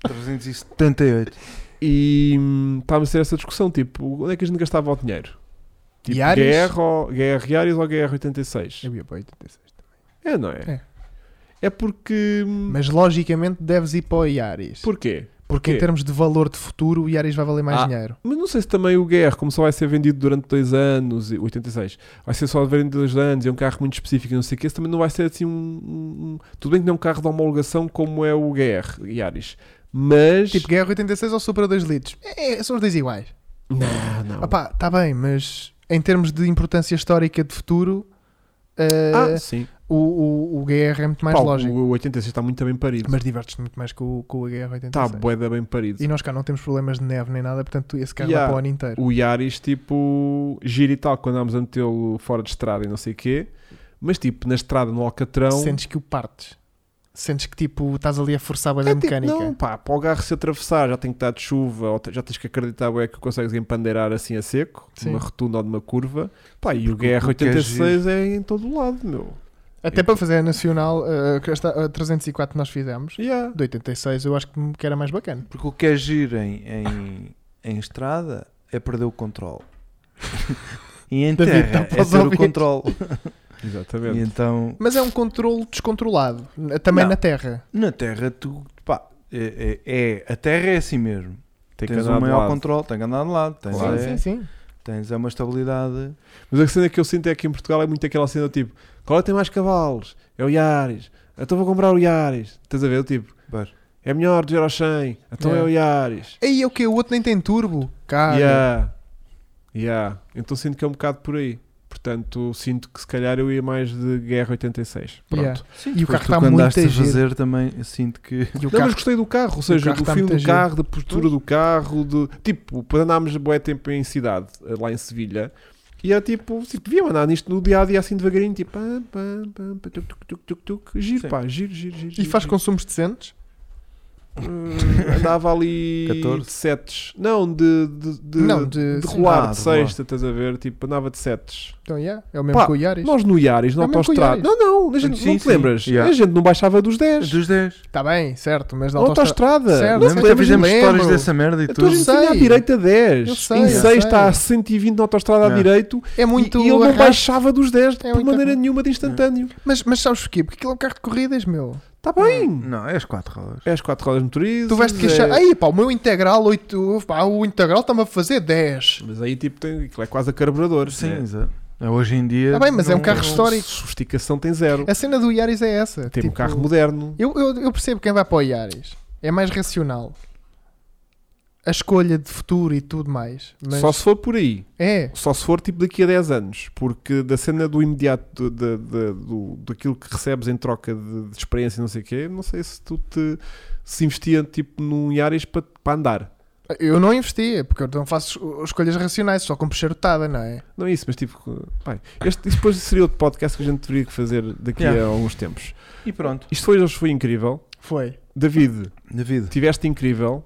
378.
E hum, estávamos a ter essa discussão, tipo, onde é que a gente gastava o dinheiro? Tipo,
Diários?
GR ou, GR Diários ou GR 86?
Eu ia para 86.
É, não é? É, porque. hum,
Mas logicamente deves ir para o Iaris.
Porquê?
Porque em
porquê?
termos de valor de futuro, o Iaris vai valer mais
Ah.
dinheiro.
Mas não sei se também o GR, como só vai ser vendido durante dois anos, e- 86, vai ser só vendido dois anos e é um carro muito específico e não sei o que, esse também não vai ser assim um, um- um- Tudo bem que não é um carro de homologação como é o GR Yaris, mas.
Tipo, Guerra 86 ou Supra 2 litros? É, é, são os dois iguais.
não, não.
Opá, está bem, mas em termos de importância histórica de futuro, eh,
ah, sim.
o, o, o GR é muito mais
Pá,
lógico.
O 86 está muito bem parido.
Mas divertes-te muito mais com, o- com o GR 86.
Está boeda bem parido.
E nós cá não temos problemas de neve nem nada, portanto esse carro
Yeah.
dá para o ano inteiro.
O Yaris, tipo, gira e tal, quando andámos a metê-lo fora de estrada e não sei o quê, mas tipo, na estrada, no Alcatrão.
Sentes que o partes. Sentes que tipo estás ali a forçar a
É
da
tipo,
mecânica.
não, pá, para o garro se atravessar já tem que estar de chuva, ou te- já tens que acreditar é que consegues empandeirar assim a seco,
Sim.
numa rotunda ou numa curva. Pá, e o
Porque o que é
GR86 é, em todo o lado, meu.
Até
Eu-
para fazer a nacional, eh, que esta- a 304 que nós fizemos,
Yeah.
de 86, eu acho que que era mais bacana.
Porque o que é giro em, em, em estrada é perder o controle. E em
David,
terra
tá para
é
os
ter o
ouvintes.
controle. E
Exatamente.
então,
Mas é um controle descontrolado, também
Não.
na terra.
na terra, tu, pá, é, é- é- a terra é assim mesmo.
Tem que
tens
andar
o
de
maior
lado.
controle, tens que andar de lado, tens,
Claro.
é,
Sim, sim, sim.
tens é uma estabilidade.
Mas a cena que eu sinto é que em Portugal é muito aquela cena do tipo: qual é que tem mais cavalos? É o Yaris. Então vou comprar o Yaris. Estás a ver? Tipo,
Pois.
é melhor do Euro 100. Então é,
Yeah. Ah,
o Yaris.
Aí é o que? O outro nem tem turbo. Cara,
yeah. Yeah. Então sinto que é um bocado por aí. Portanto, sinto que se calhar eu ia mais de guerra 86. Pronto.
Yeah. E o
Depois
carro
tu
está
quando
muito
andaste a
giro.
fazer também, eu sinto que
E o
Não, mas
carro
gostei do carro, ou seja,
carro
do
está
filme
muito
do
giro.
carro, da postura do carro, do tipo, depois andámos bué tempo em cidade, lá em Sevilha, e era tipo, tipo via andar nisto no dia a dia assim devagarinho, tipo, pam, pam, pam, pam, tuc, tuc, tuc, tuc, tuc, giro,
Sim.
pá, giro, giro, giro.
E
giro,
faz
giro.
consumos decentes?
Eh, andava ali
14?
de setes, não, de, de, de,
não,
de,
de. sim.
rolar,
Ah,
de
de rolar.
sexta, estás a ver, tipo, andava de setes.
Então, yeah, é o mesmo
Pá,
que o Yaris.
Nós no Iaris, na
É mesmo com o
autostrada,
Iaris.
não, não, a gente,
Sim,
não te
sim.
lembras,
Yeah.
a gente não baixava dos 10,
dos 10.
Está Tá bem, certo, mas da
na autostrada,
Certo,
não
certo.
te
Lembra?
lembro,
lembras
Fizemos
lembro.
histórias dessa merda e
Então a
tudo.
gente
sei.
tinha à direita
Eu
10.
sei,
em
eu
6 está
sei.
a 120 na autostrada à
É.
direita
É muito.
e, e ele não
arrasto.
baixava dos 10
É
por
muito
maneira
arrasto.
nenhuma de instantâneo.
Mas, mas sabes porquê? Porque aquilo é um carro de corridas, meu.
Está bem.
Não, é as 4 rodas.
É as 4 rodas é- motorizadas.
Tu vais te queixar.
é-
Aí, pá, o meu integral 8. Pá, o integral está-me a fazer 10.
Mas aí tipo tem, aquilo é quase a carburador.
Sim,
né?
exato. Hoje em dia.
Está bem, mas é um
não-
carro histórico.
Sofisticação tem zero.
A cena do Yaris é essa.
Tem um
tipo,
carro moderno.
eu, eu, eu percebo quem vai para o Yaris. É mais racional. A escolha de futuro e tudo mais. Mas
Só se for por aí.
É.
Só se for tipo daqui a 10 anos, porque da cena do imediato, de, de- do, daquilo que recebes em troca de, de experiência e não sei o quê, não sei se tu te se investia tipo num Yaris para para andar.
Eu não investia, porque eu não faço es- escolhas racionais, só compro charutada, não é?
Não é isso, mas tipo, bem, este, isso depois seria outro podcast que a gente teria que fazer daqui
Yeah.
a alguns tempos.
E pronto.
Isto foi, hoje foi incrível.
Foi.
David,
David.
tiveste incrível.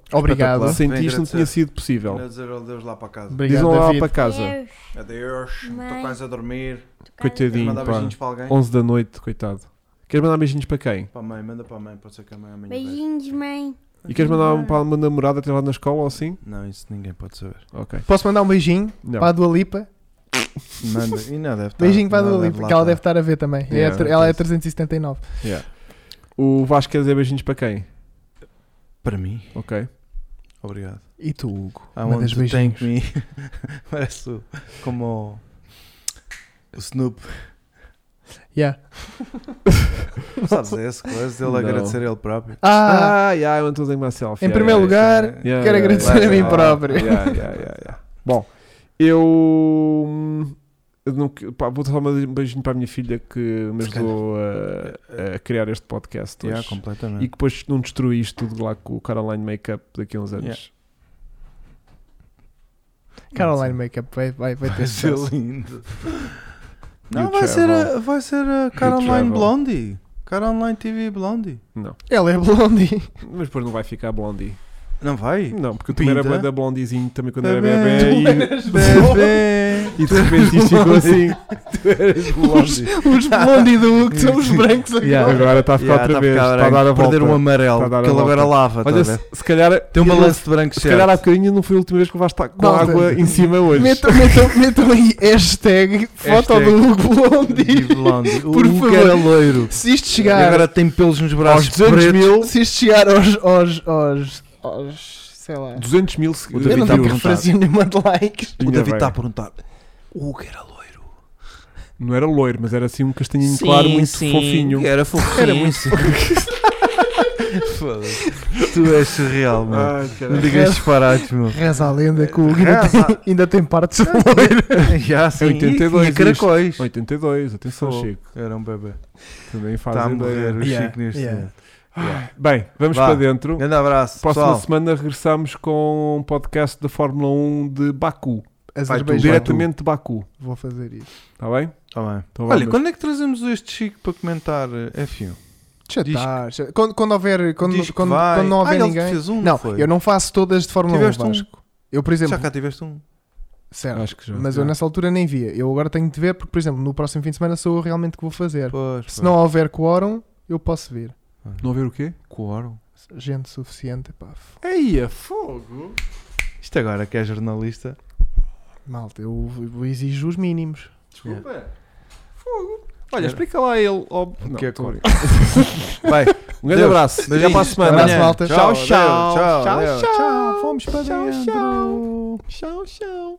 Espetacular.
Obrigado.
Claro,
Senti
bem
isto não
agradecer.
tinha sido possível.
Quero dizer adeus lá para casa.
Obrigado,
Dizem lá
David.
para casa.
Deus,
Adeus. Estou
Mãe.
quase a dormir.
tu
Coitadinho. Sim,
Queres mandar
pá.
beijinhos para alguém?
11 da noite, coitado. Queres mandar beijinhos para quem?
Para a mãe, manda para a mãe, pode ser que a mãe amanhã. veja.
Beijinhos, mãe.
E queres mandar um para uma namorada que tens lá na escola ou assim?
Não, isso ninguém pode saber.
Ok.
Posso mandar um beijinho
Não.
para a Dua Lipa?
Manda. E não deve estar.
Beijinho para a
não
Dua
deve
Lipa,
lá
que ela deve
estar.
estar a ver também. É
Yeah,
a tr- ela é 379.
Yeah. O Vasco quer dizer beijinhos para quem?
Para mim,
Ok.
obrigado.
E tu, Hugo? Mandas
Aonde tu tem
beijinhos.
que me. Parece o- como o, o Snoop.
Yeah.
Sabes, é essa coisa dele
Não.
agradecer a ele próprio. É,
Ah,
Ah, yeah, eu não estou a dizer uma selfie.
em
Yeah, yeah,
primeiro lugar,
yeah.
Yeah,
quero
yeah,
agradecer
é,
yeah,
a mim
yeah,
próprio.
yeah, yeah, yeah, yeah. Bom, eu. hum, eu não que- pá, vou dar um beijinho para a minha filha que me
Se calhar.
ajudou a, a criar este podcast
Yeah,
hoje.
completamente.
e que depois não destruí isto tudo lá com o Caroline Makeup daqui a uns anos.
Caroline Makeup vai, vai, vai ter
Vai ser
sucesso.
lindo.
You
Não, vai ser,
travel.
a, vai ser a Caroline
travel.
Blondie. Caroline TV Blondie.
Não.
Ela é blondie.
Mas depois não vai ficar blondie.
Não vai?
Não, porque eu também era
Pinta.
bué da blondizinho também quando era Hum, bebê
eras
Bebê!
e, e de repente isto ficou assim.
Tu eras blonde.
Os blondi do Hugo são os brancos agora.
Yeah.
Agora está a ficar
Yeah,
outra
tá
vez,
ficar
está a
branco.
dar a volta.
Perder um amarelo,
Tá a dar a
porque ele
volta.
agora lava. tá a
Olha,
ver?
se, se calhar.
Tem uma
eu-
lance de branco
Se calhar
certo.
há bocadinho não foi a última vez que levaste a- com
Malta.
água em cima hoje.
Metam, metam, metam aí hashtag foto
Hashtag
do Hugo
E
Blondi.
blonde. O
Por
Hugo
favor.
era loiro.
Se isto
E
chegar,
agora tem pelos nos
Aos
braços
200
pretos.
mil.
se isto chegar aos, aos, aos, aos sei lá.
200 mil se-
O
Eu não
David tá
digo
a perguntar.
referência nenhuma de likes.
O
Tinha
David
é bem.
está a perguntar. O Hugo era loiro.
tá- Não era loiro, mas era assim um castanhinho
Sim,
claro, muito
sim.
fofinho.
Era fofinho.
Era muito
Foda-se. Tu és surreal,
é?
mano.
Ah,
Não digas
Reza-
disparates, meu.
Reza a lenda que o Hugo ainda
Reza.
tem, ainda tem partes de
Já, sim.
82
Tinha caracóis.
82, atenção,
Fogo.
Chico.
Era um bebê.
Também faz
Está Tá a
ideia.
morrer o
Yeah,
Chico neste
yeah.
momento.
Bem, vamos
Vá.
para dentro.
Grande abraço,
Próxima
pessoal.
semana regressamos com um podcast da Fórmula 1 de Baku.
Azerbaijão.
Diretamente de Baku.
Vou fazer isso.
Está bem?
Tá bem.
Então vá,
Olha,
mas-
quando é que trazemos este Chico para comentar eh, F1?
Já
Diz
tá, já- Quando, quando houver, quando,
Diz que
quando,
vai.
quando não
Ah,
houver
ele
ninguém.
fez um,
não,
foi?
eu não faço todas de Fórmula 1.
Tiveste um.
Vasco. Eu, por exemplo,
Já cá tiveste um.
certo,
Acho que já.
é? mas eu nessa altura nem via. Eu agora tenho de ver, porque, por exemplo, no próximo fim de semana sou eu realmente que vou fazer.
Pois,
Se não houver quórum, eu posso ver.
Não haver o quê?
Quórum.
Gente suficiente, pá. f-
Ei, a fogo!
Isto agora que é jornalista.
Malta, eu, eu exijo os mínimos.
Desculpa. Fogo. Olha, explica lá a ele. ó- Não,
que é
tô a brincar.
Vai,
um grande
Deus.
abraço. Até para a
Beijinhos.
semana.
Abraço, malta.
Tchau, tchau.
Tchau,
Tchau,
tchau.
Tchau, fomos para
Tchau,
dentro.
Tchau, tchau.